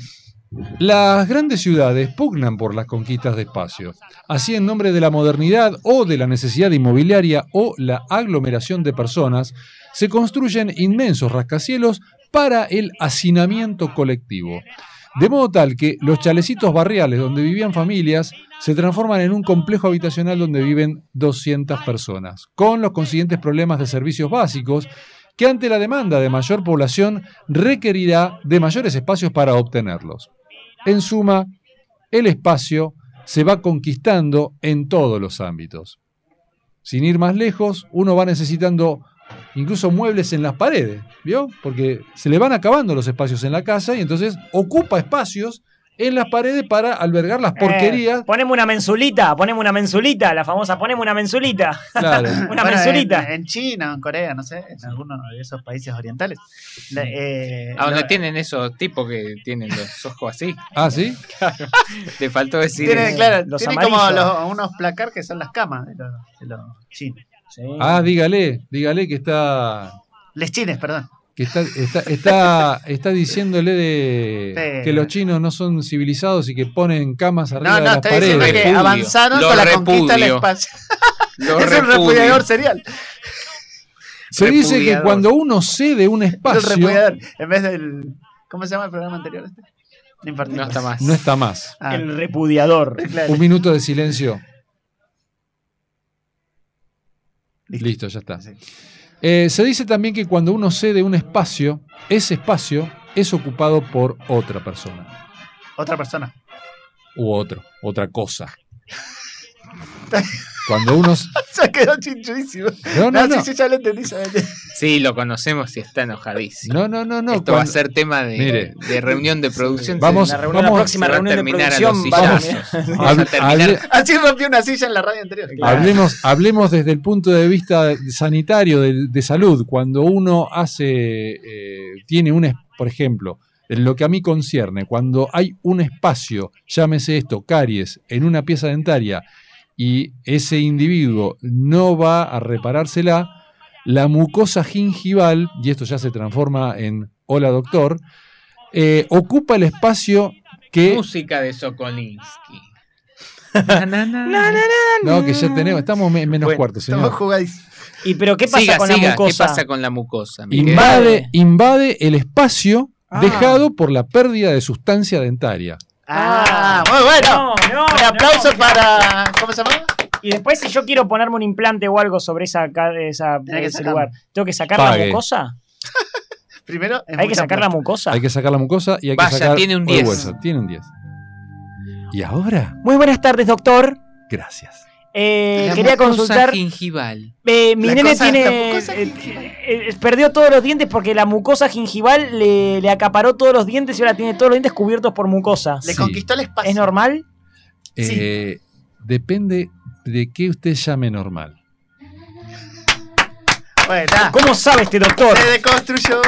[SPEAKER 2] Las grandes ciudades pugnan por las conquistas de espacio, así en nombre de la modernidad o de la necesidad inmobiliaria o la aglomeración de personas, se construyen inmensos rascacielos para el hacinamiento colectivo. De modo tal que los chalecitos barriales donde vivían familias se transforman en un complejo habitacional donde viven 200 personas, con los consiguientes problemas de servicios básicos que ante la demanda de mayor población requerirá de mayores espacios para obtenerlos. En suma, el espacio se va conquistando en todos los ámbitos. Sin ir más lejos, uno va necesitando incluso muebles en las paredes, ¿vio? Porque se le van acabando los espacios en la casa y entonces ocupa espacios en las paredes para albergar las porquerías.
[SPEAKER 6] Eh, poneme una mensulita, poneme una mensulita, la famosa poneme una mensulita.
[SPEAKER 2] Claro.
[SPEAKER 6] una
[SPEAKER 3] Bueno,
[SPEAKER 6] mensulita.
[SPEAKER 3] En, en China, en Corea, no sé, en algunos de esos países orientales. La- eh,
[SPEAKER 4] A donde
[SPEAKER 3] la-
[SPEAKER 4] tienen esos tipos que tienen los ojos así.
[SPEAKER 2] Ah, ¿sí?
[SPEAKER 4] Claro. Te faltó decir.
[SPEAKER 3] tienen,
[SPEAKER 4] eso.
[SPEAKER 3] claro, tienen como los- unos placar que son las camas de los, de los chinos.
[SPEAKER 2] Ah, dígale, dígale que está.
[SPEAKER 3] Les chines, perdón.
[SPEAKER 2] Que está, está, está, está diciéndole de
[SPEAKER 3] Sí.
[SPEAKER 2] que los chinos no son civilizados y que ponen camas arriba
[SPEAKER 3] No,
[SPEAKER 2] de
[SPEAKER 3] no,
[SPEAKER 2] las
[SPEAKER 3] estoy
[SPEAKER 2] paredes.
[SPEAKER 3] diciendo que avanzaron
[SPEAKER 2] Lo
[SPEAKER 3] con la conquista del
[SPEAKER 2] repudio.
[SPEAKER 3] espacio.
[SPEAKER 4] Lo
[SPEAKER 3] es un
[SPEAKER 2] repudio.
[SPEAKER 3] repudiador serial.
[SPEAKER 2] Se dice que
[SPEAKER 3] Repudiador.
[SPEAKER 2] cuando uno cede un
[SPEAKER 3] El
[SPEAKER 2] espacio,
[SPEAKER 3] repudiador. En vez del. ¿Cómo se llama el programa anterior? este? No importa. Ah. No está
[SPEAKER 2] no está más.
[SPEAKER 6] El repudiador.
[SPEAKER 2] Un minuto de silencio. Listo, ya está. Eh, se dice también que cuando uno cede un espacio, ese espacio es ocupado por otra persona
[SPEAKER 3] Otra persona.
[SPEAKER 2] u otro, otra cosa. Cuando uno.
[SPEAKER 3] Se quedó chinchudísimo. Ah,
[SPEAKER 2] No, no,
[SPEAKER 3] sí,
[SPEAKER 2] no.
[SPEAKER 3] sí, ya lo entendí. ya lo entendí.
[SPEAKER 4] Sí, lo conocemos y está enojadísimo.
[SPEAKER 2] No, no, no, no.
[SPEAKER 4] Esto va a
[SPEAKER 2] cuando-
[SPEAKER 4] ser tema de,
[SPEAKER 2] Mire.
[SPEAKER 4] de reunión de producción.
[SPEAKER 2] Vamos-
[SPEAKER 4] Se-
[SPEAKER 2] La reunión- la vamos- próxima
[SPEAKER 4] se va a
[SPEAKER 2] reunión de
[SPEAKER 4] terminar a los
[SPEAKER 2] producción, vamos.
[SPEAKER 4] sillazos.
[SPEAKER 2] Hab-
[SPEAKER 4] Vamos a terminar.
[SPEAKER 2] hable-
[SPEAKER 3] Así rompió una silla en la radio anterior.
[SPEAKER 2] Hablemos, hablemos desde el punto de vista sanitario, de, de salud. Cuando uno hace, eh, tiene un, es- por ejemplo, en lo que a mí concierne, cuando hay un espacio, llámese esto, caries, en una pieza dentaria, y ese individuo no va a reparársela, la mucosa gingival, y esto ya se transforma en hola doctor, eh, ocupa el espacio que
[SPEAKER 4] Música de Sokolinsky.
[SPEAKER 2] No, que ya tenemos, estamos en menos
[SPEAKER 4] Bueno,
[SPEAKER 2] cuartos, señor.
[SPEAKER 6] ¿Y pero qué pasa
[SPEAKER 4] Siga,
[SPEAKER 6] con
[SPEAKER 4] siga,
[SPEAKER 6] la mucosa?
[SPEAKER 4] ¿Qué pasa con la mucosa? Miguel?
[SPEAKER 2] Invade, invade el espacio dejado por la pérdida de sustancia dentaria.
[SPEAKER 3] Ah, muy bueno. Un aplauso para. ¿Cómo se llama?
[SPEAKER 6] Y después, si yo quiero ponerme un implante o algo sobre esa, ca- esa,
[SPEAKER 3] Tenés que
[SPEAKER 6] ese
[SPEAKER 3] sacarlo.
[SPEAKER 6] lugar, ¿tengo que sacar la
[SPEAKER 2] Pague.
[SPEAKER 6] mucosa?
[SPEAKER 3] Primero, es
[SPEAKER 6] ¿Hay que
[SPEAKER 3] mucha
[SPEAKER 6] sacar la mucosa?
[SPEAKER 2] Hay que sacar la mucosa y hay
[SPEAKER 6] Vaya,
[SPEAKER 2] que sacar
[SPEAKER 6] tiene un
[SPEAKER 2] el
[SPEAKER 6] 10.
[SPEAKER 2] hueso. Tiene un 10. Y ahora,
[SPEAKER 6] Muy buenas tardes, doctor.
[SPEAKER 2] gracias.
[SPEAKER 6] Eh,
[SPEAKER 4] La
[SPEAKER 6] quería
[SPEAKER 4] mucosa
[SPEAKER 6] consultar.
[SPEAKER 4] gingival.
[SPEAKER 6] Eh, mi
[SPEAKER 4] La
[SPEAKER 6] nene
[SPEAKER 4] cosa-
[SPEAKER 6] tiene.
[SPEAKER 4] la mucosa
[SPEAKER 6] eh, eh, perdió todos los dientes porque la mucosa gingival le, le acaparó todos los dientes y ahora tiene todos los dientes cubiertos por mucosa.
[SPEAKER 2] Le Sí. conquistó
[SPEAKER 3] el espacio.
[SPEAKER 6] ¿Es normal?
[SPEAKER 2] Eh, Depende de qué usted llame normal.
[SPEAKER 3] Buena.
[SPEAKER 6] ¿Cómo sabe este doctor?
[SPEAKER 3] Se deconstruyó.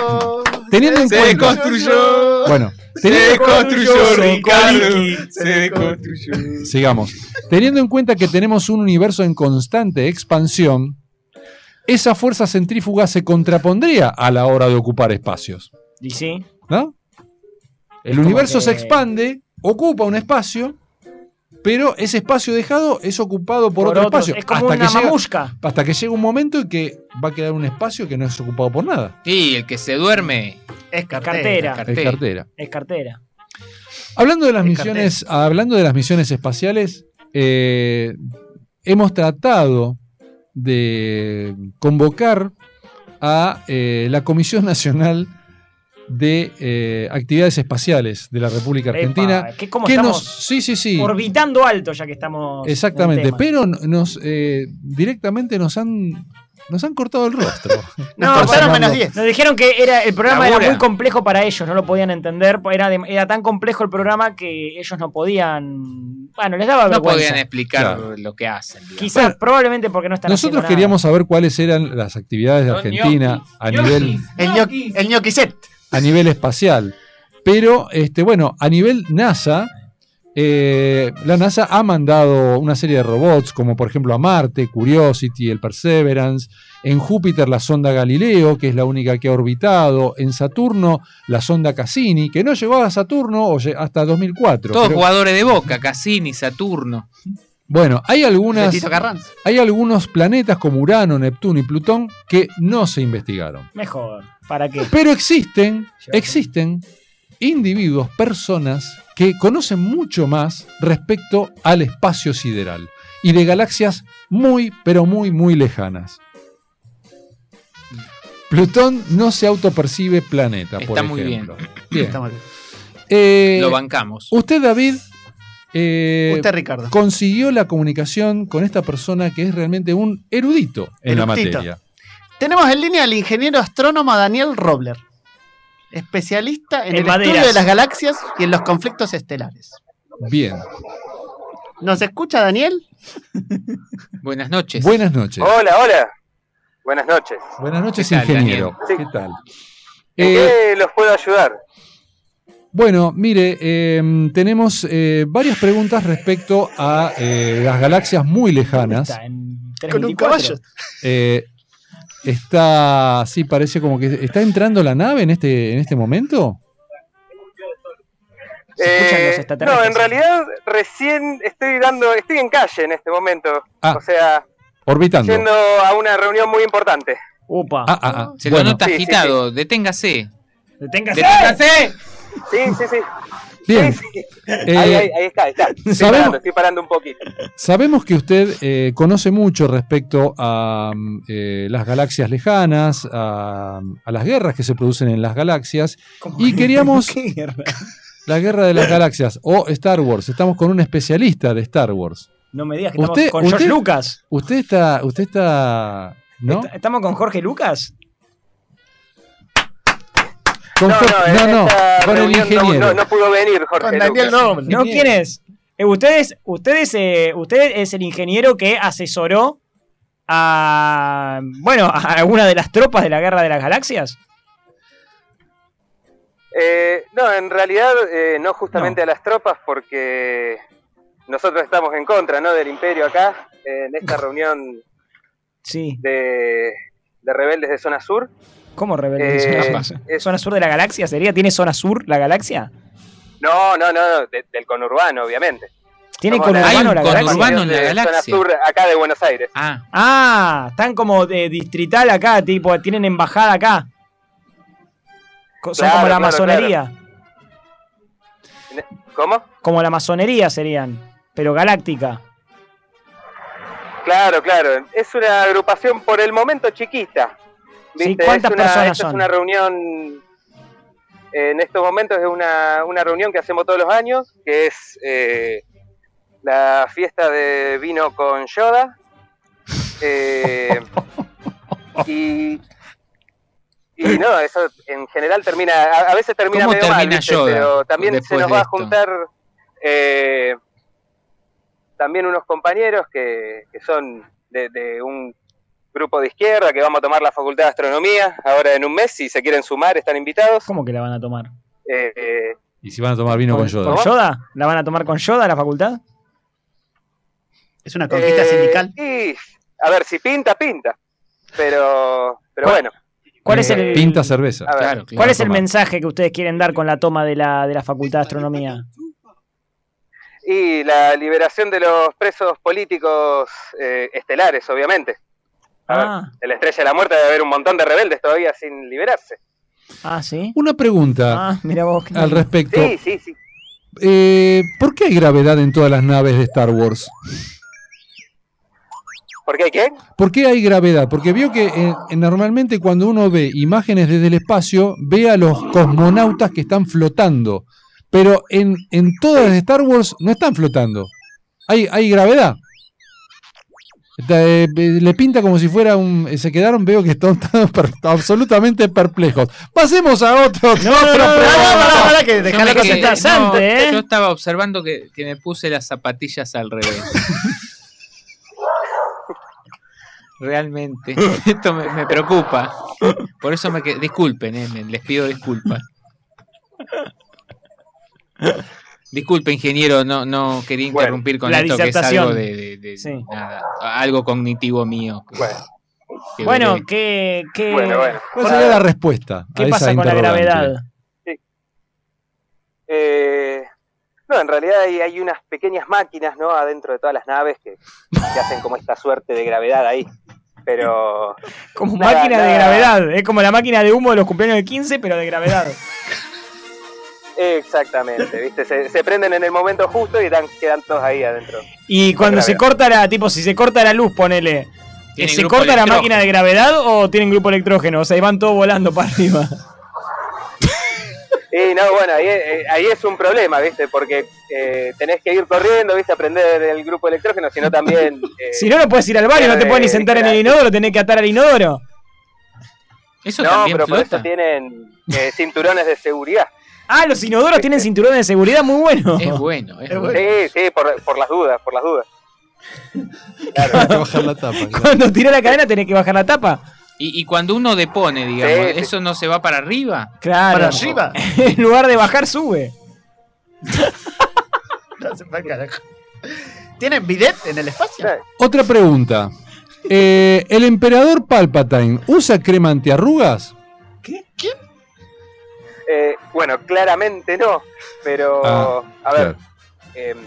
[SPEAKER 2] Teniendo en cuenta. Bueno, teniendo-
[SPEAKER 4] Se deconstruyó.
[SPEAKER 2] Sigamos. Teniendo en cuenta que tenemos un universo en constante expansión, esa fuerza centrífuga se contrapondría a la hora de ocupar espacios.
[SPEAKER 6] Y sí.
[SPEAKER 2] ¿no? El
[SPEAKER 6] como
[SPEAKER 2] universo
[SPEAKER 6] que-
[SPEAKER 2] se expande, ocupa un espacio, pero ese espacio dejado es ocupado por,
[SPEAKER 6] Por
[SPEAKER 2] otro
[SPEAKER 6] otro.
[SPEAKER 2] espacio.
[SPEAKER 6] Es como una
[SPEAKER 2] que llega-
[SPEAKER 6] mamushka.
[SPEAKER 2] hasta que llega un momento en que va a quedar un espacio que no es ocupado por nada.
[SPEAKER 4] Sí, el que se duerme.
[SPEAKER 3] Es
[SPEAKER 6] cartera.
[SPEAKER 2] Es cartera.
[SPEAKER 6] Es cartera.
[SPEAKER 2] Hablando de las
[SPEAKER 6] Descarté.
[SPEAKER 2] misiones, hablando de las misiones espaciales, eh, hemos tratado de convocar a eh, la Comisión Nacional de eh, Actividades Espaciales de la República Argentina.
[SPEAKER 6] Epa, que como
[SPEAKER 2] que
[SPEAKER 6] estamos
[SPEAKER 2] nos- sí, sí, sí.
[SPEAKER 6] Orbitando alto ya que estamos. en el
[SPEAKER 2] Exactamente,
[SPEAKER 6] tema.
[SPEAKER 2] pero nos eh, directamente nos han nos han cortado el rostro.
[SPEAKER 6] No, bueno, Nos dijeron que era, el programa
[SPEAKER 2] Labura.
[SPEAKER 6] era muy complejo para ellos, no lo podían entender. Era, de- era tan complejo el programa que ellos no podían. Bueno, les daba
[SPEAKER 4] No
[SPEAKER 6] vergüenza.
[SPEAKER 4] podían explicar
[SPEAKER 2] Claro.
[SPEAKER 4] lo que hacen. digamos.
[SPEAKER 6] Quizás, probablemente porque no están
[SPEAKER 2] Nosotros
[SPEAKER 6] haciendo
[SPEAKER 2] queríamos saber cuáles eran las actividades de Argentina a nivel
[SPEAKER 3] El ñoqui- el ñoqui set.
[SPEAKER 2] a nivel espacial. Pero, este, bueno, a nivel NASA, eh, la NASA ha mandado una serie de robots, como por ejemplo a Marte, Curiosity, el Perseverance. En Júpiter, la sonda Galileo, que es la única que ha orbitado. En Saturno, la sonda Cassini, que no llegó a Saturno o lle- hasta 2004.
[SPEAKER 4] Todos
[SPEAKER 2] Pero-
[SPEAKER 4] jugadores de Boca, Cassini, Saturno.
[SPEAKER 2] Bueno, hay algunas.
[SPEAKER 4] Betito Carranza.
[SPEAKER 2] Hay algunos planetas como Urano, Neptuno y Plutón que no se investigaron.
[SPEAKER 6] Mejor. ¿Para qué?
[SPEAKER 2] Pero existen, existen individuos, personas que conocen mucho más respecto al espacio sideral y de galaxias muy, pero muy, muy lejanas. Plutón no se autopercibe planeta, por
[SPEAKER 4] Está muy bien.
[SPEAKER 2] ejemplo. Bien. Eh,
[SPEAKER 4] Lo bancamos.
[SPEAKER 2] Usted, David. eh,
[SPEAKER 4] Usted, Ricardo.
[SPEAKER 2] Consiguió la comunicación con esta persona que es realmente un erudito en la
[SPEAKER 3] Eructito.
[SPEAKER 2] materia.
[SPEAKER 3] Tenemos en línea al ingeniero astrónomo Daniel Robler, especialista en,
[SPEAKER 6] En
[SPEAKER 3] el
[SPEAKER 6] maderas.
[SPEAKER 3] estudio de las galaxias y en los conflictos estelares.
[SPEAKER 2] Bien.
[SPEAKER 3] ¿Nos escucha Daniel?
[SPEAKER 4] Buenas noches.
[SPEAKER 2] Buenas noches.
[SPEAKER 16] Hola, hola. Buenas noches.
[SPEAKER 2] Buenas noches,
[SPEAKER 4] ¿Qué tal,
[SPEAKER 2] ingeniero.
[SPEAKER 16] Sí.
[SPEAKER 2] ¿Qué tal?
[SPEAKER 16] ¿En
[SPEAKER 2] Eh,
[SPEAKER 16] qué los puedo ayudar?
[SPEAKER 2] Bueno, mire, eh, tenemos eh, varias preguntas respecto a eh, las galaxias muy lejanas.
[SPEAKER 3] Con un caballo.
[SPEAKER 2] Eh, está, sí, parece como que está entrando la nave en este, en este momento.
[SPEAKER 16] Eh,
[SPEAKER 6] los extraterrestres?
[SPEAKER 16] no, en realidad recién estoy dando, estoy en calle en este momento.
[SPEAKER 2] Ah.
[SPEAKER 16] o sea,
[SPEAKER 2] Orbitando.
[SPEAKER 16] yendo a una reunión muy importante.
[SPEAKER 6] Opa.
[SPEAKER 2] Ah, ah, ah,
[SPEAKER 4] Se
[SPEAKER 2] bueno.
[SPEAKER 4] lo nota agitado. Deténgase.
[SPEAKER 6] Deténgase.
[SPEAKER 4] Deténgase.
[SPEAKER 16] Sí, sí, sí.
[SPEAKER 2] Bien.
[SPEAKER 16] Sí, sí.
[SPEAKER 2] Eh,
[SPEAKER 16] ahí, ahí, ahí está, ahí está. Estoy
[SPEAKER 2] ¿sabemos?
[SPEAKER 16] parando, estoy parando un poquito.
[SPEAKER 2] Sabemos que usted eh, conoce mucho respecto a mm, eh, las galaxias lejanas, a, a las guerras que se producen en las galaxias. Y queríamos la guerra de las galaxias o Star Wars. Estamos con un especialista de Star Wars.
[SPEAKER 6] No me digas que
[SPEAKER 2] Usted-
[SPEAKER 6] estamos con George
[SPEAKER 2] usted-
[SPEAKER 6] Lucas.
[SPEAKER 2] Usted está, usted está, ¿no?
[SPEAKER 6] ¿Est- ¿Estamos con Jorge Lucas?
[SPEAKER 2] Con Jorge-
[SPEAKER 16] en
[SPEAKER 2] no, no,
[SPEAKER 16] esta
[SPEAKER 2] con el
[SPEAKER 16] reunión no-
[SPEAKER 2] ingeniero.
[SPEAKER 16] No, no pudo venir, Jorge. Lucas.
[SPEAKER 6] No, ¿quién es? Eh, ustedes, ustedes, eh, usted es el ingeniero que asesoró a. Bueno, a alguna de las tropas de la Guerra de las Galaxias.
[SPEAKER 16] Eh, no, en realidad eh, no justamente a las tropas porque nosotros estamos en contra ¿no? del imperio acá, en esta reunión
[SPEAKER 6] Sí.
[SPEAKER 16] de, de rebeldes de Zona Sur.
[SPEAKER 6] ¿Cómo rebeldes?
[SPEAKER 16] Eh,
[SPEAKER 6] ¿Zona sur de la galaxia sería? ¿Tiene zona sur la galaxia?
[SPEAKER 16] No, no, no, de- del conurbano, obviamente.
[SPEAKER 6] ¿Tiene
[SPEAKER 16] Somos
[SPEAKER 6] conurbano la
[SPEAKER 16] la-
[SPEAKER 6] Hay un galaxia? conurbano en la
[SPEAKER 16] de
[SPEAKER 6] galaxia.
[SPEAKER 16] Zona Sur, acá de Buenos Aires.
[SPEAKER 4] Ah.
[SPEAKER 6] Ah, están como de distrital acá, tipo, tienen embajada acá. Co- Son como
[SPEAKER 16] Claro,
[SPEAKER 6] la
[SPEAKER 16] claro,
[SPEAKER 6] masonería.
[SPEAKER 16] ¿Cómo?
[SPEAKER 6] Como la masonería serían, pero galáctica.
[SPEAKER 16] Claro, claro. Es una agrupación por el momento chiquita.
[SPEAKER 6] Sí,
[SPEAKER 16] ¿viste?
[SPEAKER 6] ¿cuántas
[SPEAKER 16] Es una-
[SPEAKER 6] personas
[SPEAKER 16] esto
[SPEAKER 6] son?
[SPEAKER 16] Es una reunión. En estos momentos es una, una reunión que hacemos todos los años, que es eh, la fiesta de vino con Yoda. Eh, y, y no, eso en general termina, a, a veces termina
[SPEAKER 4] ¿Cómo
[SPEAKER 16] medio mal,
[SPEAKER 4] termina
[SPEAKER 16] ¿viste?
[SPEAKER 4] Yoda
[SPEAKER 16] pero también se
[SPEAKER 4] después
[SPEAKER 16] nos
[SPEAKER 4] de
[SPEAKER 16] va a
[SPEAKER 4] esto?
[SPEAKER 16] juntar eh, también unos compañeros que, que son de, de un grupo de izquierda que vamos a tomar la Facultad de Astronomía ahora en un mes, si se quieren sumar están invitados.
[SPEAKER 6] ¿Cómo que la van a tomar?
[SPEAKER 16] Eh, eh,
[SPEAKER 2] Y si van a tomar vino con
[SPEAKER 6] ¿Con
[SPEAKER 2] Yoda.
[SPEAKER 6] Yoda? ¿La van a tomar con Yoda a la facultad?
[SPEAKER 3] Es una
[SPEAKER 16] eh, y, a ver, si pinta, pinta. Pero, pero bueno.
[SPEAKER 6] ¿Cuál es el,
[SPEAKER 2] Eh, Pinta cerveza.
[SPEAKER 16] A ver. Claro,
[SPEAKER 6] ¿cuál es el
[SPEAKER 2] Tomar.
[SPEAKER 6] mensaje que ustedes quieren dar con la toma de la, de la facultad de astronomía?
[SPEAKER 16] Y la liberación de los presos políticos eh, estelares, obviamente. A ver,
[SPEAKER 6] Ah.
[SPEAKER 16] en la estrella de la muerte debe haber un montón de rebeldes todavía sin liberarse.
[SPEAKER 6] Ah, sí.
[SPEAKER 2] Una pregunta
[SPEAKER 6] Ah, mira vos. qué
[SPEAKER 2] al
[SPEAKER 6] lindo.
[SPEAKER 2] respecto.
[SPEAKER 16] Sí, sí, sí.
[SPEAKER 2] Eh, ¿Por qué hay gravedad en todas las naves de Star Wars?
[SPEAKER 16] ¿Por qué qué?
[SPEAKER 2] ¿Por qué hay gravedad? Porque vio que eh, normalmente cuando uno ve imágenes desde el espacio, ve a los cosmonautas que están flotando. Pero en, en todas las de Star Wars no están flotando. Hay, hay gravedad. Da- eh, eh, le pinta como si fuera un... eh, Se quedaron, veo que están, todos per- absolutamente perplejos. Pasemos a otro. otro programa.
[SPEAKER 4] Yo
[SPEAKER 3] dejar
[SPEAKER 4] me
[SPEAKER 3] la cosa
[SPEAKER 4] quedé-
[SPEAKER 6] interesante,
[SPEAKER 4] no,
[SPEAKER 6] ¿eh?
[SPEAKER 4] Yo estaba observando que, que me puse las zapatillas al revés. Realmente, esto me, me preocupa. Por eso me que disculpen, eh, me- les pido disculpas. Disculpe, ingeniero, no, no quería
[SPEAKER 16] Bueno,
[SPEAKER 4] interrumpir con
[SPEAKER 6] la
[SPEAKER 4] esto que es algo
[SPEAKER 6] disertación.
[SPEAKER 4] de, de- de-
[SPEAKER 6] Sí.
[SPEAKER 4] nada, algo cognitivo mío. que- que
[SPEAKER 6] Bueno,
[SPEAKER 4] veré.
[SPEAKER 6] ¿qué, qué,
[SPEAKER 16] Bueno, bueno.
[SPEAKER 2] ¿Cuál sería la respuesta? a
[SPEAKER 6] qué
[SPEAKER 2] esa
[SPEAKER 6] pasa con la
[SPEAKER 2] interrogante?
[SPEAKER 6] gravedad?
[SPEAKER 16] Eh, no, en realidad hay, hay unas pequeñas máquinas, ¿no? Adentro de todas las naves que, que hacen como esta suerte de gravedad ahí. Pero
[SPEAKER 6] Como
[SPEAKER 16] Nada,
[SPEAKER 6] máquina de
[SPEAKER 16] nada.
[SPEAKER 6] gravedad. Es como la máquina de humo de los cumpleaños de 15, pero de gravedad.
[SPEAKER 16] exactamente, ¿viste? Se, se prenden en el momento justo y dan, quedan todos ahí adentro.
[SPEAKER 6] Y cuando se
[SPEAKER 16] gravedad.
[SPEAKER 6] corta la, tipo, si se corta la luz, ponele.
[SPEAKER 4] Tienen
[SPEAKER 6] ¿Se
[SPEAKER 4] grupo
[SPEAKER 6] corta la
[SPEAKER 4] electrógeno.
[SPEAKER 6] máquina de gravedad o tienen grupo electrógeno? O sea, y van todos volando para arriba.
[SPEAKER 16] Y no, bueno, ahí, eh, ahí es un problema, ¿viste? Porque eh, tenés que ir corriendo, ¿viste? Aprender el grupo electrógeno, sino también... eh,
[SPEAKER 6] Si no, no puedes ir al baño, no te puedes ni sentar en el inodoro, tenés que atar al inodoro.
[SPEAKER 4] Eso
[SPEAKER 16] no,
[SPEAKER 4] también
[SPEAKER 16] pero por
[SPEAKER 4] flota.
[SPEAKER 16] eso tienen eh, cinturones de seguridad.
[SPEAKER 6] Ah, los inodoros tienen cinturones de seguridad muy bueno.
[SPEAKER 4] Es bueno, es bueno.
[SPEAKER 16] Sí, sí, por, por las dudas, por las dudas.
[SPEAKER 2] bajar la tapa.
[SPEAKER 6] Cuando tirás la cadena tenés que bajar la tapa.
[SPEAKER 4] Y, y cuando uno depone, digamos,
[SPEAKER 6] Sí, sí.
[SPEAKER 4] ¿eso no se va para arriba?
[SPEAKER 6] Claro.
[SPEAKER 4] Para arriba.
[SPEAKER 6] en lugar de bajar, sube.
[SPEAKER 3] No se fue al carajo. ¿Tienen bidet en el espacio?
[SPEAKER 2] Otra pregunta. Eh, ¿El emperador Palpatine usa crema antiarrugas?
[SPEAKER 16] Eh, bueno, claramente no, pero
[SPEAKER 2] Ah,
[SPEAKER 16] a ver,
[SPEAKER 2] claro.
[SPEAKER 16] em,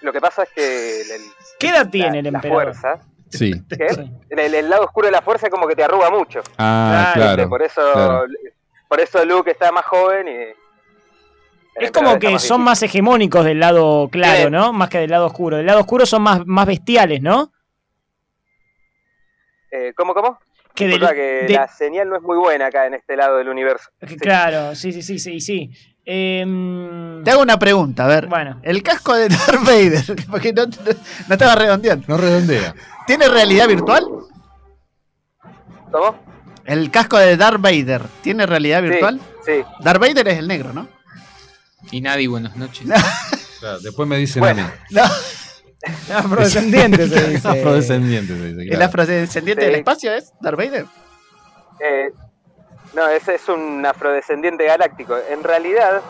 [SPEAKER 16] lo que pasa es que el- el-
[SPEAKER 6] ¿Qué edad tiene el
[SPEAKER 16] la
[SPEAKER 6] emperador?
[SPEAKER 16] fuerza,
[SPEAKER 2] Sí.
[SPEAKER 16] ¿qué? El, el lado oscuro de la fuerza como que te arruga mucho.
[SPEAKER 2] Ah,
[SPEAKER 16] ¿viste?
[SPEAKER 2] claro,
[SPEAKER 16] Por eso,
[SPEAKER 2] claro.
[SPEAKER 16] por eso Luke está más joven y eh,
[SPEAKER 6] Es como que son más hegemónicos del lado claro,
[SPEAKER 16] Bien.
[SPEAKER 6] ¿no? Más que del lado oscuro. Del lado oscuro son más, más bestiales, ¿no?
[SPEAKER 16] eh, ¿cómo cómo?
[SPEAKER 6] Que del-
[SPEAKER 16] Disculpa que
[SPEAKER 6] de-
[SPEAKER 16] la señal no es muy buena acá en este lado del universo. Sí.
[SPEAKER 6] Claro, sí, sí, sí, sí, sí. Em,
[SPEAKER 3] Te hago una pregunta, a ver.
[SPEAKER 6] Bueno.
[SPEAKER 3] El casco de Darth Vader, porque no, no, no estaba redondeando.
[SPEAKER 2] No redondea.
[SPEAKER 3] ¿Tiene realidad virtual?
[SPEAKER 16] ¿Cómo?
[SPEAKER 3] El casco de Darth Vader, ¿tiene realidad virtual?
[SPEAKER 16] Sí.
[SPEAKER 3] Darth Vader es el negro, ¿no?
[SPEAKER 4] Y nadie, buenas noches.
[SPEAKER 2] Claro, después me dicen a mí.
[SPEAKER 3] No.
[SPEAKER 6] Afrodescendiente se dice.
[SPEAKER 2] Afrodescendiente se dice,
[SPEAKER 3] ¿El
[SPEAKER 2] claro.
[SPEAKER 3] afrodescendiente
[SPEAKER 16] Sí.
[SPEAKER 3] del espacio es Darth Vader?
[SPEAKER 16] Eh, no, ese es un afrodescendiente galáctico. En realidad,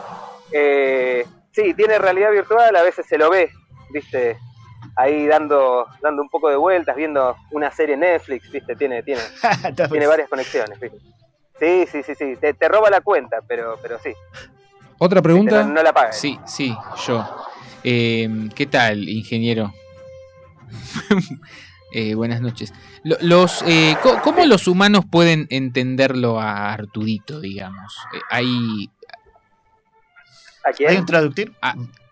[SPEAKER 16] eh, sí, tiene realidad virtual, a veces se lo ve, viste, ahí dando, dando un poco de vueltas, viendo una serie Netflix, viste, tiene, tiene,
[SPEAKER 3] Ah,
[SPEAKER 16] tiene varias conexiones, viste. Sí, sí, sí, sí, te, te roba la cuenta, pero, pero sí.
[SPEAKER 2] ¿Otra
[SPEAKER 16] No,
[SPEAKER 2] pregunta?
[SPEAKER 16] no la pagas.
[SPEAKER 4] Sí, sí, yo. Eh, ¿Qué tal, ingeniero? Eh, buenas noches. Lo- Los, eh, co- ¿Cómo los humanos pueden entenderlo a Arturito, digamos? Eh, hay,
[SPEAKER 16] ¿A quién?
[SPEAKER 3] ¿Hay un traductor?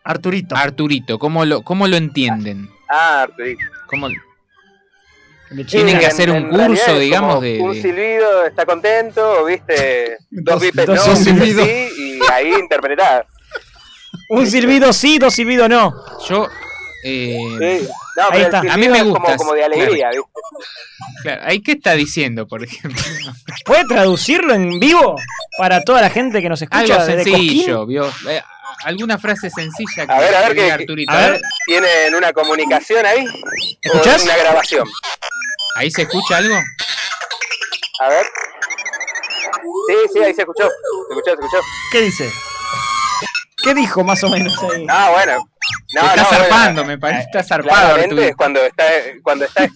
[SPEAKER 3] Arturito.
[SPEAKER 4] Arturito, ¿cómo lo, cómo lo entienden?
[SPEAKER 16] Ah, Arturito.
[SPEAKER 4] ¿Cómo-
[SPEAKER 3] Ah.
[SPEAKER 4] Tienen que
[SPEAKER 16] En-
[SPEAKER 4] hacer
[SPEAKER 16] en
[SPEAKER 4] un
[SPEAKER 16] realidad
[SPEAKER 4] curso,
[SPEAKER 16] es
[SPEAKER 4] digamos,
[SPEAKER 16] como
[SPEAKER 4] de,
[SPEAKER 16] Un
[SPEAKER 4] de-
[SPEAKER 16] silbido está contento, viste, dos bipes
[SPEAKER 6] dos
[SPEAKER 16] no, un
[SPEAKER 6] silbidos.
[SPEAKER 16] sí, y ahí interpretar.
[SPEAKER 6] Un silbido sí, dos silbidos no.
[SPEAKER 4] Yo. eh,
[SPEAKER 16] Sí. No,
[SPEAKER 6] Ahí
[SPEAKER 16] pero
[SPEAKER 6] está.
[SPEAKER 16] el silbido
[SPEAKER 4] A mí me
[SPEAKER 16] es
[SPEAKER 4] gusta,
[SPEAKER 16] Como, como de
[SPEAKER 4] claro.
[SPEAKER 16] alegría, ¿viste?
[SPEAKER 4] claro, ¿ahí qué está diciendo, por ejemplo?
[SPEAKER 6] ¿Puede traducirlo en vivo para toda la gente que nos escucha
[SPEAKER 4] Algo
[SPEAKER 6] desde
[SPEAKER 4] sencillo, vio. Eh, alguna frase sencilla que
[SPEAKER 16] A ver, a ver,
[SPEAKER 4] diga
[SPEAKER 16] que,
[SPEAKER 4] Arturito.
[SPEAKER 16] a ver, ¿tienen una comunicación ahí? ¿Escuchás? Una grabación.
[SPEAKER 4] ¿Ahí se escucha algo?
[SPEAKER 16] A ver. Sí, sí, ahí se escuchó. Se escuchó, se escuchó.
[SPEAKER 3] ¿Qué dice?
[SPEAKER 6] ¿Qué dijo más o menos ahí?
[SPEAKER 16] Ah, bueno. No,
[SPEAKER 4] está
[SPEAKER 16] no, bueno,
[SPEAKER 4] zarpando, me parece. Está zarpado,
[SPEAKER 16] claramente
[SPEAKER 4] Arturito.
[SPEAKER 16] es cuando está, cuando está.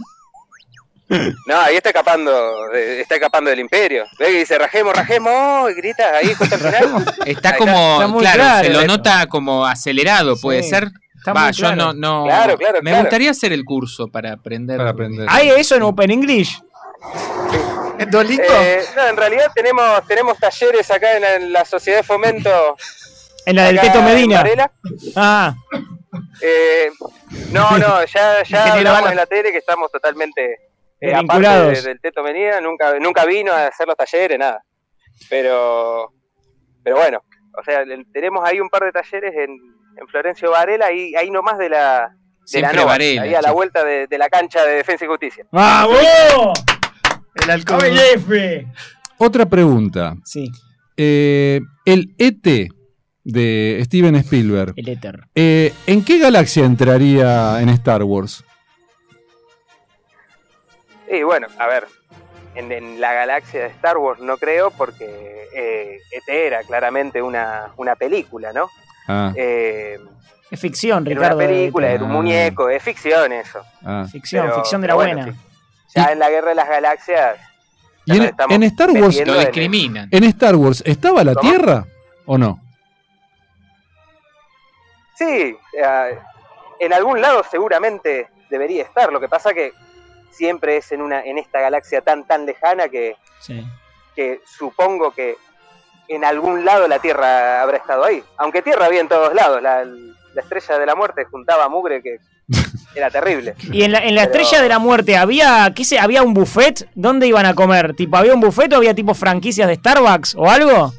[SPEAKER 16] No, ahí está escapando, de- está escapando del imperio. Ve que dice rajemos, rajemos, y grita ahí justo al final.
[SPEAKER 4] Está
[SPEAKER 16] Ahí
[SPEAKER 4] como,
[SPEAKER 16] está muy
[SPEAKER 4] claro,
[SPEAKER 16] claro
[SPEAKER 4] se lo
[SPEAKER 16] eso.
[SPEAKER 4] nota como acelerado, puede
[SPEAKER 6] Sí,
[SPEAKER 4] ser.
[SPEAKER 6] está
[SPEAKER 4] Va,
[SPEAKER 6] muy
[SPEAKER 4] yo
[SPEAKER 6] claro.
[SPEAKER 4] no, no.
[SPEAKER 16] Claro, claro,
[SPEAKER 4] me
[SPEAKER 16] claro.
[SPEAKER 4] gustaría hacer el curso para aprender.
[SPEAKER 2] Para aprender.
[SPEAKER 6] ¿Hay eso en Open English?
[SPEAKER 3] ¿En Duolingo?
[SPEAKER 16] Eh, no, en realidad tenemos, tenemos talleres acá en la, en la Sociedad de Fomento.
[SPEAKER 6] En la del
[SPEAKER 16] acá
[SPEAKER 6] Teto
[SPEAKER 16] en
[SPEAKER 6] Medina.
[SPEAKER 16] Varela.
[SPEAKER 6] Ah,
[SPEAKER 16] Eh, no, no, ya, ya
[SPEAKER 6] Ingeniero
[SPEAKER 16] hablamos
[SPEAKER 6] Bala.
[SPEAKER 16] en la tele que estamos totalmente eh, aparte
[SPEAKER 6] Desvinculados.
[SPEAKER 16] de- del Teto Menía, nunca, nunca vino a hacer los talleres, nada. Pero, pero bueno, o sea, le- tenemos ahí un par de talleres en, en Florencio Varela, ahí, ahí nomás de la, de la
[SPEAKER 4] Siempre
[SPEAKER 16] Nova,
[SPEAKER 4] Varela,
[SPEAKER 16] ahí a la
[SPEAKER 4] sí.
[SPEAKER 16] vuelta de, de la cancha de Defensa y Justicia.
[SPEAKER 6] ¡vamos!
[SPEAKER 3] El alcohol.
[SPEAKER 6] ¡Vamos, F!
[SPEAKER 2] Otra pregunta.
[SPEAKER 6] Sí,
[SPEAKER 2] Eh, el ET de Steven Spielberg.
[SPEAKER 6] el éter.
[SPEAKER 2] eh, ¿En qué galaxia entraría en Star Wars?
[SPEAKER 16] Y bueno, a ver, en, en la galaxia de Star Wars no creo porque eh, ET era claramente una, una película, ¿no?
[SPEAKER 2] Ah,
[SPEAKER 16] Eh,
[SPEAKER 6] Es ficción,
[SPEAKER 16] era una
[SPEAKER 6] Ricardo.
[SPEAKER 16] película,
[SPEAKER 2] ET.
[SPEAKER 16] era un muñeco, es ficción eso.
[SPEAKER 2] ah.
[SPEAKER 6] Ficción,
[SPEAKER 16] Pero-
[SPEAKER 6] ficción de la
[SPEAKER 16] pero bueno,
[SPEAKER 6] buena.
[SPEAKER 16] Ya en la Guerra de las Galaxias. ya
[SPEAKER 2] ¿Y
[SPEAKER 16] nos
[SPEAKER 2] en,
[SPEAKER 16] estamos
[SPEAKER 2] en Star Wars,
[SPEAKER 16] metiendo
[SPEAKER 4] Lo
[SPEAKER 16] en-
[SPEAKER 4] discriminan.
[SPEAKER 2] en Star Wars estaba la
[SPEAKER 16] ¿Cómo?
[SPEAKER 2] Tierra o no?
[SPEAKER 16] Sí, eh, en algún lado seguramente debería estar. Lo que pasa que siempre es en una en esta galaxia tan tan lejana que,
[SPEAKER 6] Sí.
[SPEAKER 16] que supongo que en algún lado la Tierra habrá estado ahí. Aunque Tierra había en todos lados. La, la estrella de la muerte juntaba mugre que era terrible.
[SPEAKER 6] Y en la, en la
[SPEAKER 16] Pero-
[SPEAKER 6] estrella de la muerte había, qué sé, había un buffet. ¿Dónde iban a comer? Tipo, había un buffet o había tipo franquicias de Starbucks o algo.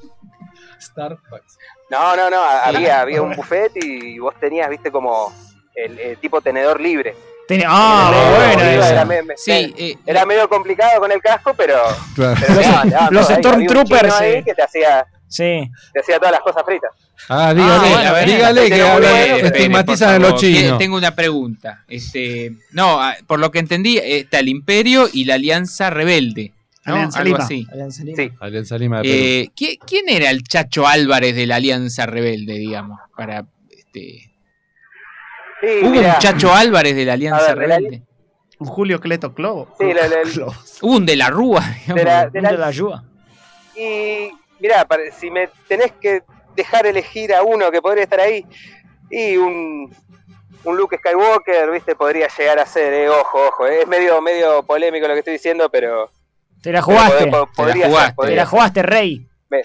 [SPEAKER 16] No, no, no, había, había un buffet y vos tenías, viste, como el, eh, tipo tenedor libre.
[SPEAKER 6] Tiene- ah, muy buena
[SPEAKER 16] Iba,
[SPEAKER 6] esa.
[SPEAKER 16] Era, me- me-
[SPEAKER 6] eh,
[SPEAKER 16] era medio complicado con el casco, pero. pero
[SPEAKER 6] Los-
[SPEAKER 16] daba, daba
[SPEAKER 6] los
[SPEAKER 16] todo ahí. Había un
[SPEAKER 6] Stormtroopers,
[SPEAKER 16] chino ahí
[SPEAKER 6] sí.
[SPEAKER 16] que te hacía,
[SPEAKER 6] Sí.
[SPEAKER 16] te hacía todas las cosas fritas.
[SPEAKER 2] Ah, dígale,
[SPEAKER 4] bueno, bueno,
[SPEAKER 2] dígale que
[SPEAKER 4] pero
[SPEAKER 2] habla-
[SPEAKER 4] bueno, espere,
[SPEAKER 2] estigmatizan a
[SPEAKER 4] por
[SPEAKER 2] los
[SPEAKER 4] favor, que-
[SPEAKER 2] chinos.
[SPEAKER 4] Tengo una pregunta. Este, no, ah, por lo que entendí, eh, está el Imperio y la Alianza Rebelde. ¿no?
[SPEAKER 2] Alianza
[SPEAKER 4] Algo
[SPEAKER 2] Lima.
[SPEAKER 4] así. Sí.
[SPEAKER 2] Alianza Lima de Perú.
[SPEAKER 4] Eh, ¿qui- ¿Quién era el Chacho Álvarez de la Alianza Rebelde, digamos? Para, este,
[SPEAKER 16] Sí,
[SPEAKER 4] ¿Hubo
[SPEAKER 16] mirá.
[SPEAKER 4] un Chacho Álvarez de la Alianza
[SPEAKER 16] A ver, de la-
[SPEAKER 4] Rebelde?
[SPEAKER 3] Un Julio Cleto Clovo.
[SPEAKER 16] Sí, la- la-
[SPEAKER 4] Hubo un de la Rúa, digamos.
[SPEAKER 16] De la- de la-
[SPEAKER 6] De la ayuda.
[SPEAKER 16] Y mirá, pare- si me tenés que dejar elegir a uno que podría estar ahí, y un, un Luke Skywalker, viste, podría llegar a ser, eh, ojo, ojo, eh, es medio, medio polémico lo que estoy diciendo, pero
[SPEAKER 6] Te la jugaste.
[SPEAKER 16] Pero pod- pod-
[SPEAKER 6] Te
[SPEAKER 16] podría
[SPEAKER 6] la
[SPEAKER 16] ser,
[SPEAKER 6] jugaste.
[SPEAKER 16] podría
[SPEAKER 6] Te la
[SPEAKER 16] ser.
[SPEAKER 6] jugaste, Rey.
[SPEAKER 16] me-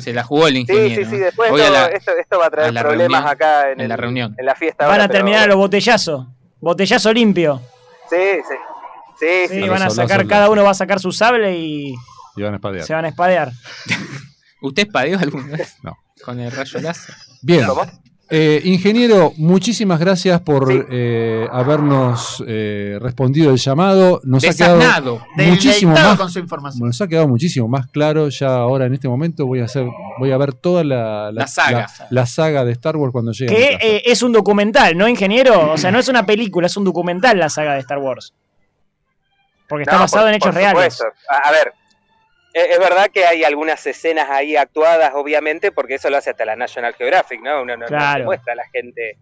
[SPEAKER 4] Se la jugó el
[SPEAKER 16] sí,
[SPEAKER 4] ingeniero.
[SPEAKER 16] sí, sí,
[SPEAKER 4] ¿no?
[SPEAKER 16] después
[SPEAKER 4] Hoy a
[SPEAKER 16] esto,
[SPEAKER 4] la-
[SPEAKER 16] esto, esto va a traer
[SPEAKER 4] a la
[SPEAKER 16] problemas
[SPEAKER 4] reunión-
[SPEAKER 16] acá en,
[SPEAKER 4] en la
[SPEAKER 16] el-
[SPEAKER 4] reunión.
[SPEAKER 16] en la fiesta.
[SPEAKER 6] Van
[SPEAKER 16] ahora,
[SPEAKER 6] a
[SPEAKER 16] pero-
[SPEAKER 6] terminar a los botellazos. Botellazo limpio.
[SPEAKER 16] Sí, sí. Sí,
[SPEAKER 6] Sí,
[SPEAKER 16] sí.
[SPEAKER 6] van a
[SPEAKER 2] soldados,
[SPEAKER 6] sacar,
[SPEAKER 2] soldados.
[SPEAKER 6] cada uno va a sacar su sable y
[SPEAKER 2] Y van a espadear.
[SPEAKER 6] se van a espadear.
[SPEAKER 4] ¿Usted espadeó alguna vez?
[SPEAKER 2] No.
[SPEAKER 4] Con el rayo láser.
[SPEAKER 2] Bien.
[SPEAKER 4] ¿Cómo?
[SPEAKER 2] Eh, ingeniero, muchísimas gracias por eh, habernos eh, respondido el llamado. Nos ha
[SPEAKER 4] Desasnado.
[SPEAKER 2] quedado muchísimo
[SPEAKER 3] Deleitado
[SPEAKER 2] más,
[SPEAKER 3] con su información.
[SPEAKER 2] nos ha quedado muchísimo más claro. Ya ahora en este momento voy a hacer, voy a ver toda la,
[SPEAKER 6] La saga.
[SPEAKER 2] la- la saga de Star Wars cuando llegue. a mi
[SPEAKER 6] Que
[SPEAKER 2] casa.
[SPEAKER 6] eh, es un documental, ¿no, ingeniero? O sea, no es una película, es un documental la saga de Star Wars. Porque está
[SPEAKER 16] No,
[SPEAKER 6] basado
[SPEAKER 16] por-
[SPEAKER 6] en hechos
[SPEAKER 16] por
[SPEAKER 6] reales.
[SPEAKER 16] supuesto. A, a ver, e- es, verdad que hay algunas escenas ahí actuadas, obviamente, porque eso lo hace hasta la National Geographic, ¿no? Uno no, no se
[SPEAKER 6] Claro.
[SPEAKER 16] muestra a la gente,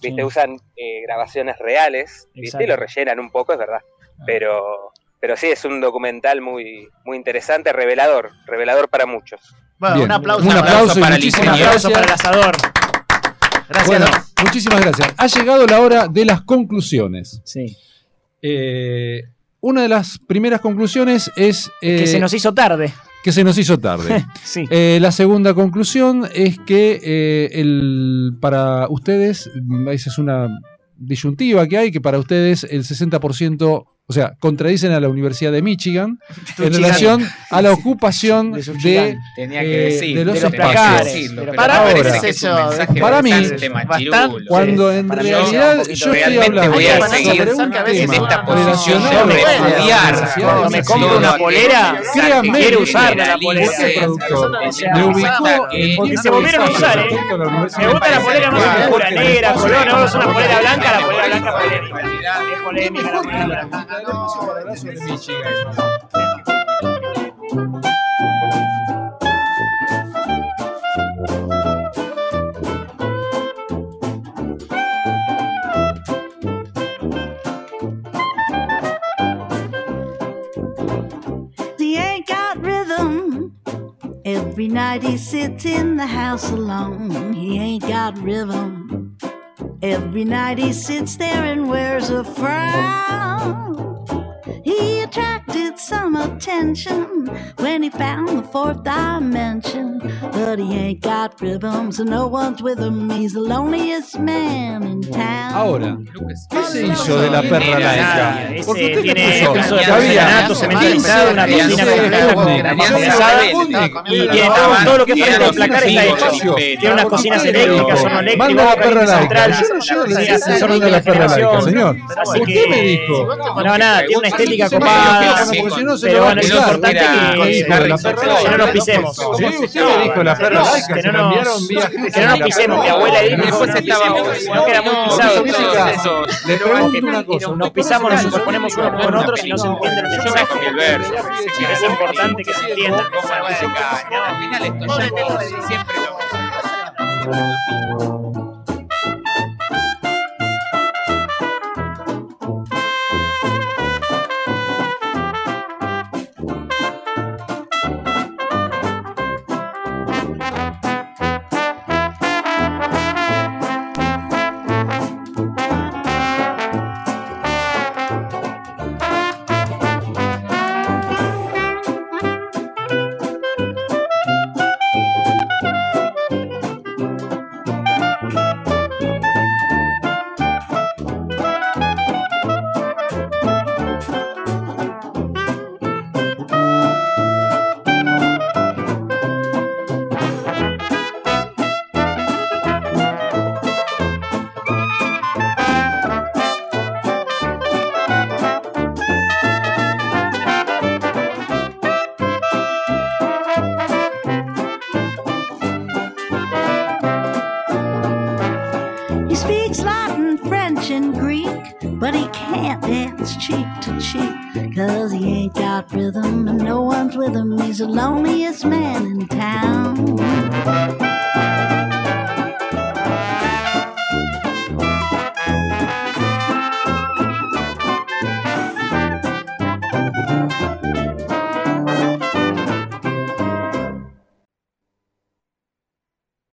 [SPEAKER 16] ¿viste?
[SPEAKER 6] Sí.
[SPEAKER 16] Usan eh, grabaciones reales, ¿viste?
[SPEAKER 6] Exacto. Ah.
[SPEAKER 16] Y lo rellenan un poco, es verdad. Pero, pero sí, es un documental muy, muy interesante, revelador, revelador para muchos.
[SPEAKER 3] Bueno,
[SPEAKER 2] Bien.
[SPEAKER 3] un aplauso.
[SPEAKER 2] Un aplauso y
[SPEAKER 4] para el
[SPEAKER 2] muchísimas
[SPEAKER 4] ingeniero.
[SPEAKER 2] gracias.
[SPEAKER 6] Para el asador.
[SPEAKER 3] Gracias.
[SPEAKER 2] Bueno,
[SPEAKER 3] Doc.
[SPEAKER 2] muchísimas gracias. Ha llegado la hora de las conclusiones.
[SPEAKER 6] Sí.
[SPEAKER 2] Eh, una de las primeras conclusiones es eh,
[SPEAKER 6] que se nos hizo tarde.
[SPEAKER 2] que se nos hizo tarde.
[SPEAKER 6] Sí.
[SPEAKER 2] Eh, la segunda conclusión es que eh, el, para ustedes, mm, esa es una disyuntiva que hay, que para ustedes el 60%, o sea, contradicen a la Universidad de Michigan en
[SPEAKER 6] Michigan.
[SPEAKER 2] relación a la ocupación de,
[SPEAKER 6] su
[SPEAKER 2] de,
[SPEAKER 6] Michigan.
[SPEAKER 4] Tenía que
[SPEAKER 2] eh,
[SPEAKER 4] decir.
[SPEAKER 2] de los
[SPEAKER 4] tenía que
[SPEAKER 2] espacios.
[SPEAKER 4] decirlo,
[SPEAKER 2] Pero
[SPEAKER 4] pero
[SPEAKER 2] para
[SPEAKER 4] me
[SPEAKER 2] ahora.
[SPEAKER 4] parece que es un mensaje
[SPEAKER 2] Para mí,
[SPEAKER 4] bastante machirulo.
[SPEAKER 3] bastante-
[SPEAKER 2] Cuando en
[SPEAKER 3] para mí
[SPEAKER 2] realidad
[SPEAKER 3] un poquito-
[SPEAKER 2] yo estoy
[SPEAKER 4] Realmente
[SPEAKER 2] hablando
[SPEAKER 4] voy
[SPEAKER 3] a
[SPEAKER 2] sobre
[SPEAKER 3] seguir
[SPEAKER 2] un
[SPEAKER 3] cerca, a veces
[SPEAKER 2] tema
[SPEAKER 3] en esta
[SPEAKER 4] posición
[SPEAKER 2] relacionado
[SPEAKER 4] de
[SPEAKER 2] a la
[SPEAKER 4] repudiar,
[SPEAKER 2] sociedad.
[SPEAKER 4] cuando
[SPEAKER 6] me compro
[SPEAKER 2] Todo
[SPEAKER 6] una
[SPEAKER 2] lo que-
[SPEAKER 6] polera,
[SPEAKER 2] Créanme,
[SPEAKER 6] quiero
[SPEAKER 2] que-
[SPEAKER 6] usarla, la polera.
[SPEAKER 2] ¿Por qué, productor?
[SPEAKER 6] O sea,
[SPEAKER 2] Me ubicó
[SPEAKER 6] usarla,
[SPEAKER 2] en
[SPEAKER 6] porque se
[SPEAKER 2] otro
[SPEAKER 6] volvieron a
[SPEAKER 2] espacio
[SPEAKER 6] usar, ¿eh?
[SPEAKER 2] respecto a la
[SPEAKER 6] Me
[SPEAKER 2] universidad.
[SPEAKER 6] gusta la polera más
[SPEAKER 2] Porque
[SPEAKER 6] oscura,
[SPEAKER 2] me
[SPEAKER 6] negra,
[SPEAKER 2] pasa-
[SPEAKER 6] color, no, es una polera blanca, la polera blanca polémica. Es polémica la polera blanca.
[SPEAKER 17] He ain't got rhythm. Every night he sits in the house alone. He ain't got rhythm. Every night he sits there and wears a frown. He attracted some attention when he found the fourth dimension. But he ain't got rhythm, so no one's with him. He's the loneliest man in town.
[SPEAKER 2] Ahora, ¿qué se hizo de la perra laica?
[SPEAKER 6] Ese
[SPEAKER 2] Porque usted le
[SPEAKER 6] tiene
[SPEAKER 2] puso
[SPEAKER 6] exceso de
[SPEAKER 2] que había
[SPEAKER 6] porcelanato, cementalizado,
[SPEAKER 2] 15,
[SPEAKER 6] una cocina
[SPEAKER 2] 15
[SPEAKER 6] completa,
[SPEAKER 2] funde,
[SPEAKER 6] una
[SPEAKER 2] alianza
[SPEAKER 6] compensada,
[SPEAKER 2] funde,
[SPEAKER 6] y
[SPEAKER 2] y
[SPEAKER 6] tiene
[SPEAKER 2] la-
[SPEAKER 6] todo- todo lo que
[SPEAKER 2] y
[SPEAKER 6] es frente
[SPEAKER 2] la-
[SPEAKER 6] al placar está hecho.
[SPEAKER 2] espacio.
[SPEAKER 6] Tiene unas cocinas
[SPEAKER 2] Pero-
[SPEAKER 6] eléctricas, son
[SPEAKER 2] Manda la
[SPEAKER 6] eléctricas,
[SPEAKER 2] perra laica.
[SPEAKER 6] central,
[SPEAKER 2] Yo no llego a
[SPEAKER 6] sí,
[SPEAKER 2] decir
[SPEAKER 6] ascensor
[SPEAKER 2] manda
[SPEAKER 6] de
[SPEAKER 2] la perra laica,
[SPEAKER 6] generación.
[SPEAKER 2] señor.
[SPEAKER 6] Así
[SPEAKER 2] Usted
[SPEAKER 6] que-
[SPEAKER 2] me dijo.
[SPEAKER 6] No, nada, tiene una estética
[SPEAKER 2] Así que se
[SPEAKER 6] copada.
[SPEAKER 2] manifiesta, porque si no se
[SPEAKER 6] Pero
[SPEAKER 2] lo va a
[SPEAKER 6] bueno, es
[SPEAKER 2] quitar.
[SPEAKER 6] importante
[SPEAKER 2] Usted
[SPEAKER 6] que-
[SPEAKER 2] me dijo, la
[SPEAKER 6] que
[SPEAKER 2] perra
[SPEAKER 6] no
[SPEAKER 2] laica.
[SPEAKER 6] nos pisemos.
[SPEAKER 2] Sí, usted me dijo la perra laica.
[SPEAKER 6] Que
[SPEAKER 2] se
[SPEAKER 6] no
[SPEAKER 2] la enviaron
[SPEAKER 6] nos
[SPEAKER 2] vía-
[SPEAKER 6] que no nos pisemos, mi abuela dijo que era muy pisado.
[SPEAKER 2] Le pregunto una cosa.
[SPEAKER 6] Nos pisamos, nos superponemos unos con otros y no se entiende el mensaje. Es importante que se entienda.
[SPEAKER 4] Al final esto ya es siempre lo
[SPEAKER 17] Thank cheek to cheek. Cause he ain't got rhythm and no one's with him. He's the loneliest man in town.